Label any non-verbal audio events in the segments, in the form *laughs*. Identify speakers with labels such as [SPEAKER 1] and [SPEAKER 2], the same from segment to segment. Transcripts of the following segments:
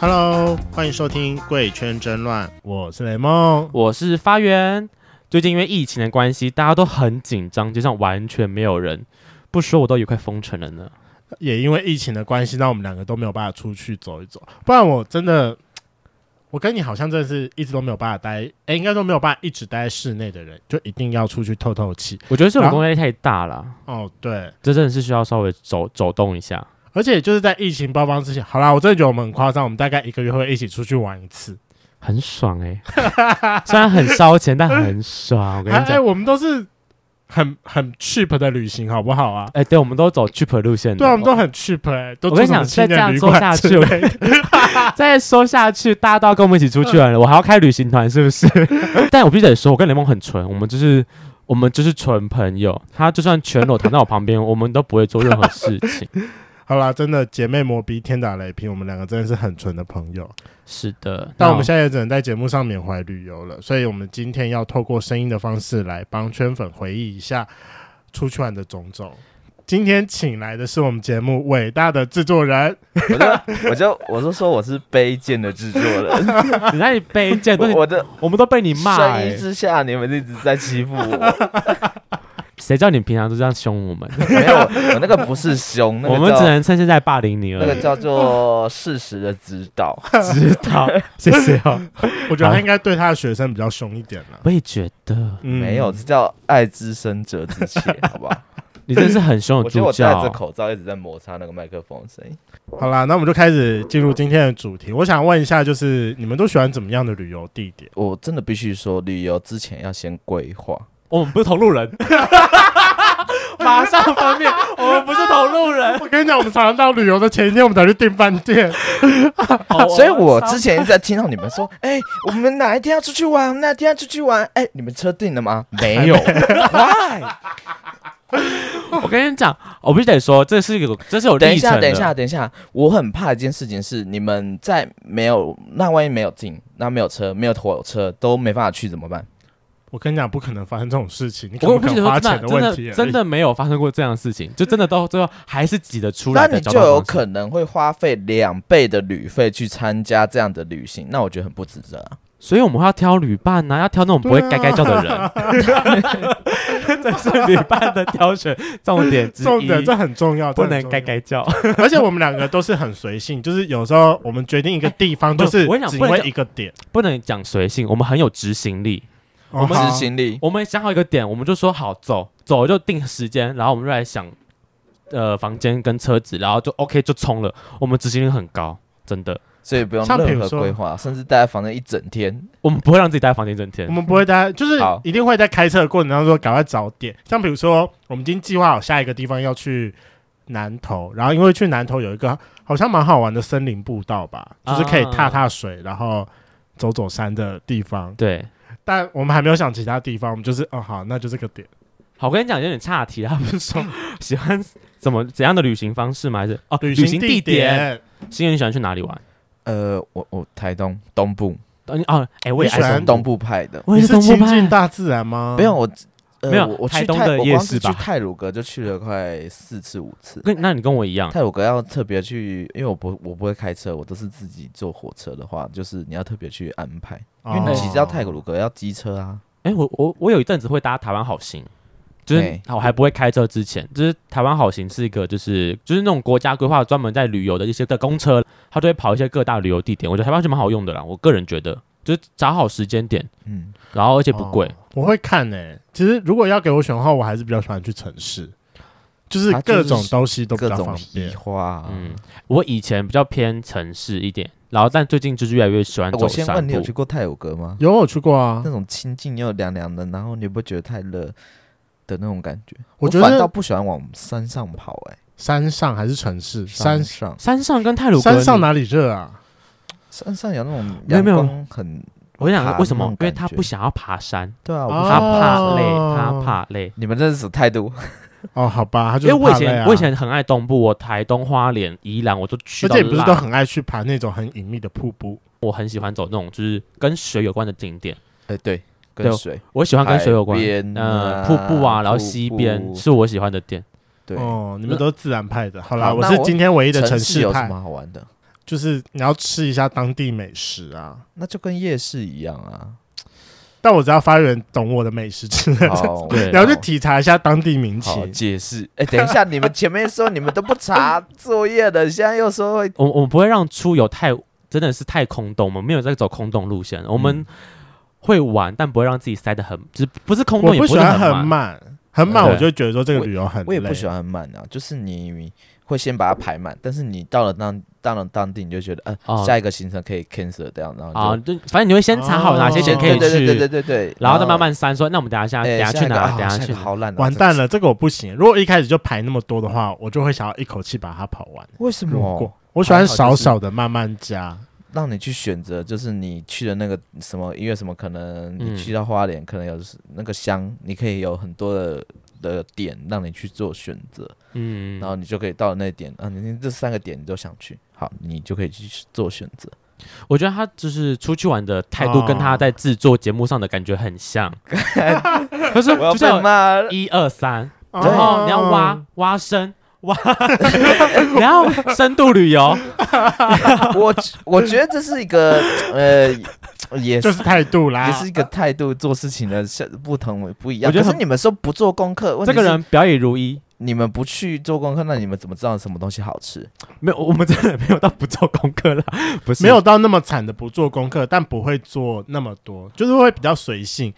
[SPEAKER 1] Hello，欢迎收听《贵圈争乱》，我是雷梦。
[SPEAKER 2] 我是发源。最近因为疫情的关系，大家都很紧张，街上完全没有人。不说我都以为快封城了呢。
[SPEAKER 1] 也因为疫情的关系，让我们两个都没有办法出去走一走。不然我真的，我跟你好像真的是一直都没有办法待，哎，应该说没有办法一直待在室内的人，就一定要出去透透气。
[SPEAKER 2] 我觉得这
[SPEAKER 1] 然
[SPEAKER 2] 种
[SPEAKER 1] 后
[SPEAKER 2] 工业太大了，
[SPEAKER 1] 哦，对，
[SPEAKER 2] 这真的是需要稍微走走动一下。
[SPEAKER 1] 而且就是在疫情爆发之前，好啦，我真的觉得我们很夸张，我们大概一个月会一起出去玩一次。
[SPEAKER 2] 很爽 *laughs* 哎、虽然很烧钱，但很爽。我跟
[SPEAKER 1] 哎
[SPEAKER 2] 你
[SPEAKER 1] 哎，
[SPEAKER 2] 讲，
[SPEAKER 1] 我们都是很很 cheap 的旅行，好不好啊？
[SPEAKER 2] 哎、对，我们都走 cheap 路线的。
[SPEAKER 1] 对啊，我们都很 cheap 哎、都
[SPEAKER 2] 嗯我跟你
[SPEAKER 1] 住什么
[SPEAKER 2] 讲，再
[SPEAKER 1] 青
[SPEAKER 2] 这
[SPEAKER 1] 年
[SPEAKER 2] 样
[SPEAKER 1] 旅
[SPEAKER 2] 做
[SPEAKER 1] 馆
[SPEAKER 2] 下
[SPEAKER 1] 之
[SPEAKER 2] 去，
[SPEAKER 1] 类
[SPEAKER 2] 我
[SPEAKER 1] 的
[SPEAKER 2] 再说下去，大家都要跟我们一起出去玩了，我还要开旅行团是不 *laughs* 是？但我必须得说，我跟雷梦很纯，我们就是我们就是纯朋友。他就算全裸躺在我旁边，我们都不会做任何事情。
[SPEAKER 1] 好啦，真的姐妹磨鼻，天打雷劈，我们两个真的是很纯的朋友。
[SPEAKER 2] 是的，
[SPEAKER 1] 但我们
[SPEAKER 2] 那
[SPEAKER 1] 现在也只能在节目上缅怀旅游了，所以我们今天要透过声音的方式来帮圈粉回忆一下出去玩的种种。今天请来的是我们节目伟大的制作人，
[SPEAKER 3] 我就我就我就说我是卑贱的制
[SPEAKER 2] *laughs*
[SPEAKER 3] 作人，
[SPEAKER 2] 你那里卑贱，都
[SPEAKER 3] 我
[SPEAKER 2] 哎是
[SPEAKER 3] 我的
[SPEAKER 2] 我们都被你骂、
[SPEAKER 3] 声音
[SPEAKER 2] 欸，
[SPEAKER 3] 之下，你们一直在欺
[SPEAKER 2] *laughs*
[SPEAKER 3] 负我。
[SPEAKER 2] 谁叫你平常都这样凶我们？
[SPEAKER 3] 没有，我那个不是凶，那
[SPEAKER 2] 我
[SPEAKER 3] 个
[SPEAKER 2] 们只
[SPEAKER 3] 叫
[SPEAKER 2] 能趁现在霸凌你
[SPEAKER 3] 那
[SPEAKER 2] 而
[SPEAKER 3] 个
[SPEAKER 2] 已。
[SPEAKER 3] 叫做事实的指导。
[SPEAKER 2] 知
[SPEAKER 3] *laughs*
[SPEAKER 2] 道，谢谢哦。
[SPEAKER 1] 我觉得他
[SPEAKER 2] 好
[SPEAKER 1] 应该对他的学生比较凶一点了。
[SPEAKER 2] 我也觉得
[SPEAKER 1] 嗯
[SPEAKER 3] 没有，这叫爱之深责之切，
[SPEAKER 2] *laughs*
[SPEAKER 3] 好吧？
[SPEAKER 2] 你真是很凶
[SPEAKER 3] 我
[SPEAKER 2] 的
[SPEAKER 3] 觉得
[SPEAKER 2] 助
[SPEAKER 3] 我戴着
[SPEAKER 2] 教。
[SPEAKER 3] 口罩一直在摩擦那个麦克风的声音。
[SPEAKER 1] 好啦，那我们就开始进入今天的主题。我想问一下，就是你们都喜欢怎么样的旅游地点？
[SPEAKER 3] 我真的必须说，旅游之前要先规划。
[SPEAKER 2] 我们不是同路
[SPEAKER 3] *laughs*
[SPEAKER 2] 人，马上分辨，我们不是同路人。 *laughs*
[SPEAKER 1] 我跟你讲，我们常常到旅游的前一天，我们才去订饭店。
[SPEAKER 2] 啊
[SPEAKER 3] 所以我之前一直在听到你们说，哎、我们哪一天要出去玩？我们哪一天要出去玩？哎、你们车定了吗？没有，Why？
[SPEAKER 2] 我跟你讲，我必须得说，这是有，这是有
[SPEAKER 3] 等一
[SPEAKER 2] 历程
[SPEAKER 3] 下，
[SPEAKER 2] 的。
[SPEAKER 3] 等一下，，等一下，我很怕一件事情是，你们在没有那万一没有进，那没有车，没有火车，都没办法去怎么办？
[SPEAKER 1] 我跟你讲，不可能发生这种事情，你可
[SPEAKER 2] 我
[SPEAKER 1] 不
[SPEAKER 2] 必
[SPEAKER 1] 可
[SPEAKER 2] 须得
[SPEAKER 1] 能花
[SPEAKER 2] 说，真
[SPEAKER 1] 钱
[SPEAKER 2] 的，真
[SPEAKER 1] 问题而哎
[SPEAKER 2] 的
[SPEAKER 1] 已？
[SPEAKER 2] 真的没有发生过这样的事情，就真的到最后还是挤得出
[SPEAKER 3] 那
[SPEAKER 2] 来
[SPEAKER 3] 你
[SPEAKER 2] 的交
[SPEAKER 3] 就
[SPEAKER 2] 通
[SPEAKER 3] 有
[SPEAKER 2] 方式。
[SPEAKER 3] 可能会花费两倍的旅费去参加这样的旅行，那我觉得很不值得啊。
[SPEAKER 2] 所以我们要挑旅伴呐、要挑那种不会该该叫
[SPEAKER 1] *laughs*
[SPEAKER 2] 的人。这是旅伴的挑选重点之一，
[SPEAKER 1] 重点这很重要，
[SPEAKER 2] 不
[SPEAKER 1] 这很重
[SPEAKER 2] 能
[SPEAKER 1] 要
[SPEAKER 2] 该该叫。
[SPEAKER 1] 而且我们两个都是很随性，就是有时候我们决定一个地方，
[SPEAKER 2] *laughs* 不
[SPEAKER 1] 就是是
[SPEAKER 2] 我跟你讲
[SPEAKER 1] 只
[SPEAKER 2] 不能
[SPEAKER 1] 为
[SPEAKER 2] 讲
[SPEAKER 1] 一个点。
[SPEAKER 2] 不能讲随性，我们很有执行力。
[SPEAKER 1] 我
[SPEAKER 2] 们
[SPEAKER 3] 执行力，
[SPEAKER 2] 哦我们想好一个点，我们就说好走，走就定时间，然后我们就来想，呃，房间跟车子，然后就 OK 就冲了。我们执行力很高，真的，
[SPEAKER 3] 所以不用
[SPEAKER 1] 像比
[SPEAKER 3] 任
[SPEAKER 1] 如
[SPEAKER 3] 何
[SPEAKER 1] 说
[SPEAKER 3] 规划，甚至待在房间一整天。
[SPEAKER 2] 我们不会让自己待在房间一整天
[SPEAKER 1] 我。们不会待，就是
[SPEAKER 3] 好
[SPEAKER 1] 一定会在开车的过程当中说赶快找点。像比如说，我们已经计划好下一个地方要去南投，然后因为去南投有一个好像蛮好玩的森林步道吧，
[SPEAKER 2] 啊
[SPEAKER 1] 就是可以踏踏水，然后走走山的地方。
[SPEAKER 2] 对，
[SPEAKER 1] 但我们还没有想其他地方，我们就是哦好，那就这个
[SPEAKER 2] *laughs*
[SPEAKER 1] 点。
[SPEAKER 2] 好，我跟你讲，有点岔题啦，他不 *laughs* 是说喜欢怎么怎样的旅行方式吗？还是哦，旅
[SPEAKER 1] 行
[SPEAKER 2] 地点。
[SPEAKER 1] 点，
[SPEAKER 2] 新人你喜欢去哪里玩？
[SPEAKER 3] 呃，我我台东东部，
[SPEAKER 2] 哦，你哦，哎，我也
[SPEAKER 1] 你
[SPEAKER 2] 爱
[SPEAKER 1] 喜欢部
[SPEAKER 2] 东
[SPEAKER 3] 东部派的，
[SPEAKER 2] 我
[SPEAKER 1] 你
[SPEAKER 2] 也
[SPEAKER 1] 是
[SPEAKER 2] 东
[SPEAKER 1] 亲
[SPEAKER 2] 部派
[SPEAKER 1] 近大自然吗？
[SPEAKER 3] 没有，我。呃、
[SPEAKER 2] 没有
[SPEAKER 3] 我我
[SPEAKER 2] 台
[SPEAKER 3] 去
[SPEAKER 2] 东
[SPEAKER 3] 泰，
[SPEAKER 2] 的
[SPEAKER 3] 我
[SPEAKER 2] 夜
[SPEAKER 3] 光
[SPEAKER 2] 市
[SPEAKER 3] 是去
[SPEAKER 2] 吧
[SPEAKER 3] 泰鲁阁就去了快四次五次。
[SPEAKER 2] 跟那你跟我一样，
[SPEAKER 3] 泰鲁格要特别去，因为我不我不会开车，我都是自己坐火车的话，就是你要特别去安排，
[SPEAKER 1] 哦，
[SPEAKER 3] 因为你
[SPEAKER 2] 其
[SPEAKER 3] 其
[SPEAKER 2] 实
[SPEAKER 3] 实要泰鲁格要机车啊，
[SPEAKER 2] 哎、我我我有一阵子会搭台湾好行，就是
[SPEAKER 3] 对
[SPEAKER 2] 我还不会开车之前，就是台湾好行是一个就是就是那种国家规划专门在旅游的一些的公车，它就会跑一些各大旅游地点，我觉得台湾是蛮好用的啦，我个人觉得就是找好时间点，
[SPEAKER 3] 嗯，
[SPEAKER 2] 然后而且不贵，
[SPEAKER 1] 哦我会看诶、其实如果要给我选的话，我还是比较喜欢去城市，就是
[SPEAKER 3] 它就
[SPEAKER 1] 各
[SPEAKER 3] 是
[SPEAKER 1] 种东西都比
[SPEAKER 3] 各
[SPEAKER 1] 较
[SPEAKER 3] 种
[SPEAKER 1] 方便
[SPEAKER 3] 移。花、啊，
[SPEAKER 2] 嗯，我以前比较偏城市一点，然后但最近就是越来越喜欢
[SPEAKER 3] 呃
[SPEAKER 2] 走
[SPEAKER 3] 我先
[SPEAKER 2] 山
[SPEAKER 3] 问你有
[SPEAKER 2] 路
[SPEAKER 3] 去，过泰鲁格吗？
[SPEAKER 1] 有我去过啊
[SPEAKER 3] 那，种清静又凉凉的，然后你不觉得太热的那种感觉？
[SPEAKER 1] 我觉
[SPEAKER 3] 反倒
[SPEAKER 1] 得
[SPEAKER 3] 不喜欢往山上跑、哎，
[SPEAKER 1] 山上还是城市，山
[SPEAKER 3] 上
[SPEAKER 2] 山上跟泰鲁格
[SPEAKER 1] 山上
[SPEAKER 2] 你
[SPEAKER 1] 哪里热啊？
[SPEAKER 3] 山上有那种
[SPEAKER 2] 没有
[SPEAKER 3] 阳
[SPEAKER 2] 没有
[SPEAKER 3] 光很，
[SPEAKER 2] 我
[SPEAKER 3] 爬
[SPEAKER 2] 想为什么
[SPEAKER 3] 那种？
[SPEAKER 2] 因为
[SPEAKER 3] 感
[SPEAKER 2] 他
[SPEAKER 3] 觉
[SPEAKER 2] 不想要爬山，
[SPEAKER 3] 对啊，我不
[SPEAKER 1] 哦
[SPEAKER 3] 喜
[SPEAKER 2] 他
[SPEAKER 3] 欢
[SPEAKER 2] 怕累，他
[SPEAKER 1] 哦
[SPEAKER 2] 怕累。
[SPEAKER 3] 你们这是什么
[SPEAKER 2] *laughs*
[SPEAKER 3] 态度？
[SPEAKER 1] 哦，好吧，他就
[SPEAKER 2] 因为
[SPEAKER 1] 是
[SPEAKER 2] 我以
[SPEAKER 1] 怕累
[SPEAKER 2] 前、
[SPEAKER 1] 啊
[SPEAKER 2] 我以，前很爱东部，我台东、花莲、宜兰我都去
[SPEAKER 1] 而
[SPEAKER 2] 到
[SPEAKER 1] 且你不是
[SPEAKER 2] 烂
[SPEAKER 1] 都很爱去爬那种很隐秘的瀑布？
[SPEAKER 2] 我很喜欢走那种就是跟水有关的景点，
[SPEAKER 3] 哎、对，
[SPEAKER 2] 呃对
[SPEAKER 3] 跟水，
[SPEAKER 2] 我喜欢跟水有关
[SPEAKER 3] 海，边
[SPEAKER 2] 呃，
[SPEAKER 3] 啊
[SPEAKER 2] 瀑布啊，然后溪边
[SPEAKER 3] 瀑布
[SPEAKER 2] 是我喜欢的点。
[SPEAKER 3] 对，
[SPEAKER 1] 哦，你们都是自然派的。好啦，
[SPEAKER 3] 好
[SPEAKER 1] 我
[SPEAKER 3] 那
[SPEAKER 1] 是
[SPEAKER 3] 我
[SPEAKER 1] 哦今天唯一的城
[SPEAKER 3] 市
[SPEAKER 1] 市
[SPEAKER 3] 有什
[SPEAKER 1] 派
[SPEAKER 3] 么。好玩的？
[SPEAKER 1] 就是你要吃一下当地美食啊。
[SPEAKER 3] 那就跟夜市一样啊。
[SPEAKER 1] 但我只要发源懂我的美食之类的，
[SPEAKER 3] *laughs* 好，
[SPEAKER 1] *laughs*
[SPEAKER 2] 对
[SPEAKER 1] 然后就体察一下当地民
[SPEAKER 3] 好
[SPEAKER 1] 情。
[SPEAKER 3] 解释。哎，等一
[SPEAKER 2] *laughs*
[SPEAKER 3] 下，你们前面说你们都不查作业的，现在又说会
[SPEAKER 2] 我我们不会让出游太真的是太空洞，我们没有在走空洞路线，我
[SPEAKER 1] 嗯
[SPEAKER 2] 们会玩，但不会让自己塞得很，就是不是空
[SPEAKER 1] 我
[SPEAKER 2] 洞，也
[SPEAKER 1] 不
[SPEAKER 2] 是
[SPEAKER 1] 喜欢很
[SPEAKER 2] 满。
[SPEAKER 1] 满，很满我
[SPEAKER 2] 对
[SPEAKER 1] 就会觉得说这个旅游很
[SPEAKER 3] 我也不
[SPEAKER 1] 累
[SPEAKER 3] 喜欢很满啊，就是你会先把它排满，但是你到了当到了当地，你就觉得，
[SPEAKER 2] 哦
[SPEAKER 3] 呃，下一个行程可以 cancel 掉，然
[SPEAKER 2] 啊，
[SPEAKER 3] 后就
[SPEAKER 2] 对，反正你会先查好哪些点
[SPEAKER 1] 哦
[SPEAKER 2] 可以
[SPEAKER 3] 对对对对对
[SPEAKER 2] 去，
[SPEAKER 3] 对对，
[SPEAKER 2] 然后再慢慢删，说那我们等一下下等
[SPEAKER 3] 哎
[SPEAKER 2] 一下
[SPEAKER 3] 下
[SPEAKER 2] 去
[SPEAKER 3] 一个
[SPEAKER 2] 哪，
[SPEAKER 3] 啊
[SPEAKER 2] 等一下
[SPEAKER 3] 下
[SPEAKER 2] 去
[SPEAKER 3] 一个
[SPEAKER 2] 哪。
[SPEAKER 3] 好烂啊，
[SPEAKER 1] 完
[SPEAKER 3] 这
[SPEAKER 1] 蛋了，这个我不行。如果一开始就排那么多的话，我就会想要一口气把它跑完。
[SPEAKER 3] 为什
[SPEAKER 1] 如
[SPEAKER 3] 么
[SPEAKER 1] 果我喜欢
[SPEAKER 3] 还好就是
[SPEAKER 1] 少少的慢慢加，
[SPEAKER 3] 让你去选择？就是你去的那个什么，因为什么可能
[SPEAKER 2] 嗯
[SPEAKER 3] 你去到花莲，可能有那个乡，你可以有很多的的点让你去做选择，
[SPEAKER 2] 嗯，
[SPEAKER 3] 然后你就可以到了那点啊，你你这三个点你都想去，好，你就可以去做选择。
[SPEAKER 2] 我觉得他就是出去玩的态度跟
[SPEAKER 3] 啊
[SPEAKER 2] 他在制作节目上的感觉很
[SPEAKER 3] *laughs*
[SPEAKER 2] 像，可是就
[SPEAKER 3] 被
[SPEAKER 2] 像
[SPEAKER 3] 骂了，
[SPEAKER 2] 一二三，
[SPEAKER 1] 然
[SPEAKER 3] 哦
[SPEAKER 2] 然后你要挖挖深挖， *laughs* 你要深度旅游，
[SPEAKER 3] 我我觉得这是一个呃，
[SPEAKER 1] *laughs*
[SPEAKER 3] 也
[SPEAKER 1] 就是啊是态度啦
[SPEAKER 3] 也。是一个态度做事情的是不同不一样。
[SPEAKER 2] 我觉得
[SPEAKER 3] 可是
[SPEAKER 2] 很
[SPEAKER 3] 你们说不做功课，问题
[SPEAKER 2] 这个
[SPEAKER 3] 是
[SPEAKER 2] 人表演如一。
[SPEAKER 3] 你们不去做功课，那你们怎么知道什么东西好吃？
[SPEAKER 2] 没有，我们真的没有到不做功课啦，不是
[SPEAKER 1] 没有到那么惨的不做功课，但不会做那么多，就是会比较随性。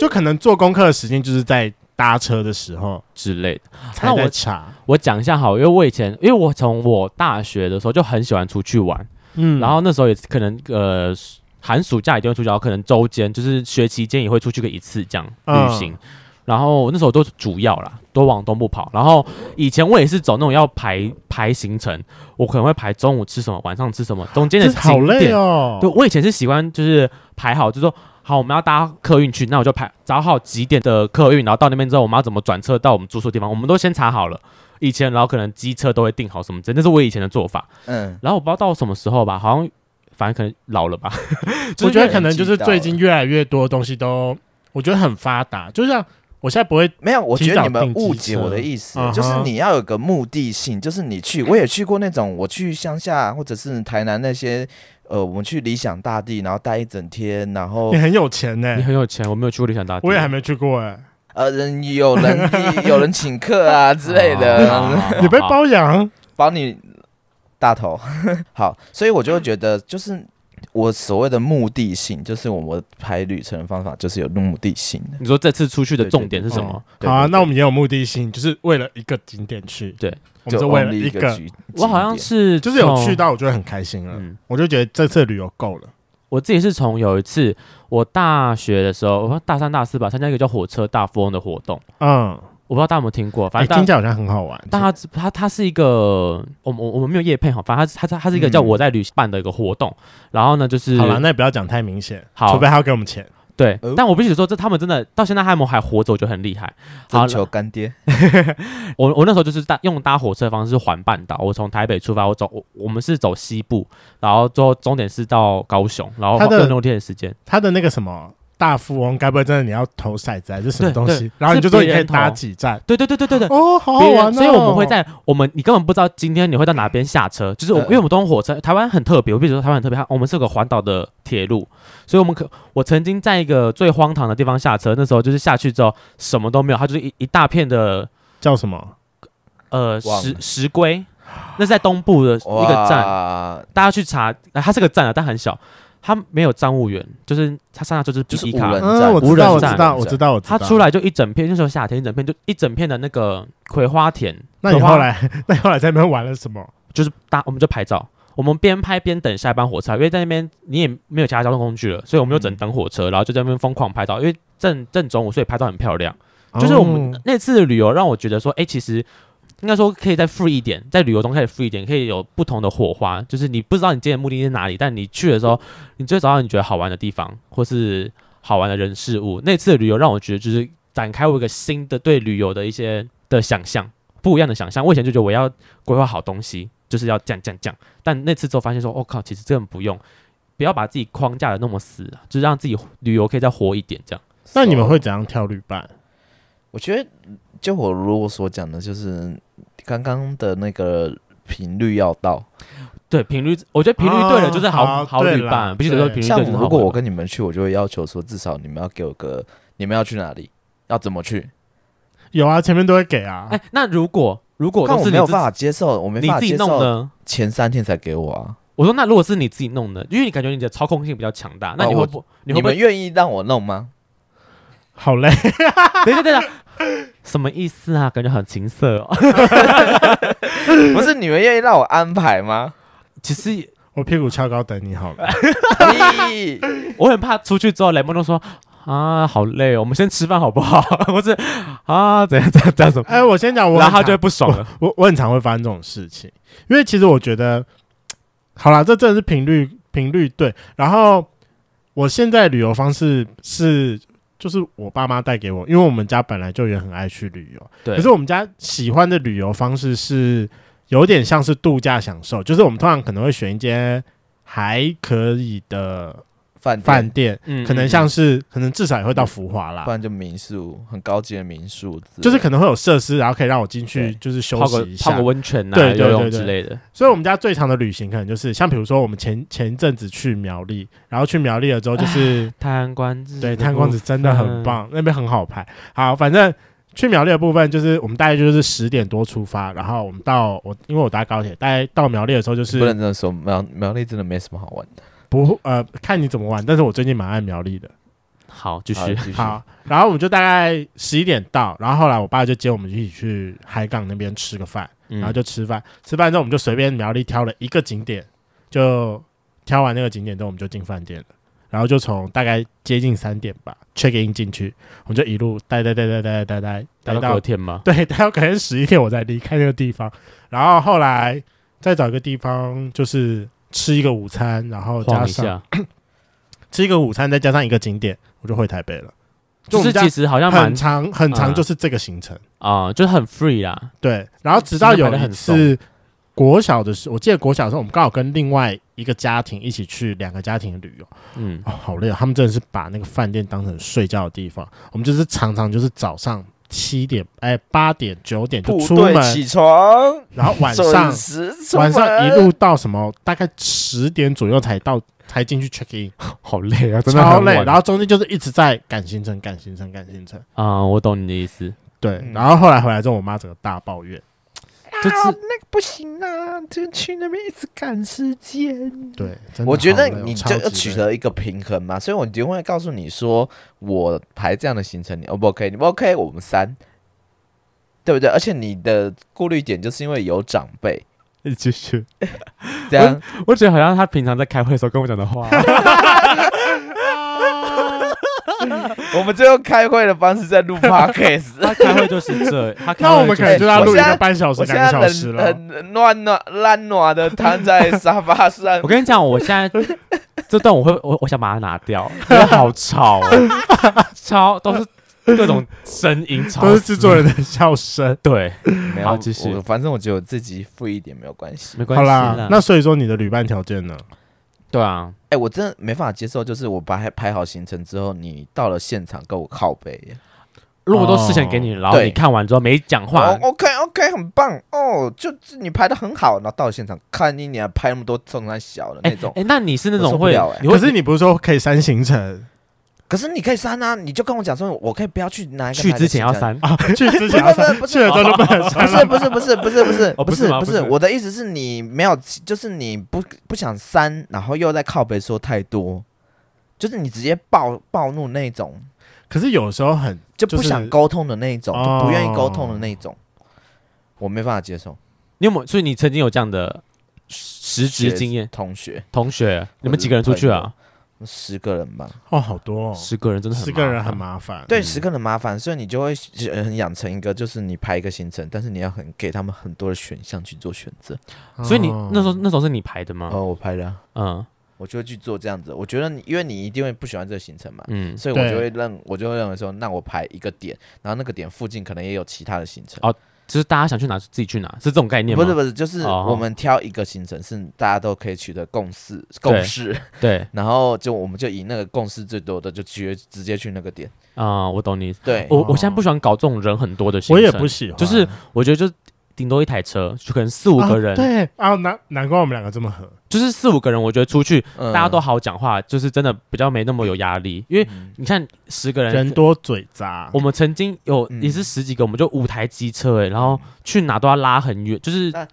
[SPEAKER 1] 就可能做功课的时间就是在搭车的时候
[SPEAKER 2] 之类的。
[SPEAKER 1] 才
[SPEAKER 2] 我
[SPEAKER 1] 在查，
[SPEAKER 2] 我讲一下好，因为我以前，因为我从我大学的时候就很喜欢出去玩，
[SPEAKER 1] 嗯
[SPEAKER 2] 然后那时候也可能呃寒暑假一定会出去，然后可能周间就是学期间也会出去个一次这样
[SPEAKER 1] 嗯
[SPEAKER 2] 旅行。然后那时候都是主要啦，都往东部跑。然后以前我也是走那种要排排行程，我可能会排中午吃什么，晚上吃什么，中间的
[SPEAKER 1] 这好
[SPEAKER 2] 景
[SPEAKER 1] 累
[SPEAKER 2] 点。
[SPEAKER 1] 哦
[SPEAKER 2] 对，。我以前是喜欢就是排好，就说好我们要搭客运去，那我就排找好几点的客运，然后到那边之后我们要怎么转车到我们住宿的地方，我们都先查好了。以前然后可能机车都会订好什么之类，这是我以前的做法。
[SPEAKER 3] 嗯，
[SPEAKER 2] 然后我不知道到什么时候吧，好像反正可能老了吧，
[SPEAKER 1] 我觉得可能
[SPEAKER 3] 年纪
[SPEAKER 1] 就是
[SPEAKER 3] 到
[SPEAKER 1] 最
[SPEAKER 3] 了
[SPEAKER 1] 近越来越多东西都，我觉得很发达。就像我现在不会，
[SPEAKER 3] 没有，我觉
[SPEAKER 1] 提
[SPEAKER 3] 得
[SPEAKER 1] 早
[SPEAKER 3] 你们
[SPEAKER 1] 订机
[SPEAKER 3] 误解
[SPEAKER 1] 车
[SPEAKER 3] 我的意思
[SPEAKER 1] 嗯，哼
[SPEAKER 3] 就是你要有个目的性，就是你去，我也去过那种，我去乡下或者是台南那些，呃，我们去理想大地，然后待一整天，然后
[SPEAKER 1] 你很有钱呢、
[SPEAKER 2] 你很有钱，我没有去过理想大
[SPEAKER 1] 哎
[SPEAKER 2] 地，
[SPEAKER 1] 我也还没去过哎、
[SPEAKER 3] 呃，人有人有人请客啊 *laughs* 之类
[SPEAKER 2] *laughs*
[SPEAKER 3] 的，
[SPEAKER 2] 啊
[SPEAKER 1] 你被包养？
[SPEAKER 3] 帮你大头。 *laughs* 好，所以我就会觉得，就是我所谓的目的性，就是我排旅程的方法，就是有目的性的。
[SPEAKER 2] 你说这次出去的重点是什
[SPEAKER 1] 对对
[SPEAKER 2] 么？
[SPEAKER 3] 对
[SPEAKER 1] 好啊，
[SPEAKER 3] 对
[SPEAKER 1] 那我们也有目的性，就是为了一个景点去。
[SPEAKER 2] 对，
[SPEAKER 1] 我们
[SPEAKER 3] 就是
[SPEAKER 1] 为
[SPEAKER 3] only
[SPEAKER 1] 了
[SPEAKER 3] 一
[SPEAKER 1] 一个，
[SPEAKER 3] 局
[SPEAKER 2] 我好像
[SPEAKER 3] 景点
[SPEAKER 2] 是
[SPEAKER 1] 就是有去
[SPEAKER 2] 从，
[SPEAKER 1] 到，我觉得很开心了。
[SPEAKER 2] 嗯，
[SPEAKER 1] 我就觉得这次旅游够了。
[SPEAKER 2] 我自己是从有一次我大学的时候，我大三大四吧，参加一个叫火车大富翁的活动，
[SPEAKER 1] 嗯，
[SPEAKER 2] 我不知道大家有没有听过，反
[SPEAKER 1] 哎，
[SPEAKER 2] 正大
[SPEAKER 1] 听起来好像很好玩。
[SPEAKER 2] 但它它它是一个，我们我我们没有夜配哈，反正它它它它是一个叫
[SPEAKER 3] 嗯
[SPEAKER 2] 我在旅行办的一个活动，然后呢就是
[SPEAKER 1] 好了，那也不要讲太明显，
[SPEAKER 2] 好
[SPEAKER 1] 除非他要给我们钱。
[SPEAKER 2] 对
[SPEAKER 3] 哦，
[SPEAKER 2] 但我必须说这他们真的到现在他们还活着，我觉得很厉害。好
[SPEAKER 3] 征求干爹，
[SPEAKER 2] 我我那时候就是搭用搭火车的方式环半岛，我从台北出发，我走我我们是走西部，然后最后终点是到高雄，然后
[SPEAKER 1] 它
[SPEAKER 2] 花
[SPEAKER 1] 的
[SPEAKER 2] 六六天的时间，
[SPEAKER 1] 他的那个什么大富翁，该不会真的你要投骰子还是什么
[SPEAKER 2] 对
[SPEAKER 1] 东西
[SPEAKER 2] 对？
[SPEAKER 1] 然后你就说
[SPEAKER 2] 是
[SPEAKER 1] 你
[SPEAKER 2] 别
[SPEAKER 1] 可以
[SPEAKER 2] 人
[SPEAKER 1] 搭
[SPEAKER 2] 投
[SPEAKER 1] 几站？
[SPEAKER 2] 对对对对对 *laughs* 对。
[SPEAKER 1] 哦，好好
[SPEAKER 2] 别人
[SPEAKER 1] 玩哦！
[SPEAKER 2] 所以我们会在我们你根本不知道今天你会到哪边下车，就是我、
[SPEAKER 3] 嗯
[SPEAKER 2] 因为我们都用火车，台湾很特别，我必须说台湾很特别，它我们是有个环岛的铁路，所以我们可我曾经在一个最荒唐的地方下车，那时候就是下去之后什么都没有，它就是一一大片的
[SPEAKER 1] 叫什么？
[SPEAKER 2] 呃
[SPEAKER 3] 忘了
[SPEAKER 2] 石石龟，那是在东部的一个站，
[SPEAKER 3] 站，
[SPEAKER 2] 大家去查，呃、它是个站啊，但很小，它没有站务员，就是它上下就是
[SPEAKER 3] 就是
[SPEAKER 2] B
[SPEAKER 3] 无
[SPEAKER 2] 卡
[SPEAKER 3] 人，
[SPEAKER 1] 嗯，
[SPEAKER 3] 站
[SPEAKER 1] 我
[SPEAKER 2] 无
[SPEAKER 1] 知
[SPEAKER 2] 人
[SPEAKER 1] 道，我知
[SPEAKER 2] 站
[SPEAKER 1] 道，我知道，我知道。
[SPEAKER 2] 它出来就一整片，那时候夏天一整片就一整片的那个葵花田，
[SPEAKER 1] 那你
[SPEAKER 2] 葵花
[SPEAKER 1] 后来， *laughs* 那你后来在那边玩了什么？
[SPEAKER 2] 就是搭我们就拍照，我们边拍边等下一班火车，因为在那边你也没有其他交通工具了，所以我们就只能等火车，然后就在那边疯狂拍照，因为正正中午，所以拍照很漂亮。 *laughs* 就是我们
[SPEAKER 1] 哦
[SPEAKER 2] 那次的旅游让我觉得说，哎、其实应该说可以再 free 一点，在旅游中可以 free 一点，可以有不同的火花。就是你不知道你今天的目的地是哪里，但你去的时候，你就会找到你觉得好玩的地方，或是好玩的人事物。那次的旅游让我觉得就是展开我一个新的对旅游的一些的想象，不一样的想象。我以前就觉得我要规划好东西，就是要这样这样这样，但那次之后发现说，我、哦靠，其实根本不用。不要把自己框架的那么死，啊就是让自己旅游可以再活一点，这样。
[SPEAKER 1] 那你们会怎样挑旅伴？
[SPEAKER 3] 我觉得，就我如果所讲的，就是刚刚的那个频率要到，
[SPEAKER 2] 对频率，我觉得频率对了就是好、
[SPEAKER 1] 哦
[SPEAKER 2] 好
[SPEAKER 1] 对
[SPEAKER 2] 旅
[SPEAKER 1] 啦
[SPEAKER 2] 伴，必须得说
[SPEAKER 1] 对
[SPEAKER 2] 频率
[SPEAKER 3] 像
[SPEAKER 2] 对就是好
[SPEAKER 3] 如果
[SPEAKER 2] 玩
[SPEAKER 3] 我跟你们去，我就会要求说，至少你们要给我个，你们要去哪里，要怎么去。
[SPEAKER 1] 有啊，前面都会给啊。
[SPEAKER 2] 哎，那如果如果
[SPEAKER 3] 但
[SPEAKER 2] 都
[SPEAKER 3] 我
[SPEAKER 2] 是
[SPEAKER 3] 没
[SPEAKER 2] 你
[SPEAKER 3] 有
[SPEAKER 2] 自
[SPEAKER 3] 办法接受，我没
[SPEAKER 2] 你
[SPEAKER 3] 办法
[SPEAKER 2] 自己
[SPEAKER 3] 接
[SPEAKER 2] 弄
[SPEAKER 3] 受
[SPEAKER 2] 的，
[SPEAKER 3] 前三天才给我啊。
[SPEAKER 2] 我说那如果是你自己弄的，因为你感觉你的操控性比较强大，那
[SPEAKER 3] 哦
[SPEAKER 2] 你
[SPEAKER 3] 我
[SPEAKER 2] 会不你会
[SPEAKER 3] 你
[SPEAKER 2] 不
[SPEAKER 3] 们
[SPEAKER 2] 会？
[SPEAKER 3] 愿意让我弄吗？
[SPEAKER 1] 好嘞，
[SPEAKER 2] 等一 *laughs* 下等一下，什么意思啊？感觉很情色哦。
[SPEAKER 3] 不是你们愿意让我安排吗？
[SPEAKER 2] 其实
[SPEAKER 1] 我屁股翘高等你
[SPEAKER 2] *laughs*
[SPEAKER 1] 好了。
[SPEAKER 3] 咦
[SPEAKER 2] 我很怕出去之后雷梦都说啊好累哦，我们先吃饭好不好？ *laughs* 或是啊怎样怎样怎样怎么？
[SPEAKER 1] 哎，我先讲，我
[SPEAKER 2] 然后
[SPEAKER 1] 很
[SPEAKER 2] 他就会
[SPEAKER 1] 常 *laughs*
[SPEAKER 2] 不爽了。
[SPEAKER 1] 我我很常会发生这种事情，因为其实我觉得，好啦，这真的是频率频率对。然后我现在旅游方式是，就是我爸妈带给我，因为我们家本来就也很爱去旅游，
[SPEAKER 2] 对
[SPEAKER 1] 可是我们家喜欢的旅游方式是有点像是度假享受，就是我们通常可能会选一间还可以的
[SPEAKER 3] 饭
[SPEAKER 1] 饭
[SPEAKER 3] 饭，
[SPEAKER 1] 店，
[SPEAKER 2] 嗯
[SPEAKER 1] 可能像是可能至少也会到福华啦
[SPEAKER 3] 不。然就民宿，很高级的民宿之类的，
[SPEAKER 1] 就是可能会有设施，然后可以让我进去
[SPEAKER 3] 对
[SPEAKER 1] 就是休
[SPEAKER 2] 泡个
[SPEAKER 1] 息一
[SPEAKER 2] 泡
[SPEAKER 1] 下
[SPEAKER 2] 个，温泉啊，
[SPEAKER 1] 对对
[SPEAKER 2] 游泳
[SPEAKER 1] 对对
[SPEAKER 2] 之类的。
[SPEAKER 1] 所以我们家最长的旅行可能就是像比如说我们前前一阵子去苗栗，然后去苗栗了之后就是
[SPEAKER 2] 贪官子
[SPEAKER 1] 啊对嗯探光子真的很棒，那边很好拍。好，反正去苗栗的部分就是我们大概就是十点多出发，然后我们到我因为我搭高铁，大概到苗栗的时候就
[SPEAKER 3] 不
[SPEAKER 1] 是
[SPEAKER 3] 能这么说，苗苗栗真的没什么好玩的。
[SPEAKER 1] 不呃看你怎么玩，但是我最近蛮爱苗栗的。
[SPEAKER 2] 好，继
[SPEAKER 3] 好
[SPEAKER 2] 续。
[SPEAKER 3] 继续
[SPEAKER 1] 好，然后我们就大概十一点到，然后后来我爸就接我们一起去海港那边吃个饭，
[SPEAKER 2] 然
[SPEAKER 1] 然后就吃饭，吃饭之后我们就随便苗栗挑了一个景点，就挑完那个景点之后我们就进饭店了，然后就从大概接近三点吧 check in 进去，我们就一路待待待待待待待
[SPEAKER 2] 达
[SPEAKER 1] 待
[SPEAKER 2] 到
[SPEAKER 1] 到
[SPEAKER 2] 隔天吗？
[SPEAKER 1] 对待到可能十一点我才离开那个地方，然后后来再找一个地方就是吃一个午餐，然后加
[SPEAKER 2] 晃一
[SPEAKER 1] 上
[SPEAKER 2] 下，
[SPEAKER 1] 吃一个午餐再加上一个景点，我就回台北了。
[SPEAKER 2] 就
[SPEAKER 1] 我们
[SPEAKER 2] 是
[SPEAKER 1] 这
[SPEAKER 2] 其
[SPEAKER 1] 样
[SPEAKER 2] 实好像蛮
[SPEAKER 1] 很长很长，
[SPEAKER 2] 嗯
[SPEAKER 1] 就是这个行程。
[SPEAKER 2] 啊，就是很 free 啦。
[SPEAKER 1] 对，然后直到有一
[SPEAKER 2] 真的
[SPEAKER 1] 次国小的时候，我记得国小的时候，我们刚好跟另外一个家庭一起去两个家庭的旅游， *laughs*
[SPEAKER 2] 嗯，
[SPEAKER 1] 哦，好累、哦，他们真的是把那个饭店当成睡觉的地方，我们就是常常就是早上。七点哎，八点九点就
[SPEAKER 3] 部
[SPEAKER 1] 出
[SPEAKER 3] 队
[SPEAKER 1] 门，
[SPEAKER 3] 起床，
[SPEAKER 1] 然后晚上
[SPEAKER 3] *laughs* 准时出
[SPEAKER 1] 晚上一
[SPEAKER 3] 门
[SPEAKER 1] 路到什么，大概十点左右才到，才进去 check in，
[SPEAKER 2] 好累啊，
[SPEAKER 1] 超累。然后中间就是一直在赶行程，赶行程，赶行程。
[SPEAKER 2] 啊，我懂你的意思，
[SPEAKER 1] 对，
[SPEAKER 3] 嗯
[SPEAKER 1] 然后后来回来之后，我妈整个大抱怨。
[SPEAKER 2] 就是
[SPEAKER 3] 不行啊，就去那边一直赶时间。
[SPEAKER 1] 对，真的
[SPEAKER 3] 我觉得
[SPEAKER 1] 好累哦
[SPEAKER 3] 你
[SPEAKER 1] 超
[SPEAKER 3] 就要
[SPEAKER 1] 级
[SPEAKER 3] 取
[SPEAKER 1] 累
[SPEAKER 3] 得一个平衡嘛，所以我就会告诉你说，我排这样的行程，你 O 不 OK？你不 OK，我们三，对不对？而且你的顾虑点就是因为有长辈，
[SPEAKER 1] *laughs*
[SPEAKER 2] 继续。
[SPEAKER 3] 这样
[SPEAKER 2] 我觉得好像他平常在开会的时候跟我讲的话，啊
[SPEAKER 1] *laughs*
[SPEAKER 3] 我们最后开会的方
[SPEAKER 1] *laughs*
[SPEAKER 3] 式在录 podcast。
[SPEAKER 2] 他开会就是这，他 *laughs* 开
[SPEAKER 1] 那
[SPEAKER 2] 会
[SPEAKER 1] 我们
[SPEAKER 2] 就
[SPEAKER 1] 可能
[SPEAKER 2] 是
[SPEAKER 1] 就
[SPEAKER 2] 这
[SPEAKER 1] 要
[SPEAKER 2] 样
[SPEAKER 1] 录一
[SPEAKER 3] 我现
[SPEAKER 1] 个
[SPEAKER 3] 在
[SPEAKER 1] 半小时、
[SPEAKER 3] 我现
[SPEAKER 1] 两个小
[SPEAKER 3] 在
[SPEAKER 1] 时
[SPEAKER 3] 很
[SPEAKER 1] 了。
[SPEAKER 3] 很乱乱烂暖的瘫在沙发上
[SPEAKER 1] *laughs*
[SPEAKER 2] 我，跟你讲，我现在这段我会我我想把它拿掉，因为好吵哦，
[SPEAKER 1] *laughs*
[SPEAKER 2] 超都是各种声音，吵
[SPEAKER 1] 都是
[SPEAKER 2] 死
[SPEAKER 1] 制作人的笑声。
[SPEAKER 2] 对，
[SPEAKER 3] 没
[SPEAKER 2] 好
[SPEAKER 3] 有
[SPEAKER 2] 继，续
[SPEAKER 3] 我反正我觉得我自己富一点没有关系。
[SPEAKER 2] 没关
[SPEAKER 1] 好
[SPEAKER 2] 系
[SPEAKER 1] 啦，那所以说你的旅伴条件呢？
[SPEAKER 2] 对啊，
[SPEAKER 3] 哎、我真的没办法接受，就是我排排好行程之后，你到了现场跟我靠背。
[SPEAKER 2] 如果都事
[SPEAKER 1] 哦
[SPEAKER 2] 前给你，然后
[SPEAKER 3] 对
[SPEAKER 2] 你看完之后没讲话
[SPEAKER 3] 哦，，OK OK，很棒哦，就是你排的很好，然后到了现场看你你还拍那么多重山小的
[SPEAKER 2] 哎
[SPEAKER 3] 那种，
[SPEAKER 2] 哎，那你是那
[SPEAKER 3] 我受
[SPEAKER 2] 种
[SPEAKER 3] 不
[SPEAKER 2] 会
[SPEAKER 3] 了哎，
[SPEAKER 2] 你会
[SPEAKER 1] 可是你不是说可以删行
[SPEAKER 2] *laughs*
[SPEAKER 1] 程
[SPEAKER 3] 可是你可以删啊，你就跟我讲说，我可以不要去哪一个
[SPEAKER 2] 去
[SPEAKER 3] 哪一个
[SPEAKER 2] 之前要
[SPEAKER 3] 行程。
[SPEAKER 2] 删，
[SPEAKER 1] 啊？去之前要删，
[SPEAKER 3] 不是不是不是
[SPEAKER 1] 去了之后就 *laughs* 不
[SPEAKER 2] *laughs*
[SPEAKER 1] 能
[SPEAKER 3] 不
[SPEAKER 1] 删
[SPEAKER 3] 是
[SPEAKER 1] 了。
[SPEAKER 3] 不是不是不是不是
[SPEAKER 2] 哦不
[SPEAKER 3] 不
[SPEAKER 2] 是
[SPEAKER 3] 是
[SPEAKER 2] 吗
[SPEAKER 3] 不
[SPEAKER 2] 不是
[SPEAKER 3] 是，我的意思是你没有，就是你不不想删，然后又在靠背说太多，就是你直接暴暴怒那种，
[SPEAKER 1] 可是有时候很
[SPEAKER 3] 就不
[SPEAKER 1] 就是
[SPEAKER 3] 想沟通的那一种，
[SPEAKER 1] 哦
[SPEAKER 3] 就不愿意沟通的那一种，我没办法接受。
[SPEAKER 2] 你有没有？所以你曾经有这样的实
[SPEAKER 3] 学
[SPEAKER 2] 职经验？
[SPEAKER 3] 同学
[SPEAKER 2] 同学，你们几个人出去啊？
[SPEAKER 3] 十个人吧，
[SPEAKER 1] 哦，好多哦，
[SPEAKER 2] 十个人真的很
[SPEAKER 1] 十个人很
[SPEAKER 2] 麻
[SPEAKER 1] 麻烦。
[SPEAKER 3] 对，
[SPEAKER 2] 嗯
[SPEAKER 3] 十个人麻烦，所以你就会呃很养成一个，就是你排一个行程，但是你要很给他们很多的选项去做选择。
[SPEAKER 1] 哦，
[SPEAKER 2] 烦。所以你那时候那时候是你排的吗？
[SPEAKER 3] 哦，我排了啊，
[SPEAKER 2] 嗯
[SPEAKER 3] 我就会去做这样子。我觉得你，因为你一定会不喜欢这个行程嘛，
[SPEAKER 2] 嗯，
[SPEAKER 3] 所以我
[SPEAKER 1] 对
[SPEAKER 3] 就会认，我就会认为说，那我排一个点，然后那个点附近可能也有其他的行程。
[SPEAKER 2] 哦就是大家想去哪自己去哪，是这种概念吗？
[SPEAKER 3] 不是不是，就是
[SPEAKER 2] 哦
[SPEAKER 3] 我们挑一个行程是大家都可以取得共识共识，
[SPEAKER 2] 对
[SPEAKER 3] 然后就我们就以那个共识最多的就直接直接去那个点。
[SPEAKER 2] 啊，我懂你。
[SPEAKER 3] 对，
[SPEAKER 2] 我我现在不喜欢搞这种人很多的行程，
[SPEAKER 1] 我也不喜欢，
[SPEAKER 2] 就是我觉得就是顶多一台车，就可能四五个人，
[SPEAKER 1] 啊对啊，难难怪我们两个这么合，
[SPEAKER 2] 就是四五个人，我觉得出去
[SPEAKER 3] 嗯
[SPEAKER 2] 大家都好讲话，就是真的比较没那么有压力。因为
[SPEAKER 3] 嗯
[SPEAKER 2] 你看十个人，
[SPEAKER 1] 人多嘴杂
[SPEAKER 2] 我。们曾经有
[SPEAKER 3] 嗯
[SPEAKER 2] 也是十几个，我们就五台机车哎、然后
[SPEAKER 1] 嗯
[SPEAKER 2] 去哪都要拉很远，就是
[SPEAKER 3] 那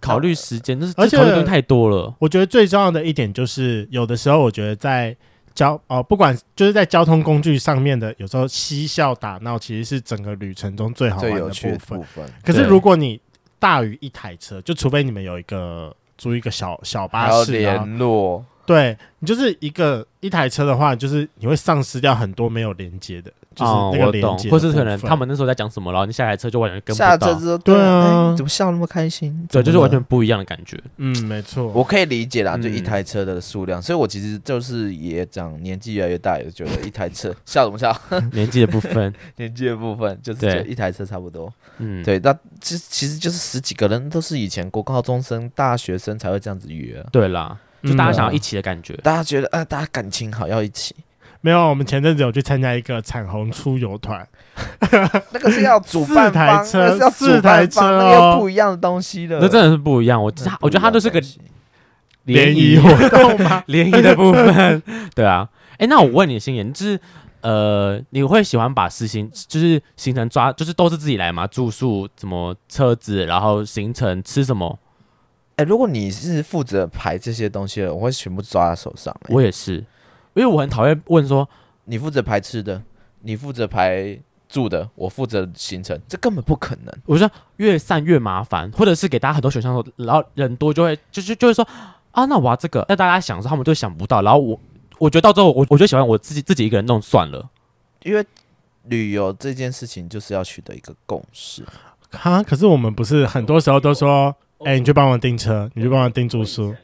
[SPEAKER 2] 考虑时间，就是
[SPEAKER 1] 而且
[SPEAKER 2] 考虑的东西太多了。
[SPEAKER 1] 我觉得最重要的一点就是，有的时候我觉得在交呃，不管就是在交通工具上面的，有时候嬉笑打闹，其实是整个旅程中最好玩
[SPEAKER 3] 最
[SPEAKER 1] 的
[SPEAKER 3] 有趣的
[SPEAKER 1] 部分
[SPEAKER 3] 部。分，
[SPEAKER 1] 可是
[SPEAKER 2] 对
[SPEAKER 1] 如果你大于一台车，就除非你们有一个租一个小小
[SPEAKER 2] 啊
[SPEAKER 1] 巴
[SPEAKER 3] 还要
[SPEAKER 1] 士，然后
[SPEAKER 3] 联络，
[SPEAKER 1] 对你就是一个一台车的话，就是你会丧失掉很多没有连接的，就是
[SPEAKER 2] 哦
[SPEAKER 1] 那
[SPEAKER 2] 我
[SPEAKER 1] 个连
[SPEAKER 2] 懂
[SPEAKER 1] 接的部分、，
[SPEAKER 2] 或是可能他们那时候在讲什么，然后你下台车就完全跟
[SPEAKER 3] 下
[SPEAKER 2] 不
[SPEAKER 3] 这
[SPEAKER 2] 到，
[SPEAKER 3] 之后
[SPEAKER 1] 对啊
[SPEAKER 3] 哎怎么笑那么开心？
[SPEAKER 2] 对，就是
[SPEAKER 3] 怎么了
[SPEAKER 2] 完全不一样的感
[SPEAKER 1] *laughs*
[SPEAKER 2] 觉。
[SPEAKER 1] 嗯，没错，
[SPEAKER 3] 我可以理解啦，
[SPEAKER 2] 嗯
[SPEAKER 3] 就一台车的数量，所以我其实就是也长年纪越来越大，也觉得一
[SPEAKER 2] *laughs*
[SPEAKER 3] 台车笑什么笑，
[SPEAKER 2] 年纪的部分，
[SPEAKER 3] 年纪的部分就是
[SPEAKER 2] 对
[SPEAKER 3] 觉得一台车差不多。
[SPEAKER 2] 嗯，
[SPEAKER 3] 对，那其其实就是十几个人都是以前国高中生、大学生才会这样子约啊，
[SPEAKER 2] 对啦，就
[SPEAKER 1] 嗯
[SPEAKER 2] 大家想要一起的感觉。
[SPEAKER 3] 大家觉得啊，大家感情好要一起，
[SPEAKER 1] 没有。我们前阵子有去参加一个彩虹出游团， *laughs*
[SPEAKER 3] 那个是要主办方，
[SPEAKER 1] 四台车
[SPEAKER 3] 那个是要主办
[SPEAKER 1] 四台车
[SPEAKER 3] 方，
[SPEAKER 1] 哦
[SPEAKER 3] 那个又不一样的东西了。
[SPEAKER 2] 那真的是不一样，我
[SPEAKER 3] 真的
[SPEAKER 2] 我觉得它就是个
[SPEAKER 3] 不一样的东
[SPEAKER 1] 联
[SPEAKER 3] 西
[SPEAKER 1] 谊活动吗？
[SPEAKER 2] *laughs* 联谊的部分，对啊。哎、那我问你，星妍，就是呃，你会喜欢把事情就是行程抓，就是都是自己来吗？住宿、怎么车子，然后行程吃什么？
[SPEAKER 3] 哎、如果你是负责排这些东西的，我会全部抓在手上、欸。
[SPEAKER 2] 我也是，因为我很讨厌问说，
[SPEAKER 3] 你负责排吃的，你负责排住的，我负责行程，这根本不可能。
[SPEAKER 2] 我说越散越麻烦，或者是给大家很多选项的时候，然后人多就会就就就会说啊，那我要这个，但大家想的时候他们就想不到，然后我我觉得到最后我我就喜欢我自己自己一个人弄算了。
[SPEAKER 3] 因为旅游这件事情就是要取得一个共识，
[SPEAKER 1] 哈，可是我们不是很多时候都说，
[SPEAKER 2] 哦
[SPEAKER 1] 哎、你去帮忙订车，你去帮忙订住宿，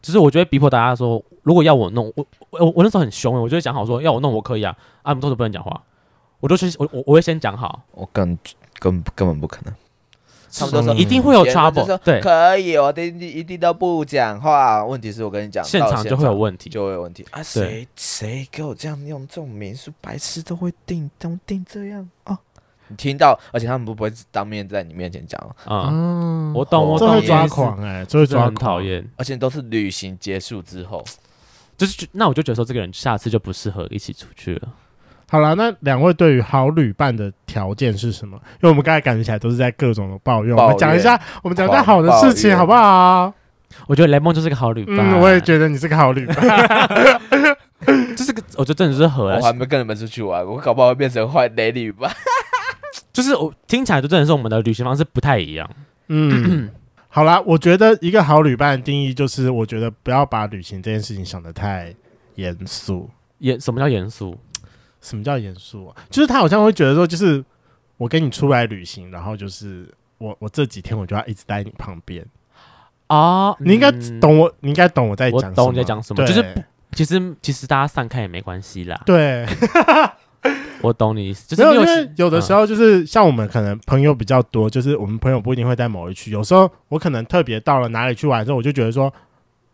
[SPEAKER 2] 就是我觉得逼迫大家说，如果要我弄，我我我我那时候很凶欸，我就会讲好说要我弄我可以啊，啊你们都不能讲话，我都是我我我会先讲好，
[SPEAKER 3] 我根根根本不可能。差不多
[SPEAKER 1] 说
[SPEAKER 2] 嗯一定会有
[SPEAKER 3] 别人就
[SPEAKER 2] trouble，
[SPEAKER 3] 说
[SPEAKER 2] 对，
[SPEAKER 3] 可以，我一定一定都不讲话。问题是我跟你讲，
[SPEAKER 2] 现
[SPEAKER 3] 到
[SPEAKER 2] 场就会有问题，
[SPEAKER 3] 就会有问题啊！谁谁给我这样用这种民宿，白痴都会定，都定这样哦。你听到，而且他们不不会当面在你面前讲哦，
[SPEAKER 2] 嗯，
[SPEAKER 1] 嗯，
[SPEAKER 2] 我懂我
[SPEAKER 1] 这
[SPEAKER 2] 懂，
[SPEAKER 1] 会抓
[SPEAKER 2] 也是，
[SPEAKER 1] 狂哎、这会
[SPEAKER 2] 真的
[SPEAKER 1] 抓
[SPEAKER 2] 很
[SPEAKER 1] 狂，
[SPEAKER 2] 讨厌，
[SPEAKER 3] 而且都是旅行结束之后，
[SPEAKER 2] 就是那我就觉得说这个人下次就不适合一起出去了，
[SPEAKER 1] 好啦，那两位对于好旅伴的条件是什么？因为我们刚才感觉起来都是在各种的抱怨，
[SPEAKER 3] 抱
[SPEAKER 1] 我
[SPEAKER 3] 怨
[SPEAKER 1] 们讲一下，我们讲一下好的事
[SPEAKER 3] 抱
[SPEAKER 1] 情
[SPEAKER 3] 怨
[SPEAKER 1] 好不好？
[SPEAKER 2] 我觉得雷蒙就是个好旅伴，
[SPEAKER 1] 嗯，我也觉得你是个好旅伴。
[SPEAKER 2] 就是个，我觉得真的是合
[SPEAKER 3] 我
[SPEAKER 2] 了，
[SPEAKER 3] 还没跟你们出去玩，我搞不好会变成坏雷旅吧。
[SPEAKER 2] 就是我听起来就真的是我们的旅行方式不太一样，
[SPEAKER 1] 嗯，好啦，我觉得一个好旅伴的定义就是，我觉得不要把旅行这件事情想得太严肃。
[SPEAKER 2] 严什么叫严肃？
[SPEAKER 1] 什么叫严肃啊？就是他好像会觉得说，就是我跟你出来旅行，然后就是我我这几天我就要一直待在你旁边。
[SPEAKER 2] 啊，
[SPEAKER 1] 你应该
[SPEAKER 2] 嗯。
[SPEAKER 1] 懂我，你应该懂我在
[SPEAKER 2] 我
[SPEAKER 1] 讲什么。
[SPEAKER 2] 懂你在讲什
[SPEAKER 1] 对
[SPEAKER 2] 么就是不其实其实大家散开也没关系啦，
[SPEAKER 1] 对，
[SPEAKER 2] 我懂你意思， *laughs* 就
[SPEAKER 1] 没
[SPEAKER 2] 是
[SPEAKER 1] 有，
[SPEAKER 2] 没
[SPEAKER 1] 因
[SPEAKER 2] 有嗯
[SPEAKER 1] 为有的时候就是像我们可能朋友比较多，就是我们朋友不一定会在某一区。有时候我可能特别到了哪里去玩之后，我就觉得说，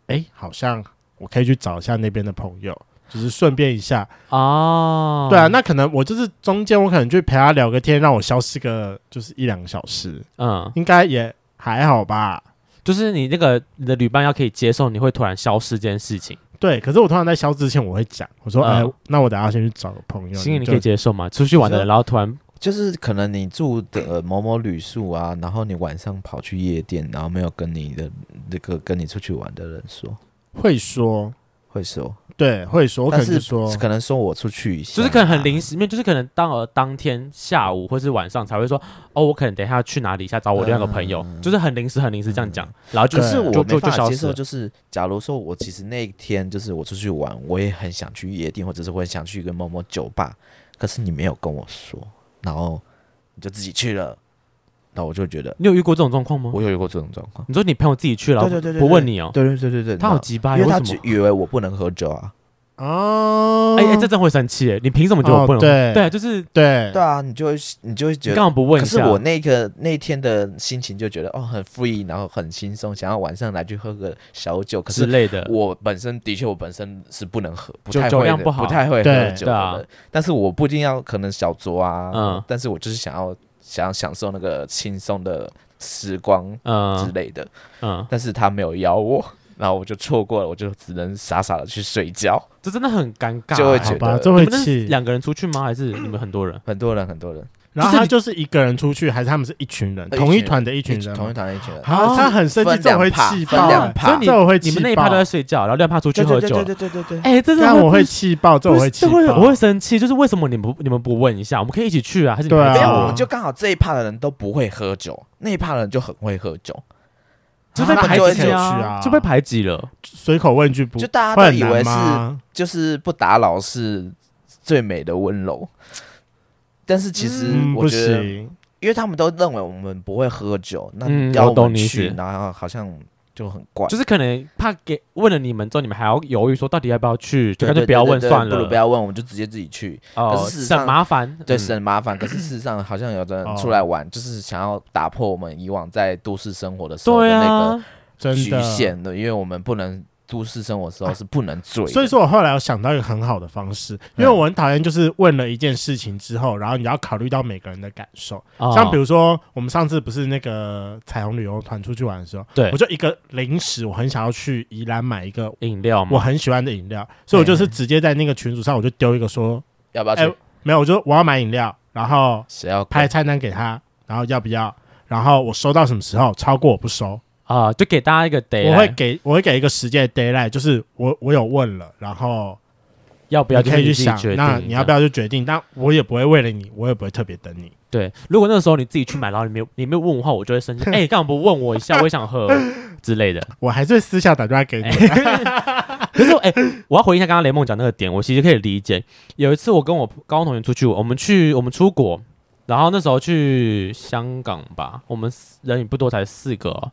[SPEAKER 1] 哎、好像我可以去找一下那边的朋友，就是顺便一下。
[SPEAKER 2] 哦，
[SPEAKER 1] 对啊，那可能我就是中间我可能去陪他聊个天，让我消失个就是一两个小时，
[SPEAKER 2] 嗯，
[SPEAKER 1] 应该也还好吧。
[SPEAKER 2] 就是你那个你的旅伴要可以接受你会突然消失这件事情，
[SPEAKER 1] 对，可是我通常在消之前，我会讲，我说，哎、
[SPEAKER 2] 嗯
[SPEAKER 1] 那我等下先去找个朋友。
[SPEAKER 2] 心里你
[SPEAKER 1] 就
[SPEAKER 2] 可以接受吗？出去玩的人，
[SPEAKER 3] 你
[SPEAKER 2] 然后突然
[SPEAKER 3] 就是可能你住的某某旅宿啊，然后你晚上跑去夜店，然后没有跟你的那个跟你出去玩的人说，
[SPEAKER 1] 会说，
[SPEAKER 3] 会说，
[SPEAKER 1] 对，会说，我可
[SPEAKER 3] 但
[SPEAKER 1] 能就是说，
[SPEAKER 3] 可能说我出去一下，啊
[SPEAKER 2] 就是可能很临时，因为就是可能当呃当天下午或是晚上才会说，哦，我可能等一下去哪里一下找我另外一个朋友，就是很临时很临时这样讲，然后就
[SPEAKER 3] 可是
[SPEAKER 1] 对
[SPEAKER 3] 我
[SPEAKER 2] 就
[SPEAKER 3] 没
[SPEAKER 2] 就就
[SPEAKER 3] 办法
[SPEAKER 2] 消
[SPEAKER 3] 接
[SPEAKER 2] 失
[SPEAKER 3] 受，
[SPEAKER 2] 了，
[SPEAKER 3] 就是假如说我其实那一天就是我出去玩，我也很想去夜店，或者是我很想去一个某某酒吧，可是你没有跟我说，然后你就自己去了，那我就觉得
[SPEAKER 2] 你有遇过这种状况吗？
[SPEAKER 3] 我有遇过这种状况。
[SPEAKER 2] 你说你朋友自己去了，
[SPEAKER 3] 对对对对，
[SPEAKER 2] 不
[SPEAKER 3] 对
[SPEAKER 2] 问你哦，
[SPEAKER 3] 对对对对对，
[SPEAKER 2] 他
[SPEAKER 3] 然
[SPEAKER 2] 好
[SPEAKER 3] 后
[SPEAKER 2] 鸡巴，
[SPEAKER 3] 因
[SPEAKER 2] 为
[SPEAKER 3] 为他
[SPEAKER 2] 什
[SPEAKER 3] 只
[SPEAKER 2] 么？
[SPEAKER 3] 以为我不能喝酒啊。
[SPEAKER 1] 哦，
[SPEAKER 2] 哎哎，这真的会生气，哎你凭什么觉得我不能？
[SPEAKER 1] 哦对
[SPEAKER 2] 对，啊就是
[SPEAKER 1] 对
[SPEAKER 3] 对啊，你就会你就会
[SPEAKER 2] 嗯你
[SPEAKER 3] 觉
[SPEAKER 2] 干嘛
[SPEAKER 3] 得。
[SPEAKER 2] 不问
[SPEAKER 3] 可
[SPEAKER 2] 一
[SPEAKER 3] 是
[SPEAKER 2] 下？
[SPEAKER 3] 我那个那天的心情就觉得哦很 free，然后很轻松，想要晚上来去喝个小酒。可
[SPEAKER 2] 之
[SPEAKER 3] 是
[SPEAKER 2] 类的，
[SPEAKER 3] 我本身的确我本身是不能喝，不
[SPEAKER 2] 酒
[SPEAKER 3] 太
[SPEAKER 2] 酒
[SPEAKER 3] 会
[SPEAKER 2] 量
[SPEAKER 3] 的
[SPEAKER 2] 不好
[SPEAKER 3] 太会
[SPEAKER 1] 对
[SPEAKER 3] 喝酒
[SPEAKER 2] 对啊
[SPEAKER 3] 的。但是我不一定要可能小酌啊，
[SPEAKER 2] 嗯
[SPEAKER 3] 但是我就是想要想要享受那个轻松的时光之
[SPEAKER 2] 嗯
[SPEAKER 3] 类的，
[SPEAKER 2] 嗯，
[SPEAKER 3] 但是他没有邀我， *laughs* 然后我就错过了，我就只能傻傻的去睡觉。
[SPEAKER 2] 这真的很尴尬欸，
[SPEAKER 3] 就会
[SPEAKER 1] 好
[SPEAKER 3] 觉
[SPEAKER 1] 吧，
[SPEAKER 3] 得
[SPEAKER 1] 这
[SPEAKER 2] 你
[SPEAKER 1] 会
[SPEAKER 2] 们那是
[SPEAKER 1] 气。
[SPEAKER 2] 两个人出去吗？还是你们很多人？
[SPEAKER 3] 很多人，很多人，
[SPEAKER 1] 然后
[SPEAKER 2] 就是
[SPEAKER 1] 他
[SPEAKER 2] 你
[SPEAKER 1] 就是一个人出去，还是他们是一群人，
[SPEAKER 3] 呃一群
[SPEAKER 1] 同一团的一群人吗？
[SPEAKER 3] 同一团的一群人。
[SPEAKER 2] 哦
[SPEAKER 1] 好，他很生气，
[SPEAKER 3] 分
[SPEAKER 1] 这种会
[SPEAKER 3] 两趴
[SPEAKER 1] 气
[SPEAKER 3] 分
[SPEAKER 1] 爆
[SPEAKER 3] 两，趴
[SPEAKER 1] 所以你这种会气
[SPEAKER 2] 啊你
[SPEAKER 1] 爆，
[SPEAKER 2] 们那一趴都在睡觉，然后另一趴出去
[SPEAKER 3] 对
[SPEAKER 2] 喝
[SPEAKER 3] 对
[SPEAKER 2] 酒
[SPEAKER 3] 对。对对对对对，
[SPEAKER 2] 哎，这
[SPEAKER 1] 但
[SPEAKER 2] 种
[SPEAKER 1] 我会气爆，这
[SPEAKER 2] 不
[SPEAKER 1] 种
[SPEAKER 2] 是
[SPEAKER 1] 会气
[SPEAKER 2] 这
[SPEAKER 1] 爆，
[SPEAKER 2] 会我会生气，就是为什么你们不你们不问一下？我们可以一起去啊，还是你们
[SPEAKER 1] 对啊
[SPEAKER 3] 没
[SPEAKER 2] 还
[SPEAKER 3] 有，
[SPEAKER 2] 叫我
[SPEAKER 3] 我就刚好这一趴的人都不会喝酒，那一趴的人就很会喝酒，
[SPEAKER 2] 就被
[SPEAKER 1] 啊那
[SPEAKER 2] 排
[SPEAKER 1] 还是
[SPEAKER 2] 挤
[SPEAKER 1] 有趣啊
[SPEAKER 2] 就被排挤了。
[SPEAKER 1] 随口问句不
[SPEAKER 3] 就大家
[SPEAKER 1] 会
[SPEAKER 3] 都
[SPEAKER 1] 很
[SPEAKER 3] 以
[SPEAKER 1] 难
[SPEAKER 3] 为是
[SPEAKER 1] 吗？
[SPEAKER 3] 就是不打扰是最美的温柔。但是其实
[SPEAKER 1] 嗯，
[SPEAKER 3] 我
[SPEAKER 1] 不
[SPEAKER 3] 觉得，
[SPEAKER 1] 行，
[SPEAKER 3] 因为他们都认为我们不会喝酒，那
[SPEAKER 2] 嗯
[SPEAKER 3] 要
[SPEAKER 2] 我懂
[SPEAKER 3] 们
[SPEAKER 2] 你意
[SPEAKER 3] 去，
[SPEAKER 2] 思
[SPEAKER 3] 然后好像就很怪，
[SPEAKER 2] 就是可能怕给问了你们之后，你们还要犹豫说到底要不要去，就
[SPEAKER 3] 对
[SPEAKER 2] 干脆
[SPEAKER 3] 对
[SPEAKER 2] 不要
[SPEAKER 3] 对
[SPEAKER 2] 问
[SPEAKER 3] 对
[SPEAKER 2] 算
[SPEAKER 3] 不如
[SPEAKER 2] 了
[SPEAKER 3] 不。要问，我们就直接自己去，
[SPEAKER 2] 哦
[SPEAKER 3] 可，是事实上
[SPEAKER 2] 省麻烦，
[SPEAKER 3] 对，
[SPEAKER 2] 嗯
[SPEAKER 3] 省麻烦。可是事实上，好像有的
[SPEAKER 1] 哦
[SPEAKER 3] 人出来玩，就是想要打破我们以往在都市生活的时候的
[SPEAKER 2] 对
[SPEAKER 3] 那
[SPEAKER 2] 啊，
[SPEAKER 1] 真
[SPEAKER 3] 个局
[SPEAKER 1] 的。
[SPEAKER 3] 限的，因为我们不能都市生活的时候是不能醉的，
[SPEAKER 1] 所以说我后来有想到一个很好的方式，因为我很讨厌就是问了一件事情之后，然后你要考虑到每个人的感受。像比
[SPEAKER 2] 如
[SPEAKER 1] 如说，我们上次不是那个彩虹旅游团出去玩的时候，
[SPEAKER 2] 对
[SPEAKER 1] 我就一个零食，我很想要去宜兰买一个
[SPEAKER 2] 饮料
[SPEAKER 1] 我
[SPEAKER 2] 嘛，
[SPEAKER 1] 很喜欢的饮料，所以我就是直接在那个群组上，我就丢一个说，
[SPEAKER 3] 要不要
[SPEAKER 1] 哎
[SPEAKER 3] 去？
[SPEAKER 1] 没有，我就我要买饮料，然后
[SPEAKER 3] 谁要
[SPEAKER 1] 拍？菜单给他，然后要不要，然后我收到什么时候，超过我不收，
[SPEAKER 2] 啊，就给大家一个 day，
[SPEAKER 1] 我会给我会给一个时间的 d a y l i g h t 就是我我有问了，然后
[SPEAKER 2] 要不要
[SPEAKER 1] 你可以去
[SPEAKER 2] 就是你自己
[SPEAKER 1] 想
[SPEAKER 2] 决，定
[SPEAKER 1] 那你要不要就决定，但我也不会为了你，我也不会特别等你。
[SPEAKER 2] 对，如果那个时候你自己去买，然后你没有你没有问我的话，我就会生气。哎、你干嘛不问我一下？我也想喝之类的。
[SPEAKER 1] 我还是会私下打电话
[SPEAKER 2] *laughs*
[SPEAKER 1] 给你，
[SPEAKER 2] 可是，哎、我要回应一下刚刚雷梦讲那个点，我其实可以理解。有一次我跟我高中同学出去，我们去我们出国，然后那时候去香港吧，我们四人也不多，才四个哦、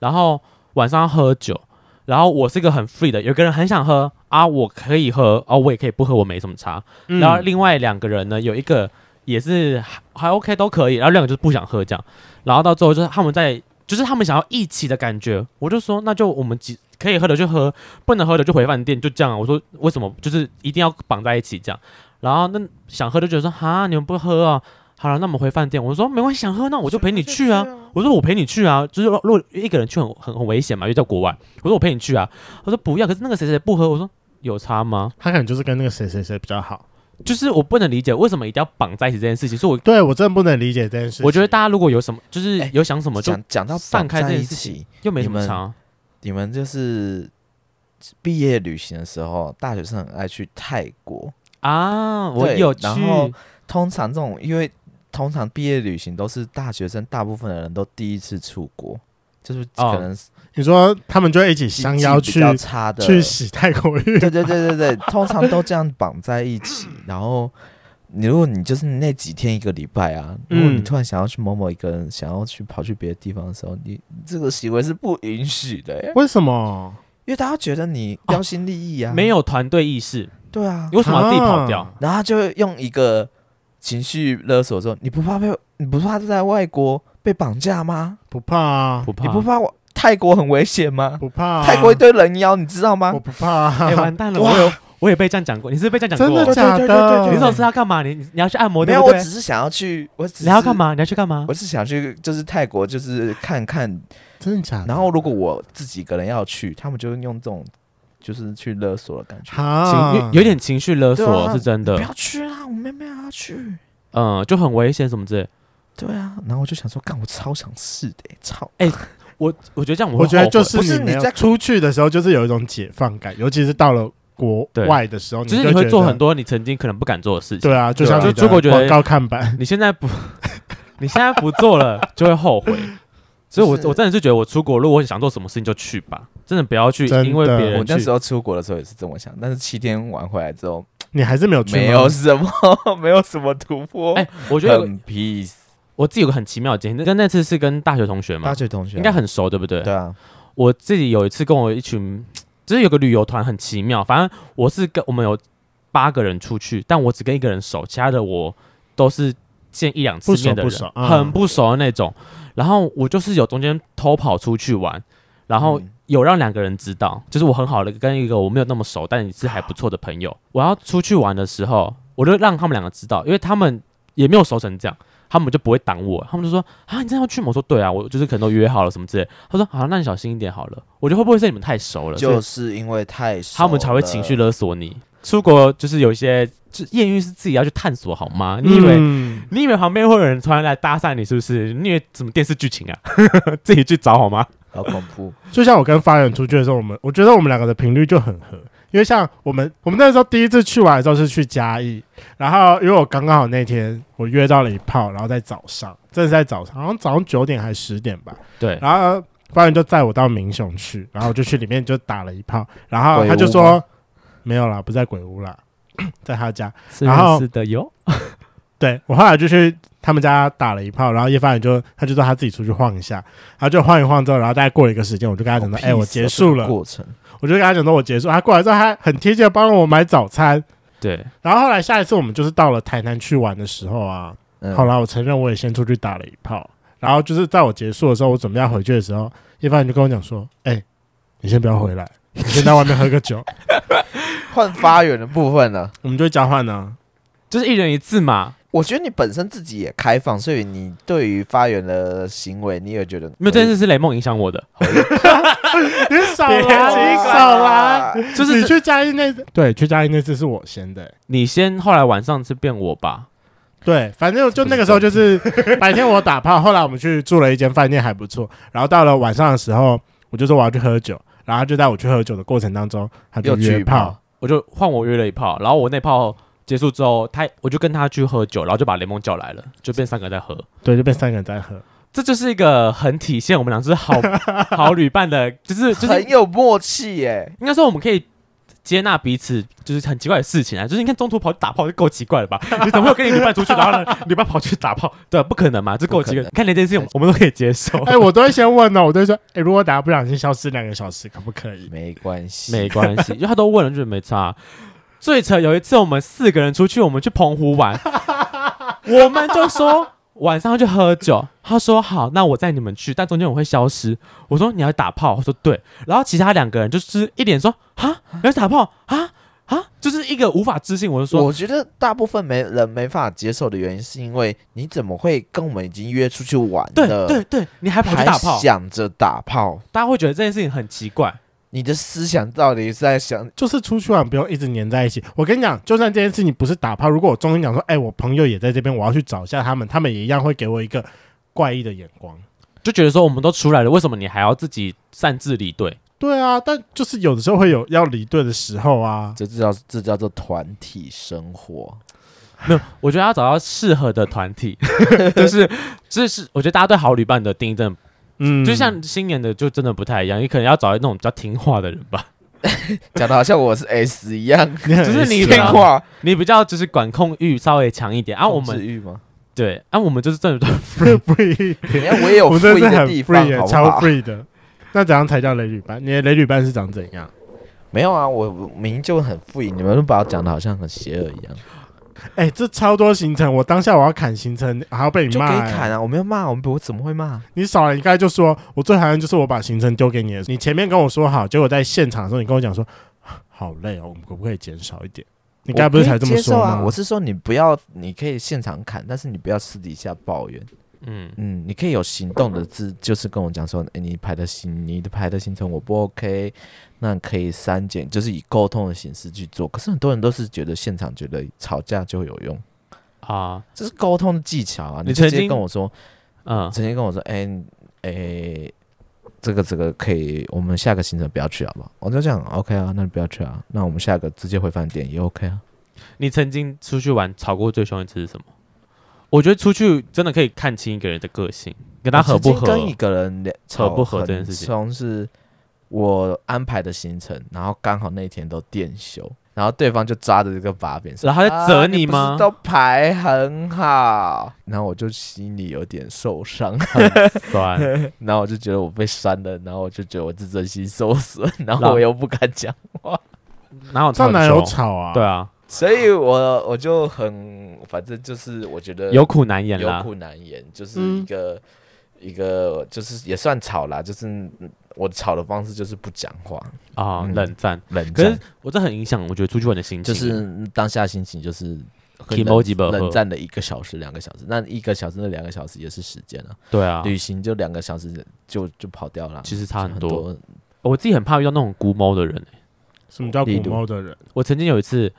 [SPEAKER 2] 然后晚上要喝酒，然后我是一个很 free 的，有个人很想喝啊，我可以喝，啊，我也可以不喝，我没什么差。
[SPEAKER 1] 嗯
[SPEAKER 2] 然后另外两个人呢，有一个也是还还 OK 都可以，然后两个就是不想喝这样，然后到最后就是他们在，就是他们想要一起的感觉，我就说那就我们几可以喝的就喝，不能喝的就回饭店，就这样啊。我说为什么就是一定要绑在一起这样？然后那想喝的就觉得说哈你们不喝啊，好了那我们回饭店。我说没关系，想喝那我就陪你去啊。我说我陪你去啊，就是如果一个人去很很很危险嘛，因为在国外。我说我陪你去啊，我说不要，可是那个谁谁不喝，我说有差吗？
[SPEAKER 1] 他可能就是跟那个谁谁谁比较好。
[SPEAKER 2] 就是我不能理解为什么一定要绑在一起这件事情，所以
[SPEAKER 1] 对我真的不能理解这件事情。
[SPEAKER 2] 我我觉得大家如果有什么，就是
[SPEAKER 3] 哎
[SPEAKER 2] 有想什么就
[SPEAKER 3] 讲讲到
[SPEAKER 2] 散开
[SPEAKER 3] 绑
[SPEAKER 2] 这
[SPEAKER 3] 在
[SPEAKER 2] 件
[SPEAKER 3] 一
[SPEAKER 2] 事情
[SPEAKER 3] 起，
[SPEAKER 2] 又没什
[SPEAKER 3] 你
[SPEAKER 2] 么
[SPEAKER 3] 们
[SPEAKER 2] 差，
[SPEAKER 3] 你们就是毕业旅行的时候，大学生很爱去泰国。
[SPEAKER 2] 啊，我
[SPEAKER 3] 对
[SPEAKER 2] 有去，
[SPEAKER 3] 然后通常这种，因为通常毕业旅行都是大学生，大部分的人都第一次出国，就是
[SPEAKER 2] 哦
[SPEAKER 3] 可能
[SPEAKER 1] 你说他们就会一起
[SPEAKER 3] 经
[SPEAKER 1] 相
[SPEAKER 3] 济
[SPEAKER 1] 邀
[SPEAKER 3] 比
[SPEAKER 1] 去
[SPEAKER 3] 较差的，
[SPEAKER 1] 去洗泰国浴，
[SPEAKER 3] 对对对对对，通常都这样绑在一起。然后你如果你就是那几天一个礼拜啊，如果你
[SPEAKER 1] 嗯
[SPEAKER 3] 突然想要去某某一个人，想要去跑去别的地方的时候，你这个行为是不允许的耶，
[SPEAKER 1] 为什么？
[SPEAKER 3] 因为大家觉得你
[SPEAKER 2] 哦
[SPEAKER 3] 标新立异啊，
[SPEAKER 2] 没有团队意识，
[SPEAKER 3] 对啊
[SPEAKER 2] 你，为什么要自己跑掉？
[SPEAKER 1] 啊
[SPEAKER 3] 然后他就会用一个情绪勒索说：“你不怕被你不怕在外国被绑架吗？
[SPEAKER 1] 不怕啊，
[SPEAKER 2] 不怕，
[SPEAKER 3] 你不怕我泰国很危险吗？
[SPEAKER 1] 不怕啊，
[SPEAKER 3] 泰国一堆人妖，你知道吗
[SPEAKER 1] 我不怕啊，
[SPEAKER 2] 哎，完蛋了，
[SPEAKER 3] 哇
[SPEAKER 2] 我有我也被这样讲过，你是被这样讲
[SPEAKER 1] 真
[SPEAKER 2] 过
[SPEAKER 1] 的
[SPEAKER 3] 对？
[SPEAKER 1] 假
[SPEAKER 3] 对对对
[SPEAKER 1] 的？
[SPEAKER 3] 对
[SPEAKER 2] 你总是要干嘛？你你你要去按？”摩
[SPEAKER 3] 没
[SPEAKER 2] 对
[SPEAKER 3] 有，
[SPEAKER 2] 不
[SPEAKER 3] 我
[SPEAKER 2] 对
[SPEAKER 3] 只？是想要去，我只是
[SPEAKER 2] 你要干？嘛？你要去干嘛
[SPEAKER 3] 我？是想去，就是泰国，就是看看。
[SPEAKER 1] 真的假的？
[SPEAKER 3] 然后如果我自己一个人要去，他们就会用这种，就是去勒索的感觉。
[SPEAKER 1] 哈
[SPEAKER 2] 情有有点情绪勒
[SPEAKER 3] 啊对
[SPEAKER 2] 索
[SPEAKER 3] 啊
[SPEAKER 2] 是真的
[SPEAKER 3] 不，要去啦，我妹妹要去。
[SPEAKER 2] 嗯，就很危险什么之类。
[SPEAKER 3] 对啊，然后我就想说，干，我超想试的、欸超
[SPEAKER 2] 我我觉得这样我
[SPEAKER 1] 我
[SPEAKER 2] 会
[SPEAKER 1] 觉得
[SPEAKER 2] 后
[SPEAKER 1] 就
[SPEAKER 2] 悔
[SPEAKER 1] 是
[SPEAKER 3] 不是
[SPEAKER 1] 你没有
[SPEAKER 3] 你在
[SPEAKER 1] 出去的时候，就是有一种解放感，尤其是到了国
[SPEAKER 2] 对
[SPEAKER 1] 外的时候，
[SPEAKER 2] 就是
[SPEAKER 1] 就
[SPEAKER 2] 你会
[SPEAKER 1] 觉
[SPEAKER 2] 做
[SPEAKER 1] 得
[SPEAKER 2] 很。多你曾经可能不敢做的事情。
[SPEAKER 1] 对啊，就像
[SPEAKER 2] 对啊
[SPEAKER 1] 你
[SPEAKER 2] 就出国
[SPEAKER 1] 的
[SPEAKER 2] 觉得
[SPEAKER 1] 广告看板， *laughs*
[SPEAKER 2] 你现在不， *laughs* 你现在不做了就会后悔。所以我，
[SPEAKER 3] 不
[SPEAKER 2] 我
[SPEAKER 3] 是
[SPEAKER 2] 真的是觉得，我出国如果我想做什么事情就去吧，真的不要去
[SPEAKER 1] 真的
[SPEAKER 2] 因为别
[SPEAKER 3] 我
[SPEAKER 2] 人
[SPEAKER 3] 那时
[SPEAKER 2] 去。
[SPEAKER 3] 候出国的时候也是这么想，但是七天玩回来之后，
[SPEAKER 1] 你还是没有去吗
[SPEAKER 3] 没有什么， *laughs* 没有什么突破。
[SPEAKER 2] 哎、我觉得有个
[SPEAKER 3] 很 peace。
[SPEAKER 2] 我自己有个很奇妙的经历，跟那次是跟大学同学嘛
[SPEAKER 3] 大，学同学啊
[SPEAKER 2] 应该很熟，对不对？
[SPEAKER 3] 对
[SPEAKER 1] 嗯
[SPEAKER 3] 啊，
[SPEAKER 2] 我自己有一次跟我一群，就是有个旅游团很奇妙，反正我是跟我们有八个人出去，但我只跟一个人熟，其他的我都是见一两次
[SPEAKER 1] 不熟
[SPEAKER 2] 面的人，
[SPEAKER 1] 不熟嗯
[SPEAKER 2] 很不熟的那种。然后我就是有中间偷跑出去玩，然后
[SPEAKER 3] 嗯
[SPEAKER 2] 有让两个人知道，就是我很好的跟一个我没有那么熟，但也是还不错的朋友，我要出去玩的时候，我就让他们两个知道，因为他们也没有熟成这样，他们就不会挡我，他们就说啊，你真的要去吗？我说对啊，我就是可能都约好了什么之类。他说好、那你小心一点好了。我觉得会不会是你们太熟了，所
[SPEAKER 3] 就
[SPEAKER 2] 以
[SPEAKER 3] 是因为太熟
[SPEAKER 2] 他们才会情绪
[SPEAKER 3] 了。
[SPEAKER 2] 勒索你？出国就是有一些，就艳遇是自己要去探索好吗？你以为、
[SPEAKER 1] 嗯
[SPEAKER 2] 你以为旁边会有人突然来搭讪你是不是？你以为什么电视剧情啊？ *laughs* 自己去找好吗？
[SPEAKER 3] 好恐怖，
[SPEAKER 1] 就像我跟发源出去的时候，我们我觉得我们两个的频率就很合，因为像我们我们那时候第一次去玩的时候是去嘉义，然后因为我刚刚好那天我约到了一炮，然后在早上，真的是在早上，好像早上九点还十点吧，
[SPEAKER 2] 对，
[SPEAKER 1] 然后发源就载我到民雄去，然后我就去里面就打了一炮，然后
[SPEAKER 3] 鬼屋
[SPEAKER 1] 他就
[SPEAKER 3] 吗
[SPEAKER 1] 说没有啦，不在鬼屋啦， *clears throat* 在他家，
[SPEAKER 2] 是
[SPEAKER 1] 然后
[SPEAKER 2] 是的哟。
[SPEAKER 1] 对我后来就去他们家打了一炮，然后叶凡也就他就说他自己出去晃一下，然后就晃一晃之后，然后大概过了一个时间，我 *laughs* 就跟他讲说，
[SPEAKER 3] 好
[SPEAKER 1] 哎、我
[SPEAKER 3] peace 哦
[SPEAKER 1] 结束
[SPEAKER 3] 这个
[SPEAKER 1] 了，
[SPEAKER 3] 过程，
[SPEAKER 1] 我就跟他讲说我结束，他过来之后他很贴切的帮我买早餐，
[SPEAKER 2] 对，
[SPEAKER 1] 然后后来下一次我们就是到了台南去玩的时候啊，
[SPEAKER 3] 嗯
[SPEAKER 1] 好，啦，我承认我也先出去打了一炮，然后就是在我结束的时候，我准备要回去的时候，叶凡就跟我讲说，哎、你先不要回来，你先在外面喝个
[SPEAKER 3] *laughs*
[SPEAKER 1] 酒，
[SPEAKER 3] 换发源的部分了。
[SPEAKER 1] 我们就会交换呢、
[SPEAKER 2] 就是一人一次嘛，
[SPEAKER 3] 我觉得你本身自己也开放，所以你对于发源的行为，你也觉得
[SPEAKER 2] 没有这件事是雷梦影响我的，
[SPEAKER 1] 你少来，
[SPEAKER 2] 别
[SPEAKER 1] 你少来。，
[SPEAKER 3] 啊哎
[SPEAKER 2] 就
[SPEAKER 1] 你
[SPEAKER 2] 是
[SPEAKER 1] 去嘉义那次，对，去嘉义那次是我先的、
[SPEAKER 2] 你先，后来晚上是变我吧，
[SPEAKER 1] 对，反正就那个时候就是 *laughs* 白天我打炮，后来我们去住了一间饭店还不错，然后到了晚上的时候，我就说我要去喝酒，然后他就在我去喝酒的过程当中，他就
[SPEAKER 3] 又
[SPEAKER 1] 约
[SPEAKER 3] 去
[SPEAKER 1] 炮，，
[SPEAKER 2] 我就换我约了一炮，然后我那炮结束之后，他我就跟他去喝酒，然后就把雷蒙叫来了，就变三个人在喝，
[SPEAKER 1] 对，就变三个人在喝，
[SPEAKER 2] 这就是一个很体现我们俩就是好 *laughs* 好旅伴的，就是就是
[SPEAKER 3] *laughs* 很有默契耶。
[SPEAKER 2] 应该说我们可以。接纳彼此就是很奇怪的事情啊，就是你看中途跑去打炮就够奇怪了吧？你怎么会有跟你旅伴出去，然后呢 *laughs* 旅伴跑去打炮？对啊，不可能嘛，这够奇怪。
[SPEAKER 3] 不可能
[SPEAKER 2] 你看连这件事情我们都可以接受，
[SPEAKER 1] 哎、我都会先问呢，我都会说，哎、如果大家不小心消失两个小时，可不可以？
[SPEAKER 3] 没关系，
[SPEAKER 2] 没关系，因 *laughs* 为他都问了，就是没差。最扯有一次，我们四个人出去，我们去澎湖玩，我们就说晚上去喝酒。他说好，那我载你们去，但中间我会消失。我说你要打炮，他说对。然后其他两个人就是一脸说啊，你要打炮啊啊，就是一个无法置信。我就说
[SPEAKER 3] 我觉得大部分没人没法接受的原因，是因为你怎么会跟我们已经约出去玩
[SPEAKER 2] 对
[SPEAKER 3] 了，
[SPEAKER 2] 对对，你还跑去
[SPEAKER 3] 还
[SPEAKER 2] 打炮，
[SPEAKER 3] 想着打炮？
[SPEAKER 2] 大家会觉得这件事情很奇怪。
[SPEAKER 3] 你的思想到底是在想？ *laughs*
[SPEAKER 1] 就是出去玩不用一直黏在一起。我跟你讲，就算这件事情不是打炮，如果我中间讲说，哎、我朋友也在这边，我要去找一下他们，他们也一样会给我一个怪异的眼光。
[SPEAKER 2] 就觉得说我们都出来了，为什么你还要自己擅自离队？
[SPEAKER 1] 对啊，但就是有的时候会有要离队的时候啊。
[SPEAKER 3] 这叫这叫做团体生活。
[SPEAKER 2] 没有，我觉得要找到适合的团
[SPEAKER 3] *laughs*
[SPEAKER 2] 体，就是这是我觉得大家对好旅伴的定义真的，
[SPEAKER 1] 嗯，
[SPEAKER 2] 就像新年的就真的不太一样，你可能要找那种比较听话的人
[SPEAKER 3] *laughs*
[SPEAKER 2] 吧，
[SPEAKER 3] 讲的好像我是 S 一 *laughs* 样，
[SPEAKER 1] 你 *laughs* 很
[SPEAKER 2] 就是你
[SPEAKER 1] 意思
[SPEAKER 2] 对
[SPEAKER 3] 变
[SPEAKER 1] 啊
[SPEAKER 2] 啊
[SPEAKER 3] 化
[SPEAKER 2] 你比较就是管控欲稍微强一点。啊，我
[SPEAKER 3] 控制
[SPEAKER 2] 们
[SPEAKER 3] 欲吗？
[SPEAKER 2] 对，啊，我们就是真的
[SPEAKER 3] *laughs*
[SPEAKER 1] 不一
[SPEAKER 3] 等一下我也有
[SPEAKER 1] 我们
[SPEAKER 3] free
[SPEAKER 1] 真的是
[SPEAKER 3] 的
[SPEAKER 1] 很
[SPEAKER 3] 地
[SPEAKER 1] free，
[SPEAKER 3] 方，
[SPEAKER 1] 耶
[SPEAKER 3] 好不
[SPEAKER 1] 超
[SPEAKER 3] 好？
[SPEAKER 1] free 的。那怎样才叫雷旅伴？你的雷旅伴是长怎样？
[SPEAKER 3] 没有啊，我我明明就很 free，你们都把我讲的好像很邪恶一样，
[SPEAKER 1] 哎、这超多行程，我当下我要砍行程，还要被你
[SPEAKER 3] 就
[SPEAKER 1] 骂、
[SPEAKER 3] 可以
[SPEAKER 1] 哎
[SPEAKER 3] 砍啊！我没有骂，我们我怎么会骂？
[SPEAKER 1] *laughs* 你少了，你刚才就说我最讨厌就是我把行程丢给你了，你前面跟我说好，结果在现场的时候你跟我讲说 *gasps* 好累哦，我们可不可以减少一点？你刚才不是才这么说
[SPEAKER 3] 我可以接
[SPEAKER 1] 吗？
[SPEAKER 3] 受啊！我是说你不要，你可以现场砍，但是你不要私底下抱怨。
[SPEAKER 2] 嗯，
[SPEAKER 3] 嗯，你可以有行动的字，就是跟我讲说，诶你排的行，你的排的行程我不 OK，那可以删减，就是以沟通的形式去做。可是很多人都是觉得现场觉得吵架就有用，
[SPEAKER 2] 啊，
[SPEAKER 3] 这是沟通的技巧啊！
[SPEAKER 2] 你
[SPEAKER 3] 你就
[SPEAKER 2] 曾
[SPEAKER 3] 直接
[SPEAKER 2] 经
[SPEAKER 3] 跟我说，
[SPEAKER 2] 嗯，
[SPEAKER 3] 直接跟我说，哎、诶，这个这个可以，我们下个行程不要去好不好？我就讲 OK 啊，那你不要去啊，那我们下个直接回饭店也 OK 啊。
[SPEAKER 2] 你曾经出去玩吵过最凶一次是什么？我觉得出去真的可以看清一个人的个性，跟他合不
[SPEAKER 3] 我曾经跟
[SPEAKER 2] 合
[SPEAKER 3] 一。个人聊
[SPEAKER 2] 合不合
[SPEAKER 3] 吵很
[SPEAKER 2] 这件事情
[SPEAKER 3] 凶是我安排的行程，然后刚好那天都电休，然后对方就抓着这个把柄说，
[SPEAKER 2] 然后他在呃责
[SPEAKER 3] 啊
[SPEAKER 2] 你
[SPEAKER 3] 不是
[SPEAKER 2] 吗 *laughs*
[SPEAKER 3] 都排很好，然后我就心里有点
[SPEAKER 2] *laughs*
[SPEAKER 3] 受伤， *laughs*
[SPEAKER 2] 酸，
[SPEAKER 3] 然后我就觉得我被删了，然后我就觉得我自尊心受损，然
[SPEAKER 2] 然
[SPEAKER 3] 后
[SPEAKER 2] 后
[SPEAKER 3] 我又不敢讲，
[SPEAKER 2] 哪有
[SPEAKER 1] 这
[SPEAKER 2] 很
[SPEAKER 1] 哪有
[SPEAKER 2] 凶？
[SPEAKER 1] 吵啊？
[SPEAKER 2] 对，啊，
[SPEAKER 3] 所以我我就很，反正就是我觉得
[SPEAKER 2] 有苦难言
[SPEAKER 3] 有
[SPEAKER 2] 啦。
[SPEAKER 3] 苦难言，就是一个、一个就是也算吵啦，就是嗯我吵的方式就是不讲话，
[SPEAKER 2] 啊，
[SPEAKER 3] 嗯
[SPEAKER 2] 冷战。
[SPEAKER 3] 冷
[SPEAKER 2] 可是
[SPEAKER 3] 战，
[SPEAKER 2] 我这很影响我觉得出去玩的心情，
[SPEAKER 3] 就是当下心情就是可能
[SPEAKER 2] Kimoji 吧
[SPEAKER 3] 冷战的一个小时、两个小时，那一个小时、那两个小时也是时间啊。
[SPEAKER 2] 对啊，
[SPEAKER 3] 旅行就两个小时就就跑掉了啊，
[SPEAKER 2] 其
[SPEAKER 3] 实
[SPEAKER 2] 实差很多。。我自己很怕遇到那种孤猫的人、欸
[SPEAKER 1] 什么叫
[SPEAKER 3] 例
[SPEAKER 1] 古
[SPEAKER 3] 如
[SPEAKER 1] 猫的人？
[SPEAKER 2] 我曾经有一次，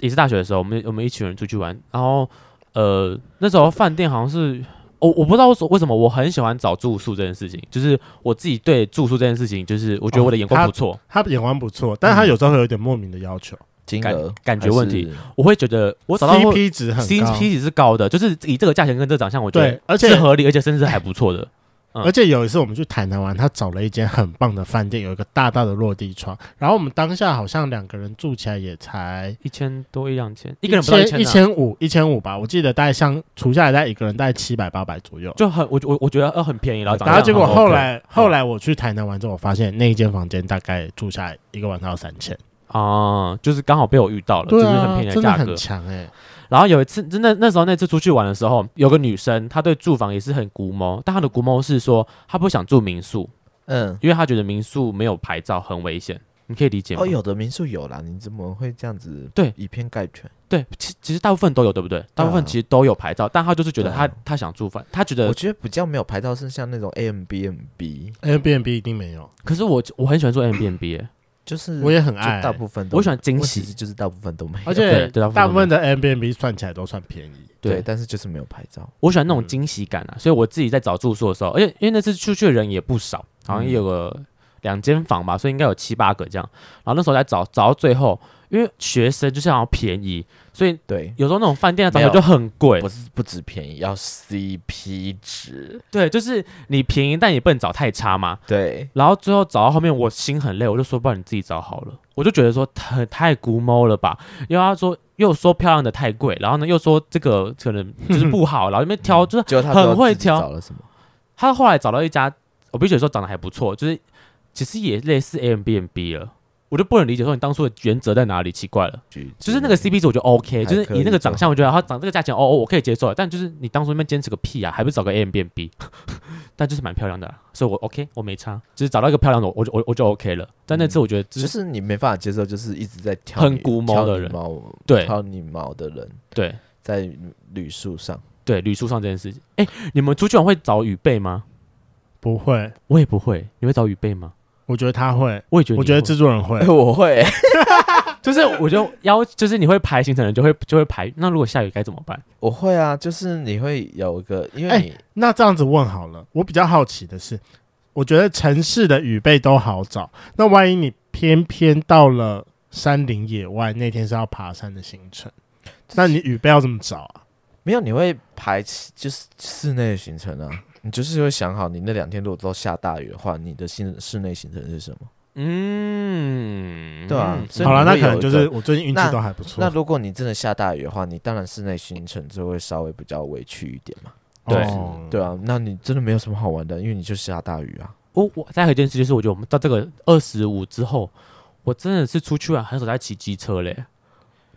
[SPEAKER 2] 也是大学的时候，我们我们一群人出去玩，然后呃那时候饭店好像是我我不知道为什为什么我很喜欢找住宿这件事情，就是我自己对住宿这件事情，就是我觉得我的眼光
[SPEAKER 1] 他
[SPEAKER 2] 不错，
[SPEAKER 1] 他眼光不错，但是他有时候会有点莫名的要求
[SPEAKER 3] 金
[SPEAKER 2] 感
[SPEAKER 3] 额
[SPEAKER 2] 感觉
[SPEAKER 3] 还
[SPEAKER 2] 问题
[SPEAKER 3] 是，
[SPEAKER 2] 我会觉得我找到会
[SPEAKER 1] ，CP 值很高。
[SPEAKER 2] CP 值是高的，就是以这个价钱跟这个长相，我觉得
[SPEAKER 1] 对而且
[SPEAKER 2] 是合理，而且甚至还不错的。嗯
[SPEAKER 1] 而且有一次我们去台南玩，他找了一间很棒的饭店，有一个大大的落地窗。然后我们当下好像两个人住起来也才
[SPEAKER 2] 一千多一两千，一
[SPEAKER 1] 一
[SPEAKER 2] 个人不到
[SPEAKER 1] 一
[SPEAKER 2] 千啊，
[SPEAKER 1] 千五一千五吧，我记得大概相除下来，大概一个人大概七百八百左右。
[SPEAKER 2] 就很我我我觉得呃很便宜，然后嗯长
[SPEAKER 1] 然后
[SPEAKER 2] 相
[SPEAKER 1] 结果
[SPEAKER 2] 很
[SPEAKER 1] 后
[SPEAKER 2] OK
[SPEAKER 1] 来后来我去台南玩之后，我发现那一间房间大概住下来一个晚上要三千，
[SPEAKER 2] 啊，就是刚好被我遇到了，啊就是很便宜
[SPEAKER 1] 啊真的
[SPEAKER 2] 价格
[SPEAKER 1] 很。强哎、
[SPEAKER 2] 然后有一次，真的那时候那次出去玩的时候，有个女生，她对住房也是很估谋，但她的估谋是说她不想住民宿，
[SPEAKER 3] 嗯，
[SPEAKER 2] 因为她觉得民宿没有牌照很危险，你可以理解吗？
[SPEAKER 3] 哦，有的民宿有啦，你怎么会这样子
[SPEAKER 2] 对
[SPEAKER 3] 以偏概全？
[SPEAKER 2] 对，其其实大部分都有，对不对？大部分其实都有牌照，但她就是觉得她
[SPEAKER 3] 啊对啊
[SPEAKER 2] 她想住饭，她觉
[SPEAKER 3] 我
[SPEAKER 2] 得，
[SPEAKER 3] 觉得比较没有排到是像那种 A M B M B，
[SPEAKER 1] Airbnb 一定没有，
[SPEAKER 2] 可是我我很喜欢做 Airbnb，欸
[SPEAKER 3] 就是
[SPEAKER 1] 我也很
[SPEAKER 3] 就
[SPEAKER 1] 爱、
[SPEAKER 3] 大部分都
[SPEAKER 2] 我喜欢惊
[SPEAKER 3] 问题是
[SPEAKER 2] 喜，
[SPEAKER 3] 就是大部分都没有，
[SPEAKER 1] 而且
[SPEAKER 2] 对对
[SPEAKER 1] 大
[SPEAKER 2] 大
[SPEAKER 1] 部
[SPEAKER 2] 部
[SPEAKER 1] 分
[SPEAKER 2] 分
[SPEAKER 1] 的 Airbnb 算起来都算便宜。
[SPEAKER 3] 对，
[SPEAKER 2] 对，
[SPEAKER 3] 但是就是没有牌照。
[SPEAKER 2] 我喜欢那种惊喜感啊，所以我自己在找住宿的时候，而且因为那次出去的人也不少，好
[SPEAKER 3] 嗯
[SPEAKER 2] 像也有个两间房吧，所以应该有七八个这样。然后那时候在找，找到最后，因为学生就是要便宜，所以
[SPEAKER 3] 对，
[SPEAKER 2] 有时候那种饭店的
[SPEAKER 3] 没
[SPEAKER 2] 找
[SPEAKER 3] 有
[SPEAKER 2] 就很贵
[SPEAKER 3] 不。是不止便宜，要 CP 值。
[SPEAKER 2] 对，就是你便宜，但也不能找太差嘛。
[SPEAKER 3] 对，
[SPEAKER 2] 然后最后找到后面，我心很累，我就说，不然你自己找好了。我就觉得说太太估摸了吧，因为他说又说漂亮的太贵，然后呢又说这个可能就是不
[SPEAKER 3] *laughs*
[SPEAKER 2] 好，然后那边挑就是
[SPEAKER 3] 结果他
[SPEAKER 2] 很
[SPEAKER 3] 最后
[SPEAKER 2] 会
[SPEAKER 3] 自己
[SPEAKER 2] 挑
[SPEAKER 3] 找了什么？
[SPEAKER 2] 他后来找到一家，我必须得说长得还不错，就是其实也类似 Airbnb 了。我就不能理解说你当初的原则在哪里，奇怪了。
[SPEAKER 3] 举
[SPEAKER 2] 就是那个 CP 值我觉得 OK，
[SPEAKER 3] 嗯还
[SPEAKER 2] 就是
[SPEAKER 3] 可以
[SPEAKER 2] 以那个长
[SPEAKER 3] 就
[SPEAKER 2] 相，我觉得他长这个价钱，哦哦，我可以接受。但就是你当初那边坚持个屁啊，还不是找个 Airbnb，但 *laughs* 就是蛮漂亮的啦，所以我 OK，我没差，就是找到一个漂亮的，我我就我我就 OK 了。但那次我觉得就
[SPEAKER 3] 就是是你没办法接受，就是一直在挑
[SPEAKER 2] 很
[SPEAKER 3] 你
[SPEAKER 2] 古毛
[SPEAKER 3] 挑
[SPEAKER 2] 的
[SPEAKER 3] 你
[SPEAKER 2] 人
[SPEAKER 3] 毛
[SPEAKER 2] 对
[SPEAKER 3] 挑你毛的人
[SPEAKER 2] 对
[SPEAKER 3] 在旅宿上，
[SPEAKER 2] 对，旅宿上这件事情。哎，你们出去玩会找雨备吗？
[SPEAKER 1] 不会，
[SPEAKER 2] 我也不会，你会找雨备吗？
[SPEAKER 1] 我觉得他会，
[SPEAKER 2] 我也觉得你会，
[SPEAKER 1] 我觉得制作人会
[SPEAKER 3] 哎，。 *laughs* 我会
[SPEAKER 2] 就是我就要就是你会排行程的人就会就会排，那如果下雨该怎么办？
[SPEAKER 3] 我会啊，就是你会有一个，因
[SPEAKER 1] 哎
[SPEAKER 3] 为你
[SPEAKER 1] 那这样子问好了，我比较好奇的是，我觉得城市的雨备都好找，那万一你偏偏到了山林野外，那天是要爬山的行程，那你雨备要怎么找啊？
[SPEAKER 3] 没有，你会排其就是室内的行程啊。你就是会想好，你那两天如果都下大雨的话，你的室室内行程是什么？
[SPEAKER 2] 嗯，
[SPEAKER 3] 对啊
[SPEAKER 2] 嗯
[SPEAKER 3] 所以
[SPEAKER 1] 好了，
[SPEAKER 3] 你
[SPEAKER 1] 那
[SPEAKER 3] 会
[SPEAKER 1] 可能
[SPEAKER 3] 有一
[SPEAKER 1] 就
[SPEAKER 3] 个
[SPEAKER 1] 是我最近运气
[SPEAKER 3] 那
[SPEAKER 1] 都还不错
[SPEAKER 3] 那。如果你真的下大雨的话，你当然室内行程就会稍微比较委屈一点嘛。
[SPEAKER 2] 对
[SPEAKER 1] 哦
[SPEAKER 3] 对啊，那你真的没有什么好玩的，因为你就下大雨啊。
[SPEAKER 2] 我我再还有一件事就是，我觉得我们到这个二十五之后，我真的是出去玩很少在骑机车嘞。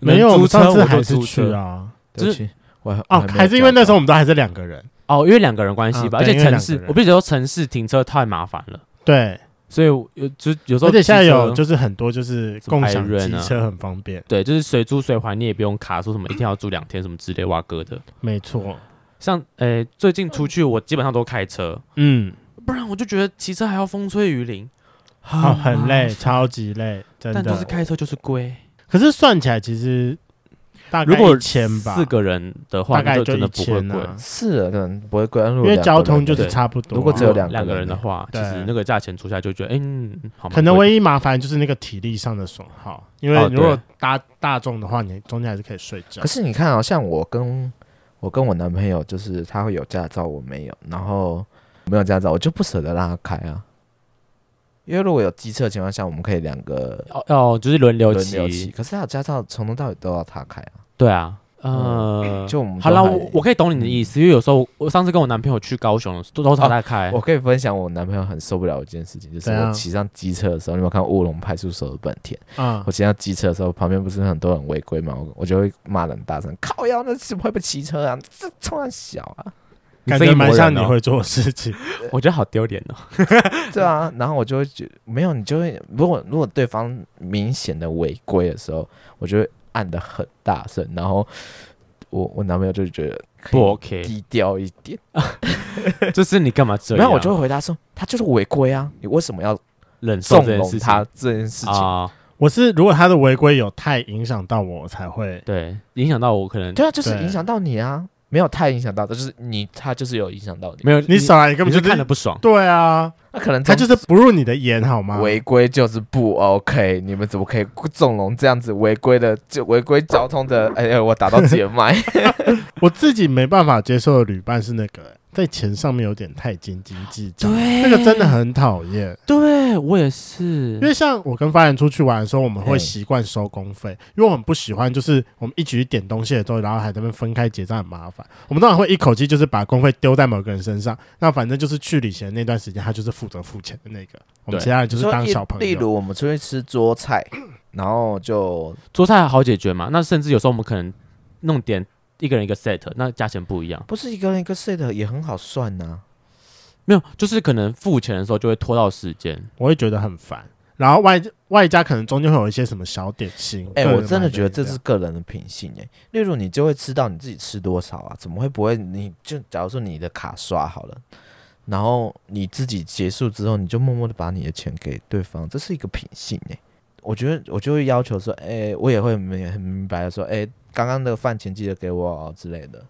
[SPEAKER 1] 没有，我
[SPEAKER 2] 能租
[SPEAKER 1] 们上
[SPEAKER 2] 车
[SPEAKER 1] 次
[SPEAKER 2] 我
[SPEAKER 1] 还
[SPEAKER 2] 就是租
[SPEAKER 1] 去
[SPEAKER 2] 车
[SPEAKER 1] 啊。
[SPEAKER 3] 对不
[SPEAKER 2] 就是
[SPEAKER 3] 起，我还
[SPEAKER 1] 哦，还是因为那时候我们都还是两个人。
[SPEAKER 2] 哦，因为两个人关系吧，
[SPEAKER 1] 啊
[SPEAKER 2] 而
[SPEAKER 1] 对
[SPEAKER 2] 且城
[SPEAKER 1] 因为两
[SPEAKER 2] 市
[SPEAKER 1] 个，人
[SPEAKER 2] 我必须说城市停车太麻烦了，
[SPEAKER 1] 对，
[SPEAKER 2] 所以我有就有时候
[SPEAKER 1] 而且现在
[SPEAKER 2] 骑车
[SPEAKER 1] 有就是很多就是共享
[SPEAKER 2] 什么 Iron
[SPEAKER 1] 机
[SPEAKER 2] 啊
[SPEAKER 1] 车很方便，
[SPEAKER 2] 对，就是随租随还，你也不用卡说什么一定要住两天什么之类哇哥的。
[SPEAKER 1] 没错。
[SPEAKER 2] 像诶、最近出去我基本上都开车，
[SPEAKER 1] 嗯，
[SPEAKER 2] 不然我就觉得骑车还要风吹雨淋，
[SPEAKER 1] 好，
[SPEAKER 2] 好
[SPEAKER 1] 哦很累，，超级累，真
[SPEAKER 2] 但就是
[SPEAKER 1] 的。
[SPEAKER 2] 开车就是贵。
[SPEAKER 1] 可是算起来其实大概
[SPEAKER 2] 如果
[SPEAKER 1] 一千吧，
[SPEAKER 2] 四个人的话，
[SPEAKER 1] 大概
[SPEAKER 2] 那
[SPEAKER 1] 就
[SPEAKER 2] 真的
[SPEAKER 1] 一
[SPEAKER 2] 不会
[SPEAKER 1] 千
[SPEAKER 2] 贵。
[SPEAKER 1] 啊，
[SPEAKER 3] 是啊可能不会贵，因
[SPEAKER 1] 因为交通就是差不多啊。
[SPEAKER 3] 如果只有两
[SPEAKER 2] 两
[SPEAKER 3] 个
[SPEAKER 2] 个人
[SPEAKER 3] 人
[SPEAKER 2] 的
[SPEAKER 3] 的
[SPEAKER 2] 话，其
[SPEAKER 1] 对
[SPEAKER 2] 实那个价钱除下来就觉得，哎嗯，好吗，
[SPEAKER 1] 可能
[SPEAKER 2] 贵
[SPEAKER 1] 唯一麻烦就是那个体力上的损耗，因为
[SPEAKER 2] 哦
[SPEAKER 1] 如果搭大众的话，你中间还是可以睡觉
[SPEAKER 3] 可。是你看啊、像我跟我跟我男朋友，就是他会有驾照，我没有，然后我没有驾照，我就不舍得让他开啊。因为如果有机车的情况下，我们可以两个
[SPEAKER 2] 哦哦，就是轮流
[SPEAKER 3] 轮流骑。
[SPEAKER 2] 骑，
[SPEAKER 3] 可是他有驾照，从头到尾都要他开啊。
[SPEAKER 2] 对啊，
[SPEAKER 1] 嗯
[SPEAKER 2] 呃，
[SPEAKER 3] 就我们
[SPEAKER 2] 好
[SPEAKER 3] 都
[SPEAKER 2] 了，
[SPEAKER 3] 还
[SPEAKER 2] 我我可以懂你的意思，因为有时候我上次跟我男朋友去高雄，都都朝他
[SPEAKER 1] 啊
[SPEAKER 2] 开
[SPEAKER 3] 我，可以分享我男朋友很受不了一件事情，就是
[SPEAKER 1] 怎样
[SPEAKER 3] 我骑上机车的时候，你有没有看乌龙派出所的本
[SPEAKER 2] *laughs*
[SPEAKER 3] 田？
[SPEAKER 1] 啊
[SPEAKER 3] 我，骑上机车的时候，旁边不是很多人违规嘛，我我就会骂人大声，靠腰，那怎么会被骑车啊？这冲然小
[SPEAKER 2] *laughs*
[SPEAKER 3] 啊，
[SPEAKER 1] 感觉
[SPEAKER 2] 你生意
[SPEAKER 1] 蛮
[SPEAKER 2] 磨
[SPEAKER 1] 像
[SPEAKER 2] 人
[SPEAKER 1] 你
[SPEAKER 2] 哦
[SPEAKER 1] 会做的事情。 *laughs*
[SPEAKER 2] 我觉得好丢脸哦。
[SPEAKER 3] 对啊。然后我就会觉没有，你就会如果如果对方明显的违规的时候，我就会按的很大声，然后我我男朋友就觉得可以
[SPEAKER 2] 不 OK，
[SPEAKER 3] 低调一点，
[SPEAKER 2] 就是你干嘛这样？
[SPEAKER 3] 然后我就会回答说，他就是违规啊，你为什么要
[SPEAKER 2] 忍受
[SPEAKER 3] 纵
[SPEAKER 2] 这件
[SPEAKER 3] 容
[SPEAKER 2] 事情
[SPEAKER 3] 他这件事情？
[SPEAKER 2] 啊，
[SPEAKER 1] 我是如果他的违规有太影响到我，我才会
[SPEAKER 2] 对，影响到我可能
[SPEAKER 3] 对啊，就是
[SPEAKER 1] 对
[SPEAKER 3] 影响到你啊，没有太影响到，但是你他就是有影响到你，
[SPEAKER 2] 没有
[SPEAKER 1] 你少来，你根
[SPEAKER 2] 你
[SPEAKER 1] 本
[SPEAKER 2] 是
[SPEAKER 1] 就是
[SPEAKER 2] 看的不爽，
[SPEAKER 1] 对啊，
[SPEAKER 3] 那可能
[SPEAKER 1] 他
[SPEAKER 3] 他
[SPEAKER 1] 就是不入你的眼好吗？
[SPEAKER 3] 违规就是不 OK，你们怎么可以纵容这样子违规的就违规交通
[SPEAKER 1] *laughs*
[SPEAKER 3] 的？哎呀，我打到自己的麦，
[SPEAKER 1] 我自己没办法接受的旅伴是那个、在钱上面有点太斤斤计较，
[SPEAKER 2] 对
[SPEAKER 1] 那个真的很讨厌。
[SPEAKER 2] 对我也是
[SPEAKER 1] 因，为像我跟发言出去玩的时候，我们会
[SPEAKER 3] 嘿
[SPEAKER 1] 习惯收公费，因为我们不喜欢就是我们一起去点东西的时候，然后还在那边分开结账很麻烦。我们通常会一口气就是把公费丢在某个人身上，那反正就是去旅行的那段时间，他就是负责付钱的那个，我们
[SPEAKER 2] 对
[SPEAKER 1] 其他人 *laughs* 就是
[SPEAKER 3] 说
[SPEAKER 1] 当
[SPEAKER 3] 一
[SPEAKER 1] 小朋
[SPEAKER 3] 例
[SPEAKER 1] 友。
[SPEAKER 3] 如我们出去吃桌菜，然后就
[SPEAKER 2] 做菜好解决嘛，那甚至有时候我们可能弄点一个人一个 set，那价钱不一样，
[SPEAKER 3] 不是一个人一个 set 也很好算啊呐、
[SPEAKER 2] 没有，就是可能付钱的时候就会拖到时间，
[SPEAKER 1] 我会觉得很烦。然后外外加可能中间会有一些什么小点心。
[SPEAKER 3] 哎、
[SPEAKER 1] 个人
[SPEAKER 3] 我真
[SPEAKER 1] 买
[SPEAKER 3] 的觉得
[SPEAKER 1] 饮
[SPEAKER 3] 这
[SPEAKER 1] 料
[SPEAKER 3] 是个人的品性哎、例如你就会吃到你自己吃多少啊，怎么会不会？你就假如说你的卡刷好了，然后你自己结束之后，你就默默的把你的钱给对方，这是一个品性哎、我觉得我就会要求说，哎、我也会明很明白的说，哎、刚刚那个饭钱记得给我哦之类的。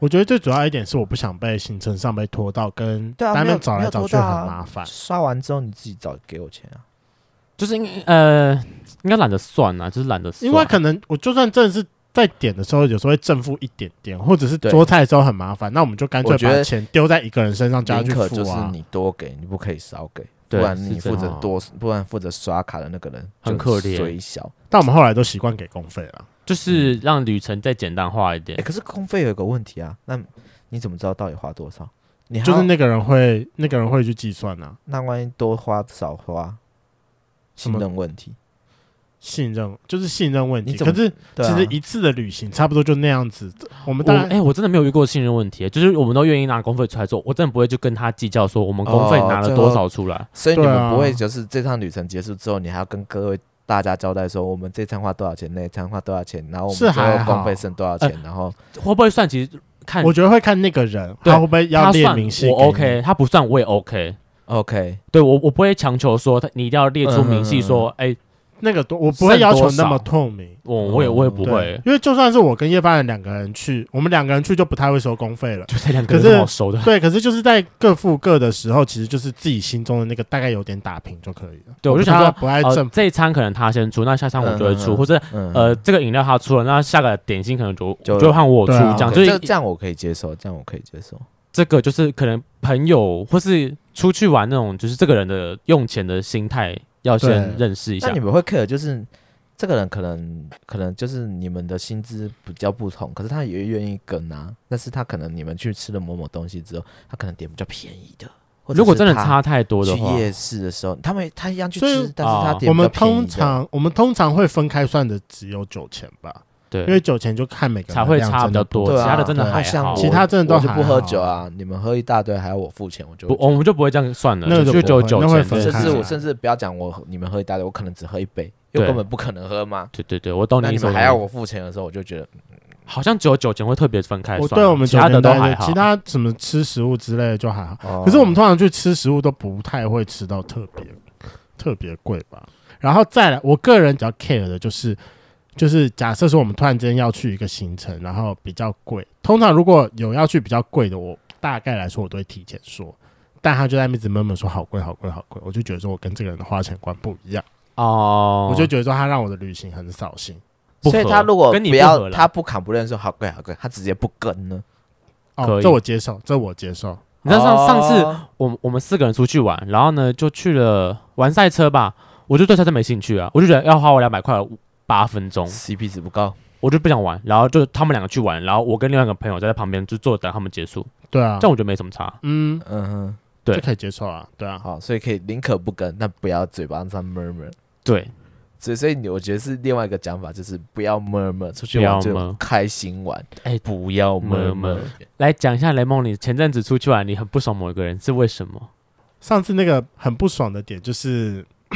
[SPEAKER 1] 我觉得最主要一点是我不想被行程上被拖到，跟
[SPEAKER 3] 对啊
[SPEAKER 1] 单
[SPEAKER 3] 没有啊
[SPEAKER 1] 边找来找去很麻烦。
[SPEAKER 3] 刷完之后你自己找给我钱啊。
[SPEAKER 2] 就是应呃应该懒得算啊，就是懒得算，
[SPEAKER 1] 因为可能我就算真的是在点的时候，有时候会正负一点点，或者是
[SPEAKER 3] 对
[SPEAKER 1] 桌菜的时候很麻烦，那我们就干脆
[SPEAKER 3] 我觉得
[SPEAKER 1] 把钱丢在一个人身上，叫他
[SPEAKER 3] 宁
[SPEAKER 1] 去
[SPEAKER 3] 可就
[SPEAKER 1] 付
[SPEAKER 3] 是
[SPEAKER 1] 啊。
[SPEAKER 3] 你多给，你不可以少给，不
[SPEAKER 2] 对
[SPEAKER 3] 然
[SPEAKER 2] 是
[SPEAKER 3] 你
[SPEAKER 2] 这
[SPEAKER 3] 负责
[SPEAKER 2] 样
[SPEAKER 3] 多，不然负责刷卡的那个人
[SPEAKER 2] 很
[SPEAKER 3] 就
[SPEAKER 2] 可怜
[SPEAKER 3] 虽小。
[SPEAKER 1] 但我们后来都习惯给公费了。
[SPEAKER 2] 就是让旅程再简单化一
[SPEAKER 1] 嗯
[SPEAKER 2] 点
[SPEAKER 3] 哎、，可是公费有一个问题啊，那你怎么知道到底花多少？你还
[SPEAKER 1] 就是
[SPEAKER 3] 要
[SPEAKER 1] 那个人会，那个人会去计算啊，
[SPEAKER 3] 那万一多花少花，
[SPEAKER 1] 什
[SPEAKER 3] 信
[SPEAKER 1] 么
[SPEAKER 3] 任问题。
[SPEAKER 1] 信任就是信任问题。
[SPEAKER 3] 你怎么
[SPEAKER 1] 可是
[SPEAKER 3] 对
[SPEAKER 1] 其
[SPEAKER 3] 啊
[SPEAKER 1] 实一次的旅行差不多就那样子，我们
[SPEAKER 2] 我
[SPEAKER 1] 大
[SPEAKER 2] 哎、
[SPEAKER 1] 概
[SPEAKER 2] 我真的没有遇过信任问题，就是我们都愿意拿公费出来做，我真的不会去跟他计较说我们公费
[SPEAKER 3] 哦
[SPEAKER 2] 拿了
[SPEAKER 3] 最
[SPEAKER 2] 多
[SPEAKER 3] 后
[SPEAKER 2] 少出来。
[SPEAKER 3] 所以你
[SPEAKER 1] 对啊
[SPEAKER 3] 们不会就是这趟旅程结束之后，你还要跟各位大家交代说，我们这餐花多少钱，那餐花多少钱，然后我们
[SPEAKER 1] 是
[SPEAKER 3] 最
[SPEAKER 1] 还
[SPEAKER 3] 后
[SPEAKER 1] 好呃
[SPEAKER 3] 公费剩多少钱，然后
[SPEAKER 2] 会不会算？其实看
[SPEAKER 1] 我觉得会看那个人
[SPEAKER 2] 对
[SPEAKER 1] 他会不会要
[SPEAKER 2] 他
[SPEAKER 1] 列
[SPEAKER 2] 算
[SPEAKER 1] 明细给
[SPEAKER 2] 我
[SPEAKER 1] 你。
[SPEAKER 2] OK，他不算我也 OK。
[SPEAKER 3] OK，
[SPEAKER 2] 对我我不会强求说他你一定要列出明细
[SPEAKER 3] 嗯
[SPEAKER 2] 说，哎、
[SPEAKER 1] 那个多，我不会
[SPEAKER 2] 剩多
[SPEAKER 1] 要求那么
[SPEAKER 2] 少
[SPEAKER 1] 透明。
[SPEAKER 2] 我我也
[SPEAKER 3] 嗯
[SPEAKER 2] 我也不
[SPEAKER 1] 对
[SPEAKER 2] 会，，
[SPEAKER 1] 因为就算是我跟叶凡人两个人去，我们两个人去就不太会收公费了。
[SPEAKER 2] *laughs* 就这两个
[SPEAKER 1] 可是
[SPEAKER 2] 人好熟
[SPEAKER 1] *laughs*
[SPEAKER 2] 的。
[SPEAKER 1] 对，可是就是在各付各的时候，其实就是自己心中的那个大概有点打平就可以了。
[SPEAKER 2] 对我就
[SPEAKER 1] 不
[SPEAKER 2] 想
[SPEAKER 1] 太 *laughs*
[SPEAKER 2] 说
[SPEAKER 1] 不爱
[SPEAKER 2] 呃
[SPEAKER 1] 政，府，
[SPEAKER 2] 这一餐可能他先出，那下餐我就会出，
[SPEAKER 3] 嗯嗯嗯
[SPEAKER 2] 或者
[SPEAKER 3] 嗯，
[SPEAKER 2] 呃，这个饮料他出了，那下个点心可能就
[SPEAKER 3] 就
[SPEAKER 2] 就会换我出，
[SPEAKER 1] 对啊
[SPEAKER 2] 这样
[SPEAKER 1] ，OK，
[SPEAKER 2] 就
[SPEAKER 3] 这
[SPEAKER 2] 是
[SPEAKER 3] 这样我可以接受，这样我可以接受。
[SPEAKER 2] 这个就是可能朋友或是出去玩那种，就是这个人的用钱的心态要先
[SPEAKER 1] 对
[SPEAKER 2] 认识一
[SPEAKER 3] 那
[SPEAKER 2] 下
[SPEAKER 3] 你。们会 care 就是这个人可能可能就是你们的薪资比较不同，可是他也愿意跟啊。但是他可能你们去吃了某某东西之后，他可能点比较便宜的。或者
[SPEAKER 2] 如果真的
[SPEAKER 3] 是他
[SPEAKER 2] 差太多的
[SPEAKER 3] 去
[SPEAKER 2] 话，
[SPEAKER 3] 夜市的时候，他们他一样去
[SPEAKER 1] 所以
[SPEAKER 3] 吃，但是他
[SPEAKER 2] 啊
[SPEAKER 3] 点
[SPEAKER 1] 我
[SPEAKER 3] 比较
[SPEAKER 1] 们
[SPEAKER 3] 便宜
[SPEAKER 1] 通
[SPEAKER 3] 的
[SPEAKER 1] 常我们通常会分开算的只有酒钱吧，因为
[SPEAKER 2] 对，
[SPEAKER 1] 酒钱就看每个人
[SPEAKER 2] 才会
[SPEAKER 1] 的量
[SPEAKER 2] 差
[SPEAKER 1] 真
[SPEAKER 2] 比
[SPEAKER 1] 的
[SPEAKER 2] 较
[SPEAKER 1] 不
[SPEAKER 2] 多，
[SPEAKER 1] 同
[SPEAKER 3] 对啊
[SPEAKER 2] 其他的真的
[SPEAKER 1] 对
[SPEAKER 2] 还
[SPEAKER 3] 好像
[SPEAKER 2] 好。
[SPEAKER 3] 我
[SPEAKER 1] 其他真的
[SPEAKER 3] 我
[SPEAKER 1] 都
[SPEAKER 3] 就
[SPEAKER 1] 还
[SPEAKER 3] 不喝
[SPEAKER 1] 好
[SPEAKER 3] 酒。啊，你们喝一大堆还要我付钱，我就
[SPEAKER 2] 不，我们就不会这样算了，
[SPEAKER 1] 那个
[SPEAKER 2] 就
[SPEAKER 1] 就不
[SPEAKER 2] 就只有
[SPEAKER 1] 会
[SPEAKER 2] 酒
[SPEAKER 1] 那会
[SPEAKER 2] 钱
[SPEAKER 1] 分
[SPEAKER 2] 对
[SPEAKER 3] 甚
[SPEAKER 1] 开
[SPEAKER 3] 至
[SPEAKER 1] 啊
[SPEAKER 3] 我甚至不要讲我你们喝一大堆，我可能只喝一杯，又
[SPEAKER 2] 对
[SPEAKER 3] 根本不可能喝嘛。
[SPEAKER 2] 对对对，我懂
[SPEAKER 3] 那
[SPEAKER 2] 你意
[SPEAKER 3] 你
[SPEAKER 2] 思。
[SPEAKER 3] 们还要我付钱的时候，我就觉得
[SPEAKER 2] 好像只有酒钱会特别分开
[SPEAKER 1] 我
[SPEAKER 2] 算，
[SPEAKER 1] 对我们
[SPEAKER 2] 其
[SPEAKER 1] 酒
[SPEAKER 2] 他的
[SPEAKER 1] 钱
[SPEAKER 2] 都
[SPEAKER 1] 对
[SPEAKER 2] 还
[SPEAKER 1] 对
[SPEAKER 2] 好。
[SPEAKER 1] 其他什么吃食物之类的就还好。
[SPEAKER 3] 哦
[SPEAKER 1] 可是我们通常去吃食物都不太会吃到特别特别贵吧。然后再来，我个人比较 care 的就是，就是假设说我们突然之间要去一个行程，然后比较贵，通常如果有要去比较贵的，我大概来说我都会提前说。但他就在那边一直闷闷说好贵好贵好贵，我就觉得说我跟这个人的花钱观不一样，
[SPEAKER 2] 哦，
[SPEAKER 1] 我就觉得哦说他让我的旅行很扫兴。
[SPEAKER 2] 不
[SPEAKER 3] 所以
[SPEAKER 2] 合
[SPEAKER 3] 他如果
[SPEAKER 2] 跟你
[SPEAKER 3] 不
[SPEAKER 2] 不
[SPEAKER 3] 要
[SPEAKER 2] 合啦
[SPEAKER 3] 他不砍不认说好贵好贵，他直接不跟呢。
[SPEAKER 1] 哦
[SPEAKER 2] 可，以
[SPEAKER 1] 这我接受，这我接受。
[SPEAKER 2] 你知道上、上次
[SPEAKER 3] 哦
[SPEAKER 2] 我们我们四个人出去玩，然后呢就去了玩赛车吧，我就对赛车没兴趣啊，我就觉得要花我两百块八分钟，
[SPEAKER 3] CP 值不高，
[SPEAKER 2] 我就不想玩。然后就他们两个去玩，然后我跟另外一个朋友在旁边就坐等他们结束，
[SPEAKER 1] 对啊
[SPEAKER 2] 这，样我觉得没什么差。
[SPEAKER 1] 嗯，
[SPEAKER 3] 嗯哼，
[SPEAKER 2] 对
[SPEAKER 1] 这可以接受啊，对啊。
[SPEAKER 3] 好，所以可以宁可不跟，但不要嘴巴上 murmur。
[SPEAKER 2] 对，
[SPEAKER 3] 所以，所以你我觉得是另外一个讲法，就是不要 murmur，出去
[SPEAKER 2] 不要
[SPEAKER 3] 玩就
[SPEAKER 2] murmur
[SPEAKER 3] 开心玩，
[SPEAKER 2] 哎
[SPEAKER 3] 不要 murmur
[SPEAKER 2] murmur。来讲一下雷蒙，你前阵子出去玩，你很不爽某一个人是为什么？
[SPEAKER 1] 上次那个很不爽的点就是， *coughs*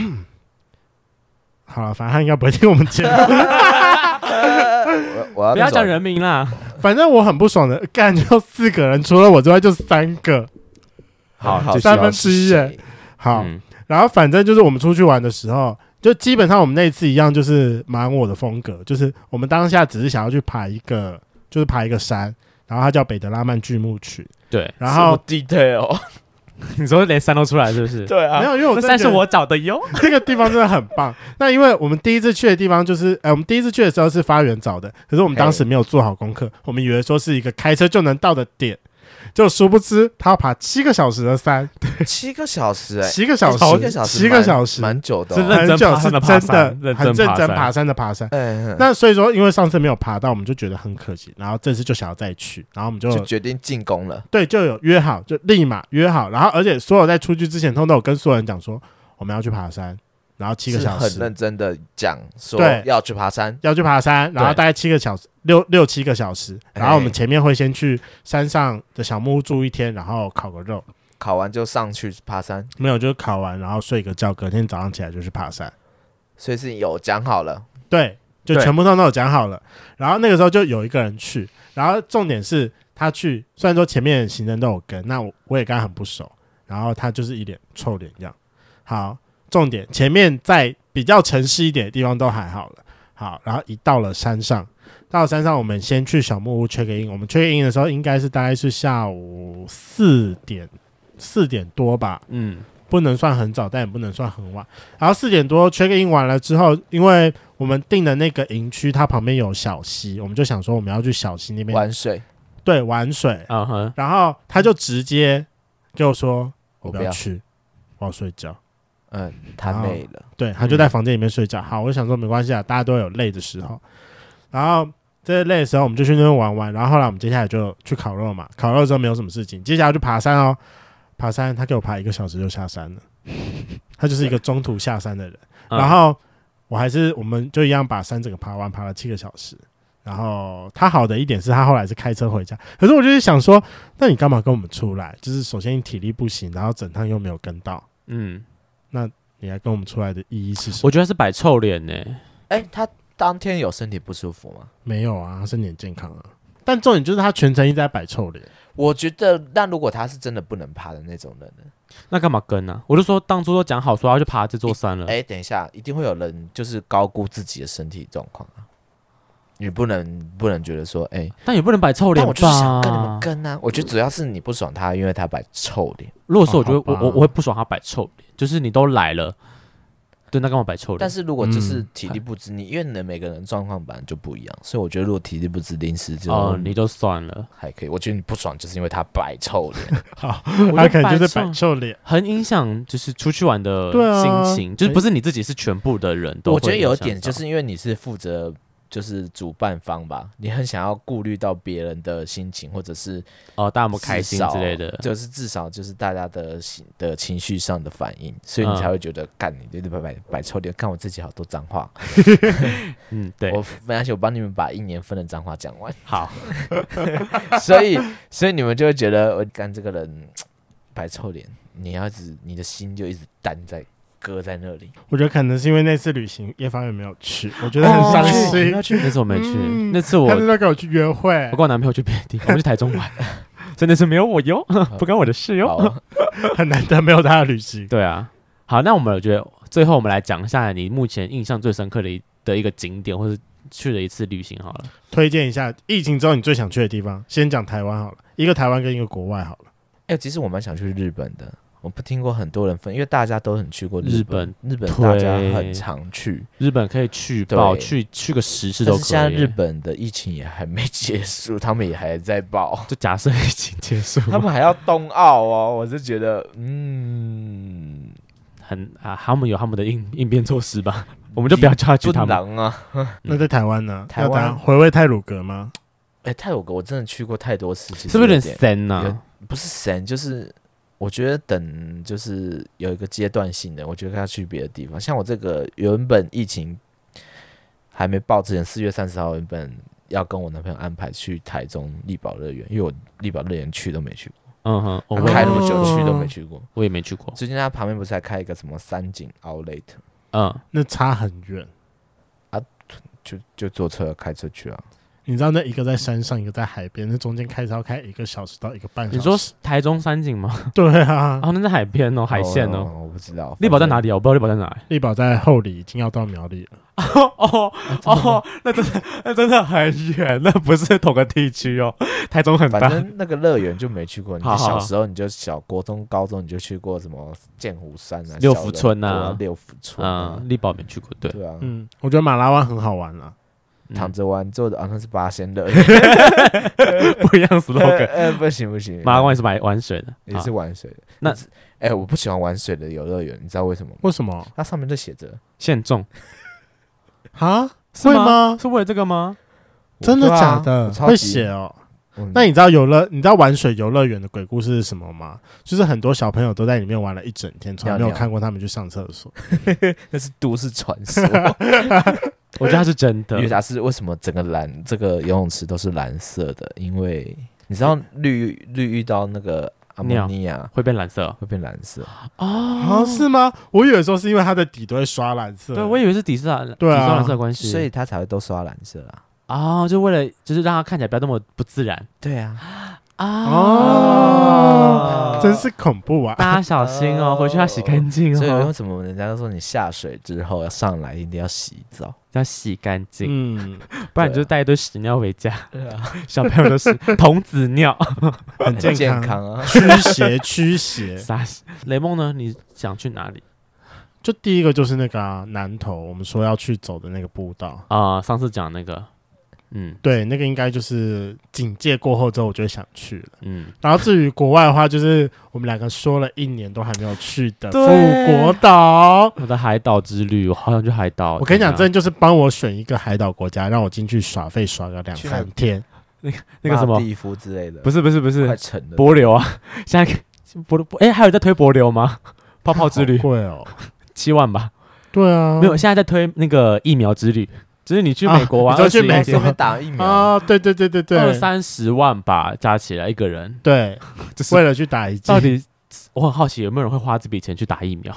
[SPEAKER 1] 好了，反正他应该不会听我们节目。
[SPEAKER 3] 我我
[SPEAKER 1] 啊
[SPEAKER 3] 要
[SPEAKER 2] 不要
[SPEAKER 3] 那种
[SPEAKER 2] 讲人名啦，
[SPEAKER 1] 反正我很不爽的，干就四个人，除了我之外就三个。
[SPEAKER 2] 好
[SPEAKER 3] 很好
[SPEAKER 2] 继续
[SPEAKER 1] 三分之一
[SPEAKER 3] 是
[SPEAKER 1] 耶
[SPEAKER 3] 谁
[SPEAKER 1] 好，
[SPEAKER 2] 嗯
[SPEAKER 1] 然后反正就是我们出去玩的时候，就基本上我们那一次一样，就是满我的风格，就是我们当下只是想要去爬一个，就是爬一个山，然后它叫北德拉曼巨木群，
[SPEAKER 2] 对， *laughs*
[SPEAKER 1] 然后。
[SPEAKER 3] 这么 detail， *laughs*
[SPEAKER 2] 你说连山都出来是
[SPEAKER 1] *laughs*
[SPEAKER 2] 不是？
[SPEAKER 3] 对
[SPEAKER 1] 没
[SPEAKER 3] 啊，
[SPEAKER 1] 有，因为我
[SPEAKER 2] 这
[SPEAKER 1] 真的
[SPEAKER 2] 山
[SPEAKER 1] 觉
[SPEAKER 2] 是
[SPEAKER 1] 得
[SPEAKER 2] 我找的哟。
[SPEAKER 1] *laughs* 这个地方真的很棒。那因为我们第一次去的地方就是，哎、我们第一次去的时候是发源找的，可是我们当时没有做好功课，我们以为说是一个开车就能到的点，就殊不知他要爬七个小时的山，
[SPEAKER 3] 七个小时哎，
[SPEAKER 1] 七个小
[SPEAKER 3] 七个
[SPEAKER 1] 时，
[SPEAKER 3] 小时，
[SPEAKER 1] 七个小时，
[SPEAKER 3] 蛮久的哦，
[SPEAKER 2] 真的
[SPEAKER 1] 很
[SPEAKER 2] 认真
[SPEAKER 1] 久，
[SPEAKER 2] 爬
[SPEAKER 1] 是
[SPEAKER 2] 山
[SPEAKER 1] 真
[SPEAKER 2] 的爬山
[SPEAKER 1] 的
[SPEAKER 2] 认
[SPEAKER 1] 很认
[SPEAKER 2] 真爬
[SPEAKER 1] 真
[SPEAKER 2] 山
[SPEAKER 1] 爬山的爬山。
[SPEAKER 3] 哎，
[SPEAKER 1] 那所以说，因为上次没有爬到，我们就觉得很可惜，然后这次就想要再去，然后我们就
[SPEAKER 3] 就决定进攻了。
[SPEAKER 1] 对就有约好，就立马约好，然后而且所有在出去之前，通都有跟所有人讲说我们要去爬山，然后七个
[SPEAKER 3] 是
[SPEAKER 1] 小
[SPEAKER 3] 很
[SPEAKER 1] 时
[SPEAKER 3] 认真的讲说
[SPEAKER 1] 对
[SPEAKER 3] 要去爬山，
[SPEAKER 1] 要去爬山，然后
[SPEAKER 2] 对
[SPEAKER 1] 大概七个小时，六六七个小时，然后我们
[SPEAKER 3] 哎
[SPEAKER 1] 前面会先去山上的小木屋住一天，然后烤个肉，
[SPEAKER 3] 考完就上去爬山，
[SPEAKER 1] 没有就是烤完然后睡个觉，隔天早上起来就去爬山。
[SPEAKER 3] 所以是有讲好了。
[SPEAKER 1] 对，就
[SPEAKER 2] 对
[SPEAKER 1] 全部都都有讲好了。然后那个时候就有一个人去，然后重点是他去，虽然说前面行人都有跟，那我我也跟他很不熟，然后他就是一脸臭脸这样。好，重点前面在比较城市一点的地方都还好了。好，然后一到了山上，到了山上我们先去小木屋 check in。我们 check in 的时候应该是大概是下午四点四点多吧，
[SPEAKER 2] 嗯，
[SPEAKER 1] 不能算很早，但也不能算很晚。然后四点多 check in 完了之后，因为我们订的那个营区，它旁边有小溪，我们就想说我们要去小溪那边
[SPEAKER 3] 玩水，
[SPEAKER 1] 对玩水。
[SPEAKER 2] 啊哈，
[SPEAKER 1] 然后他就直接给我说：“我
[SPEAKER 3] 我
[SPEAKER 1] 不
[SPEAKER 3] 不
[SPEAKER 1] 要
[SPEAKER 3] 要
[SPEAKER 1] 去，我要睡觉。
[SPEAKER 3] 嗯，太美了”，
[SPEAKER 1] 对，他就在房间里面睡觉。好，我想说没关系啊，大家都有累的时候。然后这累的时候，我们就去那边玩玩。然后后来我们接下来就去烤肉嘛，烤肉之后没有什么事情，接下来就爬山哦。爬山，他给我爬一个小时就下山了，他就是一个中途下山的人。
[SPEAKER 2] 嗯
[SPEAKER 1] 然后我还是我们就一样把山整个爬完，爬了七个小时。然后他好的一点是他后来是开车回家，可是我就是想说，那你干嘛跟我们出来？就是首先你体力不行，然后整趟又没有跟到，
[SPEAKER 2] 嗯，
[SPEAKER 1] 你还跟我们出来的意义是什么？
[SPEAKER 2] 我觉得是摆臭脸呢。
[SPEAKER 3] 哎、他当天有身体不舒服吗？
[SPEAKER 1] 没有啊，他身体很健康啊。但重点就是他全程一直在摆臭脸，
[SPEAKER 3] 我觉得，那如果他是真的不能爬的那种人呢？
[SPEAKER 2] 那干嘛跟呢？我就说当初都讲好说要去爬这座山了
[SPEAKER 1] 嗯
[SPEAKER 3] 哎、，等一下，一定会有人就是高估自己的身体状况啊。你不能不能觉得说，哎、
[SPEAKER 2] 但也不能摆臭
[SPEAKER 3] 但
[SPEAKER 2] 脸
[SPEAKER 3] 我就是想跟你们
[SPEAKER 2] 吧。
[SPEAKER 3] 跟啊。我觉得主要是你不爽他，因为他摆臭脸。
[SPEAKER 2] 如果是我觉得
[SPEAKER 1] 哦好
[SPEAKER 2] 我
[SPEAKER 1] 吧
[SPEAKER 2] 我我会不爽他摆臭脸，就是你都来了，对，那干嘛摆臭脸？
[SPEAKER 3] 但是如果就是
[SPEAKER 1] 嗯
[SPEAKER 3] 体力不支，你因为你的每个人状况本来就不一样，所以我觉得如果体力不支，临时就
[SPEAKER 2] 哦，你就算了，
[SPEAKER 3] 还可以。我觉得你不爽就是因为他摆臭脸，
[SPEAKER 1] 他可能就是
[SPEAKER 2] 摆
[SPEAKER 1] 摆臭脸。
[SPEAKER 2] 很影响就是出去玩的
[SPEAKER 1] 对啊
[SPEAKER 2] 心情，就是不是你自己，是全部的人 *laughs* 都会
[SPEAKER 3] 我觉得有一
[SPEAKER 2] 影响
[SPEAKER 3] 点就
[SPEAKER 2] 到
[SPEAKER 3] 是因为你是负责就是主办方吧，你很想要顾虑到别人的心情，或者是
[SPEAKER 2] 哦，大家有没有开心
[SPEAKER 3] 至少
[SPEAKER 2] 之类的，
[SPEAKER 3] 就是至少就是大家的心的情绪上的反应，所以
[SPEAKER 2] 嗯
[SPEAKER 3] 你才会觉得干你对对摆摆摆臭脸，看我自己好多脏话。
[SPEAKER 2] 嗯，对，
[SPEAKER 3] 我没关系，我帮你们把一年份的脏话讲完。
[SPEAKER 2] 好，
[SPEAKER 3] *laughs* 所以，所以你们就会觉得，我干这个人摆臭脸，你要一直你的心就一直担在搁在那里。
[SPEAKER 1] 我觉得可能是因为那次旅行叶芳也没有去，我觉得很伤
[SPEAKER 2] 哦
[SPEAKER 1] 心。
[SPEAKER 2] 那次那次我没去，
[SPEAKER 1] 嗯
[SPEAKER 2] 那次我
[SPEAKER 1] 他那时候跟我去约会
[SPEAKER 2] 我跟，我男朋友去别的地方，我们去台中玩，真的是没有我哟，不关我的事哟。
[SPEAKER 3] 好，啊
[SPEAKER 1] 很难得没有他的旅行。
[SPEAKER 2] 对啊，好，那我们觉得最后我们来讲一下你目前印象最深刻的一的一个景点，或是去的一次旅行好了。
[SPEAKER 1] 推荐一下疫情之后你最想去的地方。先讲台湾好了，一个台湾跟一个国外好了。
[SPEAKER 3] 哎、其实我蛮想去日本的，我不听过很多人分，因为大家都很去过
[SPEAKER 2] 日
[SPEAKER 3] 本，日本
[SPEAKER 2] 对
[SPEAKER 3] 大家很常去，
[SPEAKER 2] 日本可以去报，
[SPEAKER 3] 对
[SPEAKER 2] 去去个十次
[SPEAKER 3] 但
[SPEAKER 2] 都
[SPEAKER 3] 是现在
[SPEAKER 2] 可以。，
[SPEAKER 3] 日本的疫情也还没 *laughs* 结束，他们也还在
[SPEAKER 2] *laughs*
[SPEAKER 3] 报
[SPEAKER 2] 就假设疫情结束，
[SPEAKER 3] 他们还要冬奥哦，我是觉得，嗯，
[SPEAKER 2] 很啊，他们有他们的应应变措施吧，我们就不要叫他去
[SPEAKER 3] 不
[SPEAKER 2] 他们。
[SPEAKER 3] 能啊。
[SPEAKER 2] 嗯
[SPEAKER 1] 那在台湾呢？
[SPEAKER 3] 台湾
[SPEAKER 1] 要搭回味泰鲁格吗？
[SPEAKER 3] 哎、泰国我真的去过太多次，其实
[SPEAKER 2] 是不是有点啊
[SPEAKER 3] 点
[SPEAKER 2] 神呐、
[SPEAKER 3] 有不是神，就是我觉得等就是有一个阶段性的，我觉得要去别的地方。像我这个原本疫情还没爆之前，四月三十号原本要跟我男朋友安排去台中力宝乐园，因为我力宝乐园去都没去过，
[SPEAKER 2] 嗯哼，我
[SPEAKER 1] 哦
[SPEAKER 2] 我
[SPEAKER 3] 开
[SPEAKER 2] 也
[SPEAKER 3] 那么
[SPEAKER 1] 哦
[SPEAKER 3] 久去都没去过。
[SPEAKER 2] 我也没去过。
[SPEAKER 3] 最近他旁边不是还开一个什么三井 Outlet，
[SPEAKER 2] 嗯，
[SPEAKER 1] 那差很远，
[SPEAKER 3] 就就坐车开车去啊。
[SPEAKER 1] 你知道那一个在山上，一个在海边，那中间开车要开一个小时到一个半小时。
[SPEAKER 2] 你说台中山景吗？ *laughs*
[SPEAKER 1] 对啊，
[SPEAKER 2] 哦，那是海边哦，海线哦。
[SPEAKER 3] 我不知道。
[SPEAKER 2] 力宝在哪
[SPEAKER 3] 里？
[SPEAKER 2] 里啊？我不知道力宝在哪里。
[SPEAKER 1] 力宝在后里已经要到苗栗了，
[SPEAKER 2] *laughs* 哦哦，那真的那真的很远，那不是同个地区哦。台中很
[SPEAKER 3] 反
[SPEAKER 2] 大，
[SPEAKER 3] 正那个乐园就没去过。你
[SPEAKER 2] 好好好
[SPEAKER 3] 小时候你就小国中、高中你就去过什么剑湖山啊、
[SPEAKER 2] 六福村啊
[SPEAKER 3] 小人国六福村啊
[SPEAKER 2] 嗯，，力宝没去过，对，
[SPEAKER 3] 对啊，
[SPEAKER 1] 嗯，我觉得马拉湾很好玩啊啦，
[SPEAKER 2] 嗯
[SPEAKER 3] 躺着玩坐着啊，那是八仙乐园。
[SPEAKER 2] *laughs* 不一样 slogan。
[SPEAKER 3] *laughs* 呃，不行不行，
[SPEAKER 2] 马拉湾也是买玩水的，啊
[SPEAKER 3] 也是玩水的。
[SPEAKER 2] 那
[SPEAKER 3] 你知哎，我不喜欢玩水的游乐园，你知道为什么吗？
[SPEAKER 1] 为什么
[SPEAKER 3] 它上面就写着，
[SPEAKER 2] 现种
[SPEAKER 1] 啊？
[SPEAKER 2] 是
[SPEAKER 1] 会？吗？
[SPEAKER 2] 是为了这个吗？
[SPEAKER 1] 真的
[SPEAKER 3] 对啊
[SPEAKER 1] 假的
[SPEAKER 3] 我？超级
[SPEAKER 1] 会写哦。
[SPEAKER 3] 嗯
[SPEAKER 1] 那你知道游乐，你知道玩水游乐园的鬼故事是什么吗？就是很多小朋友都在里面玩了一整天，从来没有
[SPEAKER 3] 尿尿
[SPEAKER 1] 看过他们去上厕所。
[SPEAKER 3] 那是都市传
[SPEAKER 2] *laughs*
[SPEAKER 3] 说。
[SPEAKER 2] 我觉得它是真的
[SPEAKER 3] 月。霞是为什么整个蓝这个游泳池都是蓝色的？因为你知道绿绿遇到那个阿莫尼亚
[SPEAKER 2] 会变蓝色
[SPEAKER 3] 会变蓝色，
[SPEAKER 1] 啊，
[SPEAKER 2] 哦
[SPEAKER 1] 是吗？我以为说是因为它的底都会刷蓝色。
[SPEAKER 2] 对，我以为是底色蓝，底
[SPEAKER 1] 对
[SPEAKER 2] 色
[SPEAKER 1] 啊
[SPEAKER 2] 蓝色的关系，
[SPEAKER 3] 所以它才会都刷蓝色啊。
[SPEAKER 2] 啊，就为了就是让它看起来不要那么不自然
[SPEAKER 3] 对啊，
[SPEAKER 2] 啊
[SPEAKER 1] 哦真是恐怖啊！
[SPEAKER 2] 大家小心哦，回去要洗干净
[SPEAKER 3] 所以为
[SPEAKER 2] 哦，
[SPEAKER 3] 什么人家都说你下水之后要上来一定要洗澡？
[SPEAKER 2] 要洗干净，
[SPEAKER 1] 嗯，
[SPEAKER 2] 不然你就带一堆屎尿回家，
[SPEAKER 3] 对啊，
[SPEAKER 2] *laughs* 小朋友都是童子 *laughs* 尿。
[SPEAKER 1] 很
[SPEAKER 3] 健
[SPEAKER 1] 健康，
[SPEAKER 3] 啊。
[SPEAKER 1] 驱邪驱邪。
[SPEAKER 2] 傻死雷梦呢？你想去哪里
[SPEAKER 1] 就第一个就是那个、啊、南头，我们说要去走的那个步道。
[SPEAKER 2] 啊、上次讲那个，嗯
[SPEAKER 1] 对，那个应该就是警戒过后之后，我就会想去了。
[SPEAKER 2] 嗯，
[SPEAKER 1] 然后至于国外的话，就是我们两个说了一年都还没有去的富
[SPEAKER 2] 对
[SPEAKER 1] 国岛。
[SPEAKER 2] 我的海岛之旅，我好想去海岛。
[SPEAKER 1] 我跟你讲，
[SPEAKER 2] 天
[SPEAKER 1] 真的就是帮我选一个海岛国家，让我进去耍费耍个两
[SPEAKER 3] 去哪
[SPEAKER 1] 三天。
[SPEAKER 2] 哪那个什
[SPEAKER 3] 马尔
[SPEAKER 2] 么，
[SPEAKER 3] 蒂夫之类的，
[SPEAKER 2] 不
[SPEAKER 3] 是
[SPEAKER 2] 是不是不
[SPEAKER 3] 快
[SPEAKER 2] 是
[SPEAKER 3] 沉了。
[SPEAKER 2] 柏流啊， *laughs* 现在柏柏哎，还有在推柏流吗？ *laughs* 泡泡之旅嗯
[SPEAKER 1] 好贵哦，
[SPEAKER 2] 七万吧，
[SPEAKER 1] 对啊，
[SPEAKER 2] 没有，现在在推那个疫苗之旅，就是你去
[SPEAKER 1] 啊
[SPEAKER 2] 美国玩
[SPEAKER 1] 你说
[SPEAKER 2] 20
[SPEAKER 1] 去
[SPEAKER 2] 一天，
[SPEAKER 1] 美
[SPEAKER 3] 顺便打疫苗，
[SPEAKER 1] 啊，对对对对
[SPEAKER 2] 二
[SPEAKER 1] 对，
[SPEAKER 2] 三十万吧，加起来一个人， *laughs*
[SPEAKER 1] 对，
[SPEAKER 2] 就是
[SPEAKER 1] 为了去打一剂
[SPEAKER 2] 到。底 *laughs* 我很好奇有没有人会花这笔钱去打疫苗？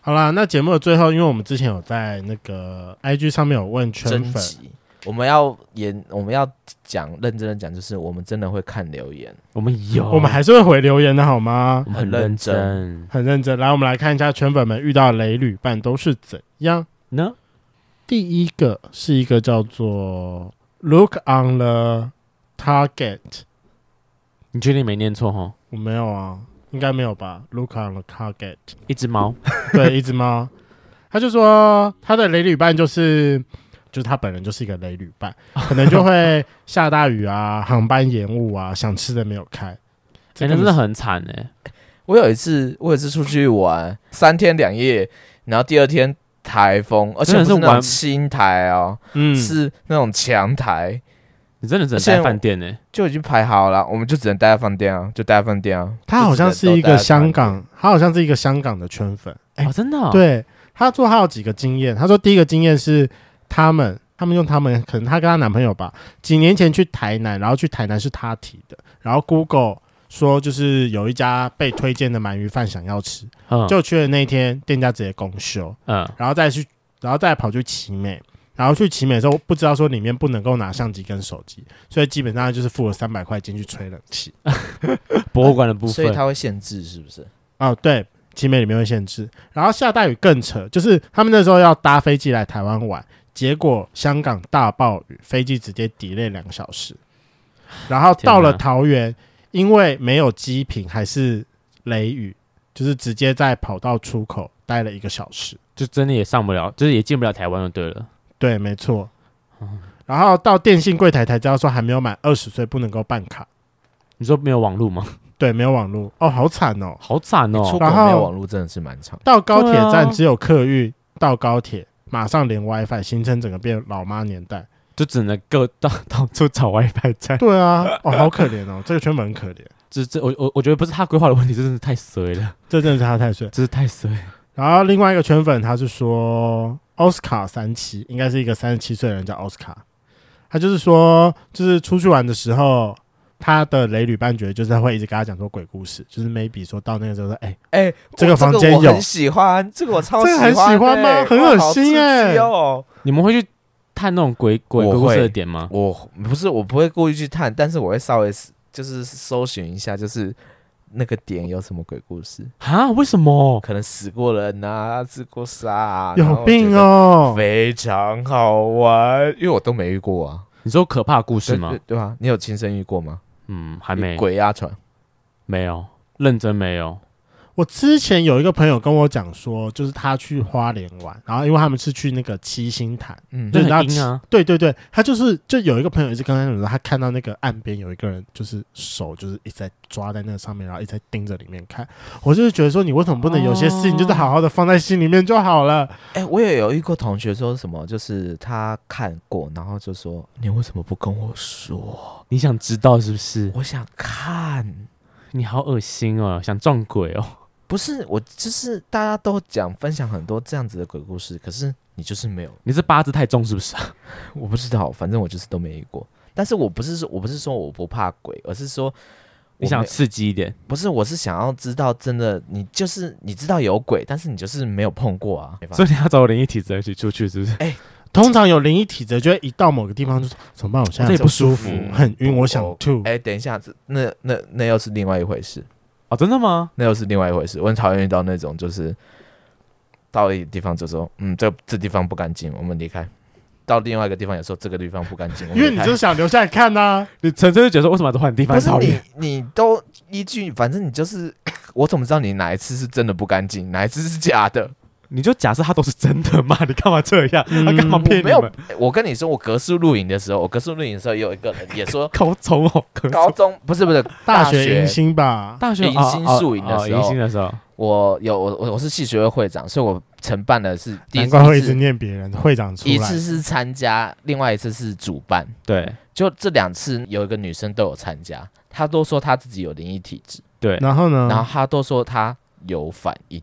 [SPEAKER 1] 好啦，那节目的最后，因为我们之前有在那个 IG 上面有问圈
[SPEAKER 3] 征
[SPEAKER 1] 粉，
[SPEAKER 3] 集。我们要演，我们要讲认真的讲，就是我们真的会看留言。
[SPEAKER 2] 我们有，
[SPEAKER 1] 我们还是会回留言的好吗
[SPEAKER 2] 我？们很
[SPEAKER 3] 很认
[SPEAKER 2] 认
[SPEAKER 3] 真
[SPEAKER 2] 真
[SPEAKER 1] 很认真，来，我们来看一下圈粉们遇到雷旅伴都是怎样。
[SPEAKER 2] 呢。
[SPEAKER 1] 第一个是一个叫做 Look on the Target，
[SPEAKER 2] 你确定没念错哈？
[SPEAKER 1] 我没有啊，应该没有吧？Look on the Target，
[SPEAKER 2] 一只猫，
[SPEAKER 1] 对，一只猫，他就说他的雷旅伴就是，就是他本人就是一个雷旅伴，可能就会下大雨啊，航班延误啊，想吃的没有开，这
[SPEAKER 2] 真的
[SPEAKER 1] 个
[SPEAKER 2] 真的很惨哎、
[SPEAKER 3] 我有一次，我有一次出去玩三天两夜，然后第二天台风，而且
[SPEAKER 2] 真的是
[SPEAKER 3] 不是那种
[SPEAKER 2] 玩
[SPEAKER 3] 青台哦，
[SPEAKER 1] 嗯，
[SPEAKER 3] 是那种强台，
[SPEAKER 2] 你真的只能
[SPEAKER 3] 而且
[SPEAKER 2] 待
[SPEAKER 3] 我
[SPEAKER 2] 饭店哎、
[SPEAKER 3] 就已经排好了，我们就只能待在饭店啊，就待在饭店啊。
[SPEAKER 1] 他好像是一
[SPEAKER 3] 就只能
[SPEAKER 1] 个
[SPEAKER 3] 都待在饭
[SPEAKER 1] 香
[SPEAKER 3] 店，
[SPEAKER 1] 港，他好像是一个香港的圈粉，哎、
[SPEAKER 2] 哦，真的、哦，
[SPEAKER 1] 对他说他有几个经验，他说第一个经验是他们。他们用他们，可能她跟她男朋友吧，几年前去台南，然后去台南是他提的，然后 Google 说就是有一家被推荐的鳗鱼饭想要吃，
[SPEAKER 2] 嗯，
[SPEAKER 1] 就去的那天，店家直接公休，
[SPEAKER 2] 嗯，
[SPEAKER 1] 然后再去，然后再跑去奇美，然后去奇美的时候不知道说里面不能够拿相机跟手机，所以基本上就是付了三百块进去吹冷气。
[SPEAKER 2] 博物馆的部
[SPEAKER 3] 所以
[SPEAKER 2] 分，
[SPEAKER 3] 它会限制是不是？
[SPEAKER 1] 哦，对，奇美里面会限制。然后下大雨更扯，就是他们那时候要搭飞机来台湾玩，结果香港大暴雨，飞机直接 delay 两个小时。然后到了
[SPEAKER 2] 天哪
[SPEAKER 1] 桃园，因为没有机坪还是雷雨，就是直接在跑道出口待了一个小时。
[SPEAKER 2] 就真的也上不了，就是也进不了台湾就对了。
[SPEAKER 1] 对，没错
[SPEAKER 2] 嗯。
[SPEAKER 1] 然后到电信柜台才知道说还没有满二十岁不能够办卡，
[SPEAKER 2] 你说没有网络吗？ *laughs*
[SPEAKER 1] 对，没有网络哦，好惨哦。
[SPEAKER 2] 好惨哦、
[SPEAKER 3] 出国
[SPEAKER 1] 然后
[SPEAKER 3] 没有网络真的是蛮长。
[SPEAKER 1] 到高铁
[SPEAKER 2] 对
[SPEAKER 1] 站
[SPEAKER 2] 啊
[SPEAKER 1] 只有客运，到高铁马上连 WiFi，形成整个变老妈年代。
[SPEAKER 2] 就只能各到到处找 WiFi 站。
[SPEAKER 1] 对啊，哦，好可怜哦，这个圈粉很可怜，
[SPEAKER 2] *laughs* 这这，我我我觉得不是他规划的问题，这真的太衰 *laughs* 了，
[SPEAKER 1] 这真的是他太衰。
[SPEAKER 2] 真是太衰。
[SPEAKER 1] 然后另外一个圈粉他是说奥斯卡三七，应该是一个三十七岁的人叫奥斯卡，他就是说就是出去玩的时候。他的雷旅伴觉得就是会一直跟他讲说鬼故事，就是 maybe 说到那个时候说，哎、
[SPEAKER 3] 哎，
[SPEAKER 1] 这个
[SPEAKER 3] 我
[SPEAKER 1] 房间
[SPEAKER 3] 我
[SPEAKER 1] 有
[SPEAKER 3] 很喜欢，这个我超
[SPEAKER 1] 这个很
[SPEAKER 3] 喜
[SPEAKER 1] 喜欢吗
[SPEAKER 3] 欸
[SPEAKER 1] 很
[SPEAKER 3] 哇
[SPEAKER 1] 恶
[SPEAKER 3] 好
[SPEAKER 1] 心
[SPEAKER 3] 刺激
[SPEAKER 1] 欸
[SPEAKER 3] 哦。
[SPEAKER 2] 你们会去探那种鬼鬼
[SPEAKER 3] 我
[SPEAKER 2] 鬼故事
[SPEAKER 3] 会
[SPEAKER 2] 的点吗？
[SPEAKER 3] 我不是我不会故意去探，但是我会稍微就是搜寻一下，就是那个点有什么鬼故事，
[SPEAKER 2] 啊，为什么？
[SPEAKER 3] 可能死过人啊，自过杀、啊，
[SPEAKER 1] 有病
[SPEAKER 3] 哦，
[SPEAKER 1] 哦！
[SPEAKER 3] 非常好玩，因为我都没遇过啊，
[SPEAKER 2] 你说可怕的故事
[SPEAKER 3] 对
[SPEAKER 2] 吗
[SPEAKER 3] 对？对啊，你有亲身遇过吗？
[SPEAKER 2] 嗯，还没，
[SPEAKER 3] 鬼压床，
[SPEAKER 2] 没有，认真没有。
[SPEAKER 1] 我之前有一个朋友跟我讲说，就是他去花莲玩，然后因为他们是去那个七星潭，
[SPEAKER 3] 嗯
[SPEAKER 1] 就
[SPEAKER 2] 那
[SPEAKER 1] 是他
[SPEAKER 2] 很阴啊，
[SPEAKER 1] 对对对，他就是就有一个朋友一直跟他讲说，他看到那个岸边有一个人，就是手就是一直在抓在那个上面，然后一直在盯着里面看。我就是觉得说，你为什么不能有些事情
[SPEAKER 2] 哦
[SPEAKER 1] 就是好好的放在心里面就好了？
[SPEAKER 3] 哎、我也有遇过同学说什么，就是他看过，然后就说你为什么不跟我说？
[SPEAKER 2] 你想知道是不是？
[SPEAKER 3] 我想看，
[SPEAKER 2] 你好恶心哦，想撞鬼哦。
[SPEAKER 3] 不是我，就是大家都讲分享很多这样子的鬼故事，可是你就是没有，
[SPEAKER 2] 你这八字太重是不是？
[SPEAKER 3] 我不知道，反正我就是都没遇过。但是我不是说我不是说我不怕鬼，而是说我
[SPEAKER 2] 你想
[SPEAKER 3] 没
[SPEAKER 2] 刺激一 *laughs* 点，
[SPEAKER 3] 不是我是想要知道真的，你就是你知道有鬼，但是你就是没有碰过啊。没办法
[SPEAKER 2] 所以你要找我灵异体质一起出去是不是？
[SPEAKER 1] 通常有灵异体质，就会一到某个地方就说怎么办？我现
[SPEAKER 2] 这
[SPEAKER 1] 在
[SPEAKER 2] 也不舒
[SPEAKER 3] 服
[SPEAKER 1] 嗯很晕，我想吐。
[SPEAKER 3] 哎、等一下，这那那那又是另外一回事。
[SPEAKER 2] *laughs* 哦，真的吗？
[SPEAKER 3] 那又是另外一回事。我很讨厌遇到那种就是到一个地方就说，嗯，这这地方不干净，我们离开。到另外一个地方也说这个地方不干净，我
[SPEAKER 1] 因
[SPEAKER 3] 们
[SPEAKER 1] 为
[SPEAKER 3] 离
[SPEAKER 1] 你
[SPEAKER 3] 开
[SPEAKER 1] 就是想留下来看呐、
[SPEAKER 2] 你纯粹就觉得说为什么要换地方？
[SPEAKER 3] 不是
[SPEAKER 2] 讨
[SPEAKER 3] 你
[SPEAKER 2] 厌。
[SPEAKER 3] 你都依据，反正你就是，我怎么知道你哪一次是真的不干净，哪一次是假的？
[SPEAKER 2] 你就假设他都是真的嘛？ *laughs* 你干嘛这样？
[SPEAKER 1] 嗯
[SPEAKER 2] 他干嘛骗
[SPEAKER 3] 我
[SPEAKER 2] 你
[SPEAKER 3] 没有
[SPEAKER 2] 们？，，
[SPEAKER 3] 我跟你说，我格数录影的时候，我格数录影的时候也有一个人也说
[SPEAKER 1] *laughs*
[SPEAKER 2] 高中哦，高
[SPEAKER 3] 高
[SPEAKER 2] 中
[SPEAKER 3] 中不是不是
[SPEAKER 1] 大学
[SPEAKER 3] 学
[SPEAKER 1] 迎新吧，
[SPEAKER 2] 大学
[SPEAKER 3] 迎新宿营的时候
[SPEAKER 2] 啊迎新的时候，
[SPEAKER 3] 我有我我我是系学会会长，所以我承办的是第一
[SPEAKER 1] 难
[SPEAKER 3] 次
[SPEAKER 1] 怪会一直念别人会长出
[SPEAKER 3] 一
[SPEAKER 1] 来
[SPEAKER 3] 次。是参加，另外一次是主办。
[SPEAKER 2] 对
[SPEAKER 3] 就这两次有一个女生都有参加，她都说她自己有灵异体质，
[SPEAKER 2] 对，
[SPEAKER 1] 然后呢？
[SPEAKER 3] 然后她都说她有反应，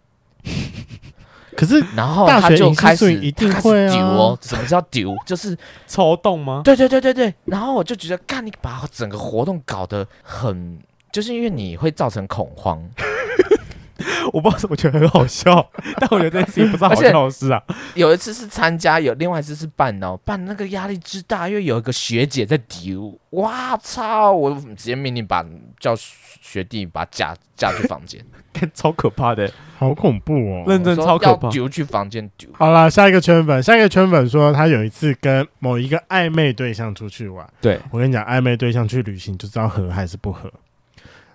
[SPEAKER 1] 可是
[SPEAKER 3] 然后
[SPEAKER 1] 大
[SPEAKER 3] 她
[SPEAKER 1] 学
[SPEAKER 3] 就
[SPEAKER 1] 隐
[SPEAKER 3] 开
[SPEAKER 1] 形宿
[SPEAKER 3] 始
[SPEAKER 1] 营一定
[SPEAKER 3] 她开始
[SPEAKER 1] 会啊
[SPEAKER 3] 丢哦，什么叫丢？ *laughs* 就是
[SPEAKER 2] 抽动吗？
[SPEAKER 3] 对对对对对，然后我就觉得，干你把整个活动搞得很，就是因为你会造成恐慌， *laughs*
[SPEAKER 2] 我不知道为什么，我觉得很好笑， *laughs* 但我觉得这件事情不是好
[SPEAKER 3] 而且
[SPEAKER 2] 笑的事啊。
[SPEAKER 3] 有一次是参加，有另外一次是办哦，办那个压力之大，因为有一个学姐在丢，哇操！我直接命令把叫学弟把她架架去
[SPEAKER 1] *laughs*
[SPEAKER 3] 房间，
[SPEAKER 2] 看 *laughs* 超可怕的，
[SPEAKER 1] 好恐怖哦！
[SPEAKER 2] 认真
[SPEAKER 3] 我说
[SPEAKER 2] 超可怕
[SPEAKER 3] 要。丢去房间丢。
[SPEAKER 1] 好啦，下一个圈粉，下一个圈粉说他有一次跟某一个暧昧对象出去玩。
[SPEAKER 2] 对，
[SPEAKER 1] 我跟你讲，暧昧对象去旅行就知道合还是不合。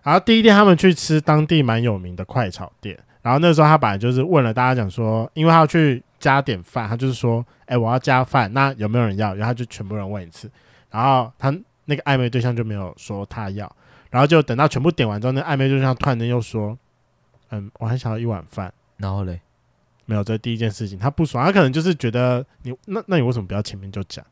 [SPEAKER 1] 然后第一天他们去吃当地蛮有名的快炒店，然后那时候他本来就是问了大家讲说，因为他要去加点饭，他就是说，哎、我要加饭，那有没有人要？然后他就全部人问一次，然后他那个暧昧对象就没有说他要，然后就等到全部点完之后，那暧昧对象突然间又说，嗯，我还想要一碗饭。
[SPEAKER 3] 然后嘞，
[SPEAKER 1] 没有，这是第一件事情，他不爽，他可能就是觉得你那那你为什么不要前面就讲？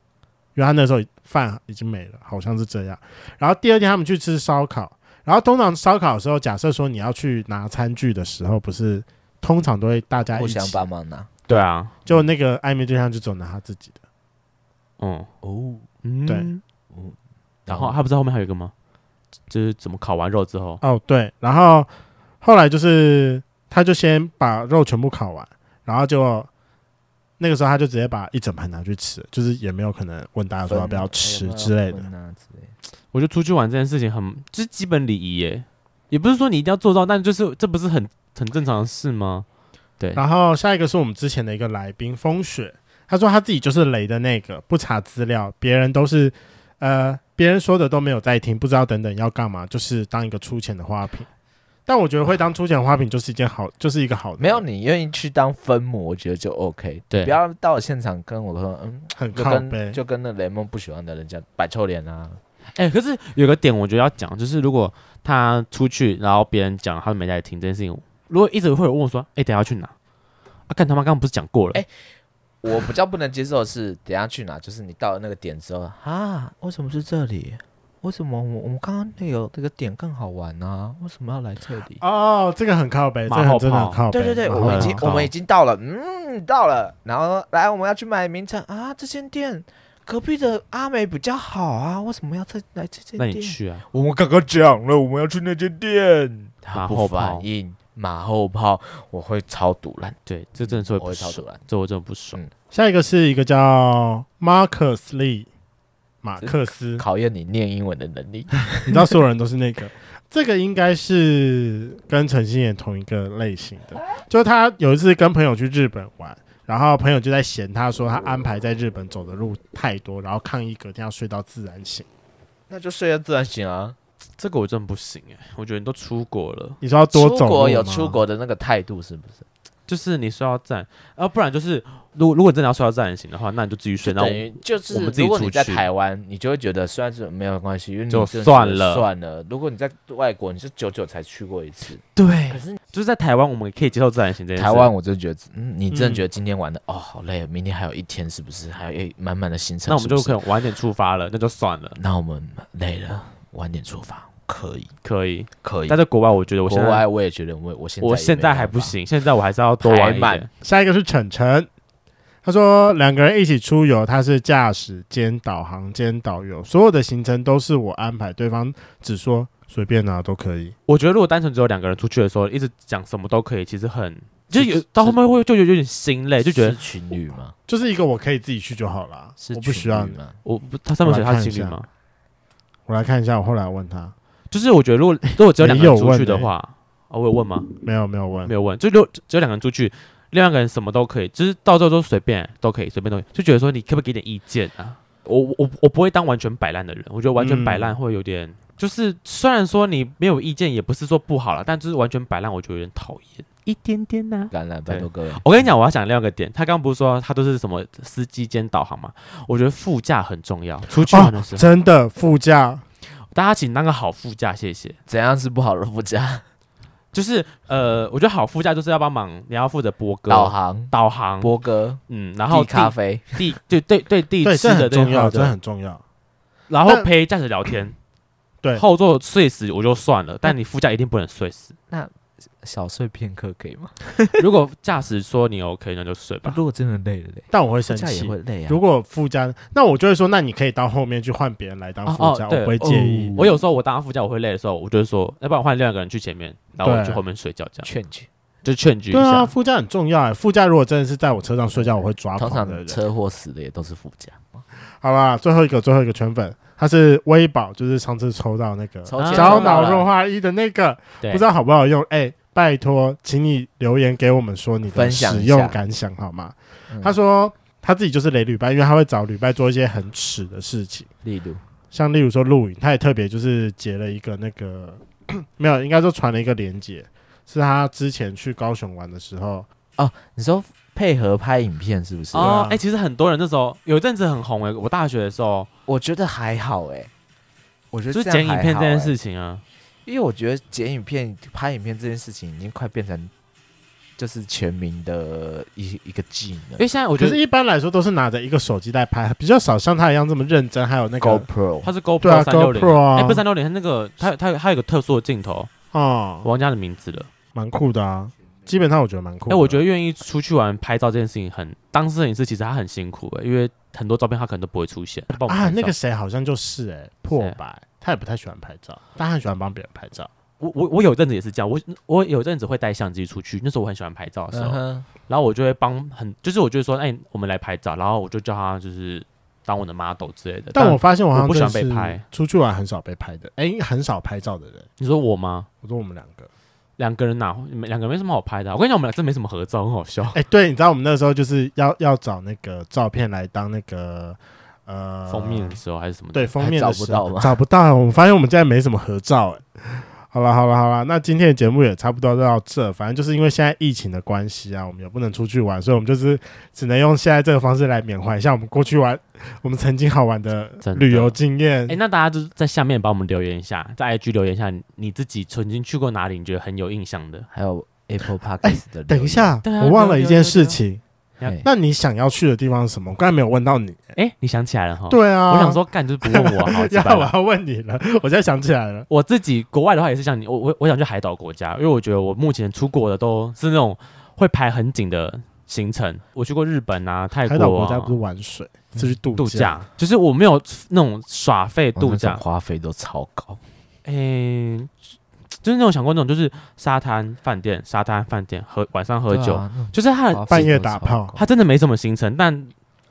[SPEAKER 1] 因为他那时候饭已经没了，好像是这样。然后第二天他们去吃烧烤，然后通常烧烤的时候，假设说你要去拿餐具的时候，不是通常都会大家一
[SPEAKER 3] 互
[SPEAKER 1] 起
[SPEAKER 3] 相，帮忙拿。
[SPEAKER 2] 对啊，
[SPEAKER 1] 就那个暧昧对象就只有拿他自己的。
[SPEAKER 2] 嗯
[SPEAKER 3] 哦，
[SPEAKER 2] 嗯
[SPEAKER 1] 对
[SPEAKER 2] 然后他不知道后面还有一个吗？就是怎么烤完肉之后，
[SPEAKER 1] 哦，对，然后后来就是他就先把肉全部烤完，然后就那个时候他就直接把一整盘拿去吃，就是也没有可能问大家说要不
[SPEAKER 3] 哎
[SPEAKER 1] 要吃之类的。
[SPEAKER 3] 的。啊之类的
[SPEAKER 2] 我觉得出去玩这件事情很，就是基本礼仪耶，也不是说你一定要做到，但就是这不是很很正常的事吗？对，
[SPEAKER 1] 然后下一个是我们之前的一个来宾风雪，他说他自己就是雷的那个，不查资料，别人都是呃别人说的都没有在听，不知道等等要干嘛，就是当一个出钱的花瓶。但我觉得会当出钱的花瓶就是一件好，就是一个好的，
[SPEAKER 3] 没有你愿意去当分母，我觉得就 OK。
[SPEAKER 2] 对
[SPEAKER 3] 不要到了现场跟我说，嗯，
[SPEAKER 1] 很
[SPEAKER 3] 就
[SPEAKER 1] 靠背
[SPEAKER 3] 跟。就跟那雷蒙不喜欢的人家摆臭脸啊。
[SPEAKER 2] 哎、可是有个点我觉得要讲，就是如果他出去，然后别人讲他没在听这件事情，如果一直会有人问我说，哎、等一下要去哪？啊，干他妈刚刚不是讲过了？
[SPEAKER 3] 哎我比较不能接受的是，等一下去哪？就是你到了那个点之后，啊，为什么是这里？为什么我我们刚刚那有那个点更好玩呢、啊？为什么要来这里？
[SPEAKER 1] 哦，这个很靠背，这
[SPEAKER 2] 马后
[SPEAKER 1] 个很真的很
[SPEAKER 2] 炮
[SPEAKER 1] 靠背。
[SPEAKER 3] 对对对，
[SPEAKER 1] 马
[SPEAKER 3] 我
[SPEAKER 1] 后
[SPEAKER 3] 们已
[SPEAKER 1] 炮
[SPEAKER 3] 经
[SPEAKER 2] 好
[SPEAKER 3] 我们已经到了，嗯，到了。然后来，我们要去买名产啊，这间店隔壁的阿美比较好啊，为什么要再来这间
[SPEAKER 2] 那你
[SPEAKER 3] 店？
[SPEAKER 2] 去啊，
[SPEAKER 3] 我们刚刚讲了，我们要去那间店，他
[SPEAKER 2] 马
[SPEAKER 3] 不
[SPEAKER 2] 后
[SPEAKER 3] 反
[SPEAKER 2] 炮
[SPEAKER 3] 应，马后炮，我会超堵烂，
[SPEAKER 2] 对，这真的是会
[SPEAKER 3] 我
[SPEAKER 2] 不
[SPEAKER 3] 会超堵
[SPEAKER 2] 爽，
[SPEAKER 3] 烂。
[SPEAKER 2] 这我真的不爽。
[SPEAKER 1] 下一个是一个叫 Marcus Lee 马克思，
[SPEAKER 3] 考验你念英文的能力。 *laughs*
[SPEAKER 1] 你知道所有人都是那个，这个应该是跟陈星也同一个类型的，就是他有一次跟朋友去日本玩，然后朋友就在嫌他说他安排在日本走的路太多，然后抗议隔天要睡到自然醒。
[SPEAKER 3] 那就睡到自然醒啊！
[SPEAKER 2] 这个我真的不行哎、我觉得你都出国了，
[SPEAKER 1] 你说要多
[SPEAKER 3] 出
[SPEAKER 1] 走
[SPEAKER 3] 国
[SPEAKER 1] 路
[SPEAKER 3] 有
[SPEAKER 1] 吗
[SPEAKER 3] 出，国的那个态度是不是？
[SPEAKER 2] 就是你说要站，啊，不然就是如果如果真的要说要站行的话，那你就继续睡，
[SPEAKER 3] 就
[SPEAKER 2] 那我
[SPEAKER 3] 等于就是
[SPEAKER 2] 我们自己
[SPEAKER 3] 如果你
[SPEAKER 2] 出
[SPEAKER 3] 在
[SPEAKER 2] 去
[SPEAKER 3] 台湾，你就会觉得虽然是没有关系，因为你
[SPEAKER 2] 就
[SPEAKER 3] 真的
[SPEAKER 2] 算
[SPEAKER 3] 觉得
[SPEAKER 2] 了
[SPEAKER 3] 算了。如果你在外国，你是久久才去过一次，
[SPEAKER 2] 对
[SPEAKER 3] 可，是
[SPEAKER 2] 就是在台湾我们可以接受自然醒这件事。
[SPEAKER 3] 台湾，我真的觉得，嗯，你
[SPEAKER 1] 嗯
[SPEAKER 3] 真的觉得今天玩的、哦好累，明天还有一天，是不是？还有一满满的行程
[SPEAKER 2] 那我们就可
[SPEAKER 3] 以，
[SPEAKER 2] 能晚一点出发了，那就算了，
[SPEAKER 3] 那我们累了，晚点出发，可以，
[SPEAKER 2] 可以。
[SPEAKER 3] 可以
[SPEAKER 2] 但。在国外，我觉得我
[SPEAKER 3] 国
[SPEAKER 2] 现在
[SPEAKER 3] 外我也觉得我我现在
[SPEAKER 2] 我
[SPEAKER 3] 也
[SPEAKER 2] 现
[SPEAKER 3] 没
[SPEAKER 2] 在
[SPEAKER 3] 办
[SPEAKER 2] 还不
[SPEAKER 3] 法，
[SPEAKER 2] 行，现在我还是要多玩一
[SPEAKER 3] 排
[SPEAKER 2] 点
[SPEAKER 3] 满。
[SPEAKER 1] 下一个是晨晨，他说两个人一起出游，他是驾驶兼导航兼导游，所有的行程都是我安排，对方只说随便啊都可以。
[SPEAKER 2] 我觉得如果单纯只有两个人出去的时候，一直讲什么都可以，其实很就有到后面会就有有点心累，就觉得
[SPEAKER 3] 是情侣吗？
[SPEAKER 1] 就是一个我可以自己去就好了，
[SPEAKER 3] 是
[SPEAKER 1] 我不需要
[SPEAKER 3] 情
[SPEAKER 1] 你
[SPEAKER 3] 侣。吗？
[SPEAKER 2] 我不他上面写他是情
[SPEAKER 1] 我来看
[SPEAKER 2] 侣
[SPEAKER 1] 一
[SPEAKER 2] 吗？
[SPEAKER 1] 我来看一下，我后来问他，
[SPEAKER 2] 就是我觉得如果如果只有两个人
[SPEAKER 1] 没有
[SPEAKER 2] 出
[SPEAKER 1] 问
[SPEAKER 2] 去的
[SPEAKER 1] 欸
[SPEAKER 2] 话，哦，我有问吗？
[SPEAKER 1] 没有没有问
[SPEAKER 2] 没，有问，就六只有两个人出去，另外一个人什么都可以，就是到最后都随便都可以，随便都可以，就觉得说你可不可以给点意见啊？我我我我不会当完全摆烂的人，我觉得完全摆烂会有点，就是虽然说你没有意见也不是说不好啦，但就是完全摆烂，我觉得有点讨厌一点点啊呐、
[SPEAKER 3] 橄榄，拜托各位，
[SPEAKER 2] 我跟你讲，我要讲另外一个点，他刚刚不是说他都是什么司机兼导航嘛？我觉得副驾很重要，出去玩的时候，
[SPEAKER 1] 真的副驾
[SPEAKER 2] 大家请当个好副驾，谢谢。
[SPEAKER 3] 怎样是不好的附加？
[SPEAKER 2] 就是呃，我觉得好副驾就是要帮忙，你要负责播歌、
[SPEAKER 3] 导航、
[SPEAKER 2] 导航，
[SPEAKER 3] 波哥、
[SPEAKER 2] 嗯，然后
[SPEAKER 3] 递
[SPEAKER 2] 地
[SPEAKER 3] 咖啡，
[SPEAKER 2] 地对对对地
[SPEAKER 1] 对，
[SPEAKER 2] 吃
[SPEAKER 1] 这
[SPEAKER 2] 的
[SPEAKER 1] 很重要，
[SPEAKER 2] 好
[SPEAKER 1] 这
[SPEAKER 2] 的，
[SPEAKER 1] 很重要。
[SPEAKER 2] 然后
[SPEAKER 1] 但
[SPEAKER 2] 陪驾驶聊天。
[SPEAKER 1] 对
[SPEAKER 2] 后座睡死我就算了，但你副驾一定不能睡死。
[SPEAKER 3] 小睡片刻可以吗？
[SPEAKER 2] 如果驾驶说你 OK，那就睡吧。
[SPEAKER 3] 如果真的累了嘞，
[SPEAKER 1] 但我会
[SPEAKER 3] 这
[SPEAKER 1] 生
[SPEAKER 3] 样也
[SPEAKER 1] 气。
[SPEAKER 3] 会累啊
[SPEAKER 1] 如。果副驾，那我就会说，那你可以到后面去换别人来当
[SPEAKER 2] 哦
[SPEAKER 1] 副驾，
[SPEAKER 2] 哦
[SPEAKER 1] 我
[SPEAKER 2] 对
[SPEAKER 1] 不会介意。
[SPEAKER 2] 我有时候我当副驾我会累的时候，我就会说，要不然换另外一个人去前面，然后我
[SPEAKER 1] 对
[SPEAKER 2] 去后面睡觉，这样
[SPEAKER 3] *laughs* 劝去，
[SPEAKER 2] 就劝局一
[SPEAKER 1] 对啊，
[SPEAKER 2] 下。
[SPEAKER 1] 副驾很重要哎。副驾如果真的是在我车上睡觉，我会抓
[SPEAKER 3] 通
[SPEAKER 1] 狂的
[SPEAKER 3] 常
[SPEAKER 1] 人。
[SPEAKER 3] 车祸死的也都是副驾，
[SPEAKER 1] 好吧，最后一个，最后一个圈粉，他是微宝，就是上次抽到
[SPEAKER 2] 嗯
[SPEAKER 1] 那个
[SPEAKER 3] 抽签
[SPEAKER 2] 啊
[SPEAKER 1] 小
[SPEAKER 3] 抽到
[SPEAKER 1] 脑
[SPEAKER 3] 了
[SPEAKER 1] 弱化一的那个，
[SPEAKER 2] 对
[SPEAKER 1] 不知道好不好用？哎，拜托，请你留言给我们说你的
[SPEAKER 3] 分享
[SPEAKER 1] 使
[SPEAKER 3] 一
[SPEAKER 1] 用
[SPEAKER 3] 下
[SPEAKER 1] 感想好吗？
[SPEAKER 3] 嗯
[SPEAKER 1] 他说他自己就是雷旅拜，因为他会找旅拜做一些很耻的事情，
[SPEAKER 3] 例如
[SPEAKER 1] 像例如说露营，他也特别就是截了一个那个 *clears throat* 没有，应该说传了一个链接，是他之前去高雄玩的时候，
[SPEAKER 3] 你说配合拍影片是不是？
[SPEAKER 1] 啊
[SPEAKER 2] 哦，哎，其实很多人那时候有一阵子很红哎，我大学的时候
[SPEAKER 3] 我觉得还好哎，我觉得
[SPEAKER 2] 就是
[SPEAKER 3] 这
[SPEAKER 2] 剪
[SPEAKER 3] 样
[SPEAKER 2] 影
[SPEAKER 3] 还
[SPEAKER 2] 片这
[SPEAKER 3] 好
[SPEAKER 2] 件
[SPEAKER 3] 哎，
[SPEAKER 2] 事情啊，
[SPEAKER 3] 因为我觉得剪影片、拍影片这件事情已经快变成就是全民的一一个技
[SPEAKER 2] 因
[SPEAKER 3] 能
[SPEAKER 2] 为现在我
[SPEAKER 1] 可
[SPEAKER 2] 觉
[SPEAKER 1] 是
[SPEAKER 2] 得
[SPEAKER 1] 一般来说都是拿着一个手机在拍，比较少像他一样这么认真，还有那个
[SPEAKER 3] ，GoPro
[SPEAKER 2] 它是
[SPEAKER 1] 对啊
[SPEAKER 2] GoPro 三六零，
[SPEAKER 1] ，GoPro 啊
[SPEAKER 2] 哎，不是三六零，它那个它它它有一个特殊的镜头，我
[SPEAKER 1] 哦，
[SPEAKER 2] 忘记它的名字了。
[SPEAKER 1] 蛮酷的啊，基本上我觉得蛮酷
[SPEAKER 2] 哎、
[SPEAKER 1] 的。
[SPEAKER 2] 我觉得愿意出去玩拍照这件事情很，当摄影师其实他很辛苦的、因为很多照片他可能都不会出现。帮我们
[SPEAKER 1] 啊，
[SPEAKER 2] 拍照
[SPEAKER 1] 那个谁好像就是哎、破百，他也不太喜欢拍照，但他很喜欢帮别人拍照。
[SPEAKER 2] 我我我有阵子也是这样，我我有阵子会带相机出去，那时候我很喜欢拍照的时候
[SPEAKER 3] 嗯哼
[SPEAKER 2] 然后我就会帮很，就是我就会说，哎、我们来拍照，然后我就叫他就是当我的 model 之类的。
[SPEAKER 1] 但我发现我好像
[SPEAKER 2] 我不喜欢被
[SPEAKER 1] 真的是
[SPEAKER 2] 拍
[SPEAKER 1] 出去玩很少被拍的，哎、很少拍照的人。
[SPEAKER 2] 你说我吗？
[SPEAKER 1] 我说我们两个，
[SPEAKER 2] 两个人哪没两个人没什么好拍的啊、我跟你讲，我们俩真没什么合照，很好笑。
[SPEAKER 1] 哎、对，你知道我们那时候就是要要找那个照片来当那个呃
[SPEAKER 2] 封面的，时候还是什么的？
[SPEAKER 1] 对封面的
[SPEAKER 3] 还找不
[SPEAKER 1] 时候
[SPEAKER 3] 到吗
[SPEAKER 1] 找不到，我们发现我们现在没什么合照、哎，好了好了好了，那今天的节目也差不多到这，反正就是因为现在疫情的关系啊，我们也不能出去玩，所以我们就是只能用现在这个方式来缅怀一下我们过去玩我们曾经好玩的
[SPEAKER 2] 真的
[SPEAKER 1] 旅游经验
[SPEAKER 2] 哎、。那大家就是在下面帮我们留言一下，在 IG 留言一下，你你自己曾经去过哪里，你觉得很有印象的。
[SPEAKER 3] 还有 *laughs* Apple Podcast 的。
[SPEAKER 1] 等一，下，
[SPEAKER 2] 对啊
[SPEAKER 1] 我忘了
[SPEAKER 2] 对啊
[SPEAKER 1] 一
[SPEAKER 2] 对啊
[SPEAKER 1] 件
[SPEAKER 2] 对
[SPEAKER 1] 事
[SPEAKER 2] 啊
[SPEAKER 1] 情，
[SPEAKER 3] 嘿
[SPEAKER 1] 那你想要去的地方是什么？我刚才没有问到你。
[SPEAKER 2] 哎、你想起来了哈？
[SPEAKER 1] 对啊，
[SPEAKER 2] 我想说，干就是不问我，好
[SPEAKER 1] *laughs*
[SPEAKER 2] 几
[SPEAKER 1] 要
[SPEAKER 2] 百
[SPEAKER 1] 我
[SPEAKER 2] 了。
[SPEAKER 1] 要问你了， *laughs* 我现在想起来了。
[SPEAKER 2] 我自己国外的话也是像你，我我我想去海岛国家，因为我觉得我目前出国的都是那种会排很紧的行程。我去过日本啊、泰
[SPEAKER 1] 海岛
[SPEAKER 2] 国
[SPEAKER 1] 国
[SPEAKER 2] 啊、
[SPEAKER 1] 家不是玩水，是去度
[SPEAKER 2] 度假，就是我没有那种耍费
[SPEAKER 3] 我
[SPEAKER 2] 度
[SPEAKER 3] 那种
[SPEAKER 2] 假。
[SPEAKER 3] 花费都超高，
[SPEAKER 2] 诶、就是那种想过那种就是沙滩饭店、沙滩饭店喝晚上喝
[SPEAKER 3] 对啊
[SPEAKER 2] 酒，
[SPEAKER 3] 那种
[SPEAKER 2] 就是他的
[SPEAKER 3] 花费
[SPEAKER 1] 半夜
[SPEAKER 3] 真的
[SPEAKER 1] 打
[SPEAKER 3] 超
[SPEAKER 1] 炮
[SPEAKER 3] 高
[SPEAKER 2] 他真的没什么行程，但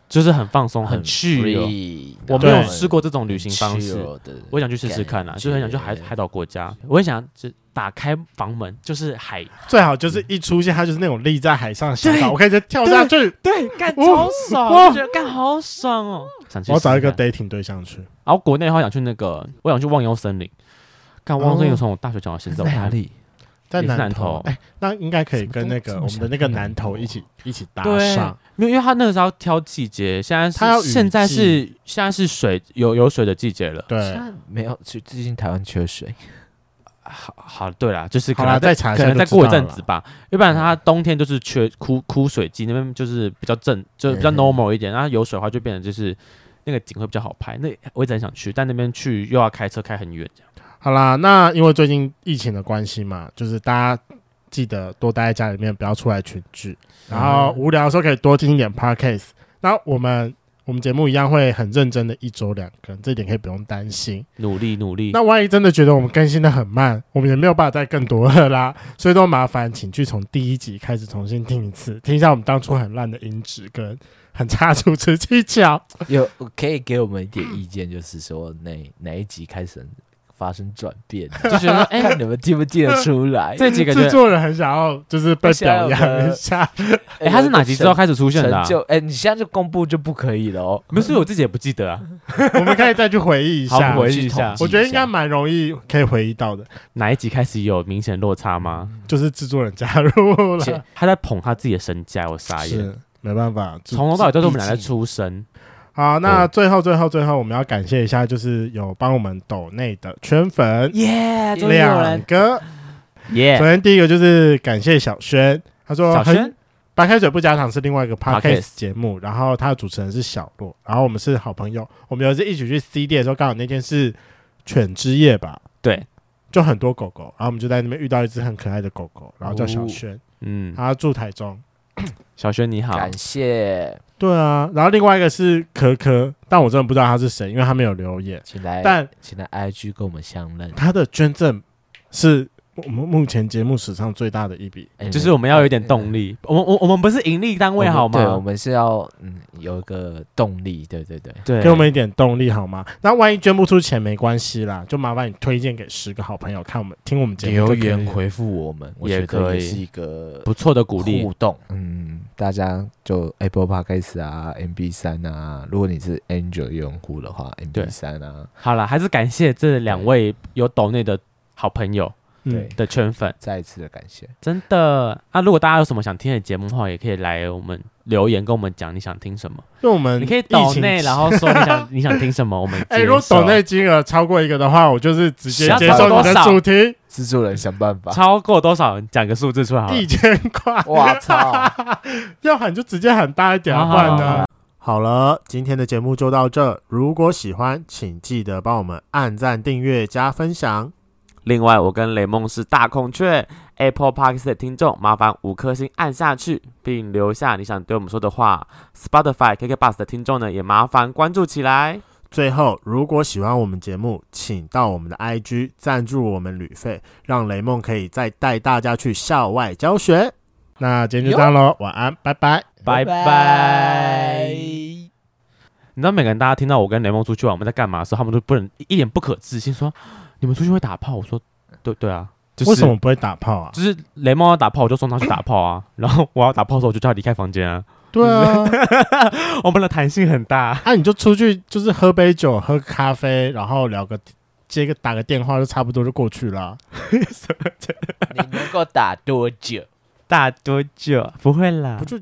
[SPEAKER 2] 就是很放松、很 chill。
[SPEAKER 3] free，
[SPEAKER 2] 我没
[SPEAKER 1] 对
[SPEAKER 2] 有试过这种旅行方式，
[SPEAKER 3] 的，
[SPEAKER 2] 我想去试试看啦，啊
[SPEAKER 3] 感
[SPEAKER 2] 就是很想去海
[SPEAKER 3] 觉
[SPEAKER 2] 海岛国家，我也想只打开房门就是海，
[SPEAKER 1] 最好就是一出现，他就是那种立在海上的小岛，
[SPEAKER 2] 对
[SPEAKER 1] 我可以直接跳下去。
[SPEAKER 2] *laughs* 对，干
[SPEAKER 1] 哇
[SPEAKER 2] 超爽，
[SPEAKER 1] 哦哇
[SPEAKER 2] 我觉得干好爽哦。 *laughs* 想去
[SPEAKER 1] 我要找一
[SPEAKER 2] 试试
[SPEAKER 1] 个
[SPEAKER 2] 看
[SPEAKER 1] dating 对象去，
[SPEAKER 2] 然后国内的话想去那个，我想去忘忧森林。干忘忧森林
[SPEAKER 3] 哦
[SPEAKER 2] 从我大学讲到现在，我
[SPEAKER 3] 在哪
[SPEAKER 2] 还
[SPEAKER 3] 里？
[SPEAKER 1] 在
[SPEAKER 2] 也是
[SPEAKER 1] 南
[SPEAKER 2] 南投
[SPEAKER 1] 哎，那应该可以跟那
[SPEAKER 3] 怎
[SPEAKER 1] 个
[SPEAKER 3] 么
[SPEAKER 1] 我们的那个
[SPEAKER 3] 怎么想
[SPEAKER 1] 南头一起
[SPEAKER 2] 嗯
[SPEAKER 1] 一起搭
[SPEAKER 2] 对
[SPEAKER 1] 上。
[SPEAKER 2] 没有，因为他那个时候要挑季节，现在
[SPEAKER 1] 他要雨
[SPEAKER 2] 是现在
[SPEAKER 1] 季
[SPEAKER 2] 是现在是水有有水的季节了。
[SPEAKER 1] 对
[SPEAKER 3] 现，在没有，最最近台湾缺水，
[SPEAKER 2] 好，好，对啦，就是可
[SPEAKER 1] 好啦，
[SPEAKER 2] 啊能在
[SPEAKER 1] 再查一
[SPEAKER 2] 可
[SPEAKER 1] 下，
[SPEAKER 2] 能再过一阵子。吧，要不然它冬天就是缺枯枯水季，那边就是比较正，就是比较
[SPEAKER 3] 嗯
[SPEAKER 2] normal 一点。然后有水的话，就变得就是那个景会比较好拍。那我一直很想去，但那边去又要开车开很远，这样
[SPEAKER 1] 好啦，那因为最近疫情的关系嘛，就是大家记得多待在家里面，不要出来群聚。然后无聊的时候可以多听一点 podcast。那我们我们节目一样会很认真的一周两更，这一点可以不用担心。
[SPEAKER 2] 努力努力。
[SPEAKER 1] 那万一真的觉得我们更新的很慢，我们也没有办法再更多了啦， *laughs* 所以都麻烦请去从第一集开始重新听一次，听一下我们当初很烂的音质跟很差的主持技巧。
[SPEAKER 3] 嗯有可以给我们一点意见，就是说哪哪一集开始发生转变，就
[SPEAKER 2] *laughs* 就觉得哎，
[SPEAKER 3] 看你们记不记得出来。
[SPEAKER 2] 这几个
[SPEAKER 1] 制
[SPEAKER 2] 人
[SPEAKER 1] 作人很想要就是被表扬一下，
[SPEAKER 2] 哎，他是哪集之后开始出现的啊
[SPEAKER 3] 成？就？哎，你现在就公布就不可以了哦。
[SPEAKER 2] 不是我自己也不记得啊，
[SPEAKER 1] 我们可以再去回忆一
[SPEAKER 2] 好
[SPEAKER 1] 啊下。
[SPEAKER 2] 回忆一下
[SPEAKER 3] 去
[SPEAKER 1] 我觉得应该蛮容易可以回忆到的，
[SPEAKER 2] 哪一集开始有明显落差吗？
[SPEAKER 1] 就是制作人加入
[SPEAKER 3] 且 *laughs*
[SPEAKER 1] 了，
[SPEAKER 2] 他在捧他自己的身价，我傻眼。
[SPEAKER 1] 是没办法。就
[SPEAKER 2] 从头到尾都是我们俩在
[SPEAKER 3] 毕竟
[SPEAKER 2] 出声，
[SPEAKER 1] 好，那最后最后最后，我们要感谢一下，就是有帮我们抖内的圈粉
[SPEAKER 2] 耶，终于有
[SPEAKER 1] 两
[SPEAKER 2] 人哎
[SPEAKER 1] 个。
[SPEAKER 2] 耶
[SPEAKER 1] 首，先第一个就是感谢小轩，他说
[SPEAKER 2] 小
[SPEAKER 1] 很
[SPEAKER 2] 轩
[SPEAKER 1] 白开水不加糖是另外一个 podcast
[SPEAKER 2] Podcast
[SPEAKER 1] 节目，然后他的主持人是小洛，然后我们是好朋友，我们有一次一起去 C 店的时候，刚好那天是犬之夜吧，
[SPEAKER 2] 对，
[SPEAKER 1] 就很多狗狗，然后我们就在那边遇到一只很可爱的狗狗，然后叫小轩，
[SPEAKER 2] 嗯，
[SPEAKER 1] 他住台中，
[SPEAKER 2] 小轩你好，
[SPEAKER 3] 感谢，
[SPEAKER 1] 对啊，然后另外一个是可可，但我真的不知道他是谁，因为他没有留言，
[SPEAKER 3] 请来，
[SPEAKER 1] 但
[SPEAKER 3] 请来 IG 跟我们相认。
[SPEAKER 1] 他的捐赠是我们目前节目史上最大的一笔，
[SPEAKER 3] 哎
[SPEAKER 2] 就是我们要有一点动力。我们我我们不是盈利单
[SPEAKER 3] 我
[SPEAKER 2] 位
[SPEAKER 3] 们
[SPEAKER 2] 好
[SPEAKER 3] 对，我
[SPEAKER 2] 吗？
[SPEAKER 3] 们是要嗯有一个动力，对对对。
[SPEAKER 2] 对，
[SPEAKER 1] 给我们一点动力好吗？那万一捐不出钱没关系啦，就麻烦你推荐给十个好朋友看我们听我们节目就
[SPEAKER 3] 留
[SPEAKER 1] 可以了
[SPEAKER 3] 言回复我们，我
[SPEAKER 2] 也
[SPEAKER 3] 觉得
[SPEAKER 2] 可以
[SPEAKER 3] 也是一个
[SPEAKER 2] 不错的鼓励
[SPEAKER 3] 互。动。嗯，大家就 Apple Podcast 啊，MB 三啊，如果你是 Android 用户的话
[SPEAKER 2] 对
[SPEAKER 3] ，MB 三啊，
[SPEAKER 2] 好了，还是感谢这两位有抖内的好朋友
[SPEAKER 1] 嗯
[SPEAKER 3] 对
[SPEAKER 2] 的圈粉，
[SPEAKER 3] 再一次的感谢。
[SPEAKER 2] 真的。那、如果大家有什么想听的节目的话，也可以来我们留言跟我们讲你想听什么。
[SPEAKER 1] 因为我们
[SPEAKER 2] 你可以
[SPEAKER 1] 嗯疫情
[SPEAKER 2] 抖内，然后说你想你想听什么，我们
[SPEAKER 1] *laughs* 哎、
[SPEAKER 2] 接
[SPEAKER 1] 如果
[SPEAKER 2] 受
[SPEAKER 1] 抖内金额超过一个的话，我就是直接
[SPEAKER 2] 要
[SPEAKER 1] 接
[SPEAKER 2] 超
[SPEAKER 1] 受
[SPEAKER 2] 过
[SPEAKER 1] 你的
[SPEAKER 2] 多少
[SPEAKER 1] 主题
[SPEAKER 3] 制作人想
[SPEAKER 1] *laughs*
[SPEAKER 3] 办法。
[SPEAKER 2] 超过多少，你讲个数字出来好了。
[SPEAKER 1] 一千块。
[SPEAKER 3] 哇操！
[SPEAKER 1] 要喊就直接喊大一点啊，
[SPEAKER 2] 好
[SPEAKER 1] 不然
[SPEAKER 2] 好好
[SPEAKER 1] 呢
[SPEAKER 2] 好？
[SPEAKER 1] 好了，今天的节目就到这。如果喜欢，请记得帮我们按赞、订阅、加分享。
[SPEAKER 2] 另外，我跟雷梦是大孔雀 Apple Park 的听众，麻烦五颗星按下去，并留下你想对我们说的话。Spotify KK Bus 的听众呢，也麻烦关注起来。
[SPEAKER 1] 最后，如果喜欢我们节目，请到我们的 IG 赞助我们旅费， *laughs* 让雷梦可以再带大家去校外教学。那今天就这样喽，晚安，拜拜。
[SPEAKER 2] 拜拜。你知道每个人大家听到我跟雷梦出去玩我们在干嘛的时候，他们都不能一脸不可置信说：“你们出去会打炮？”我说：“对对啊，就是、
[SPEAKER 1] 为什么不会打炮啊？
[SPEAKER 2] 就是雷梦要打炮，我就送他去打炮啊。然后我要打炮的时候，我就叫他离开房间啊。
[SPEAKER 1] 对 *laughs* 啊，
[SPEAKER 2] 我们的弹性很大，
[SPEAKER 1] 那、你就出去就是喝杯酒、喝咖啡，然后聊个接个打个电话，就差不多就过去了啊。
[SPEAKER 3] 你能够打多久？
[SPEAKER 2] 打多久？不会啦，
[SPEAKER 1] 不就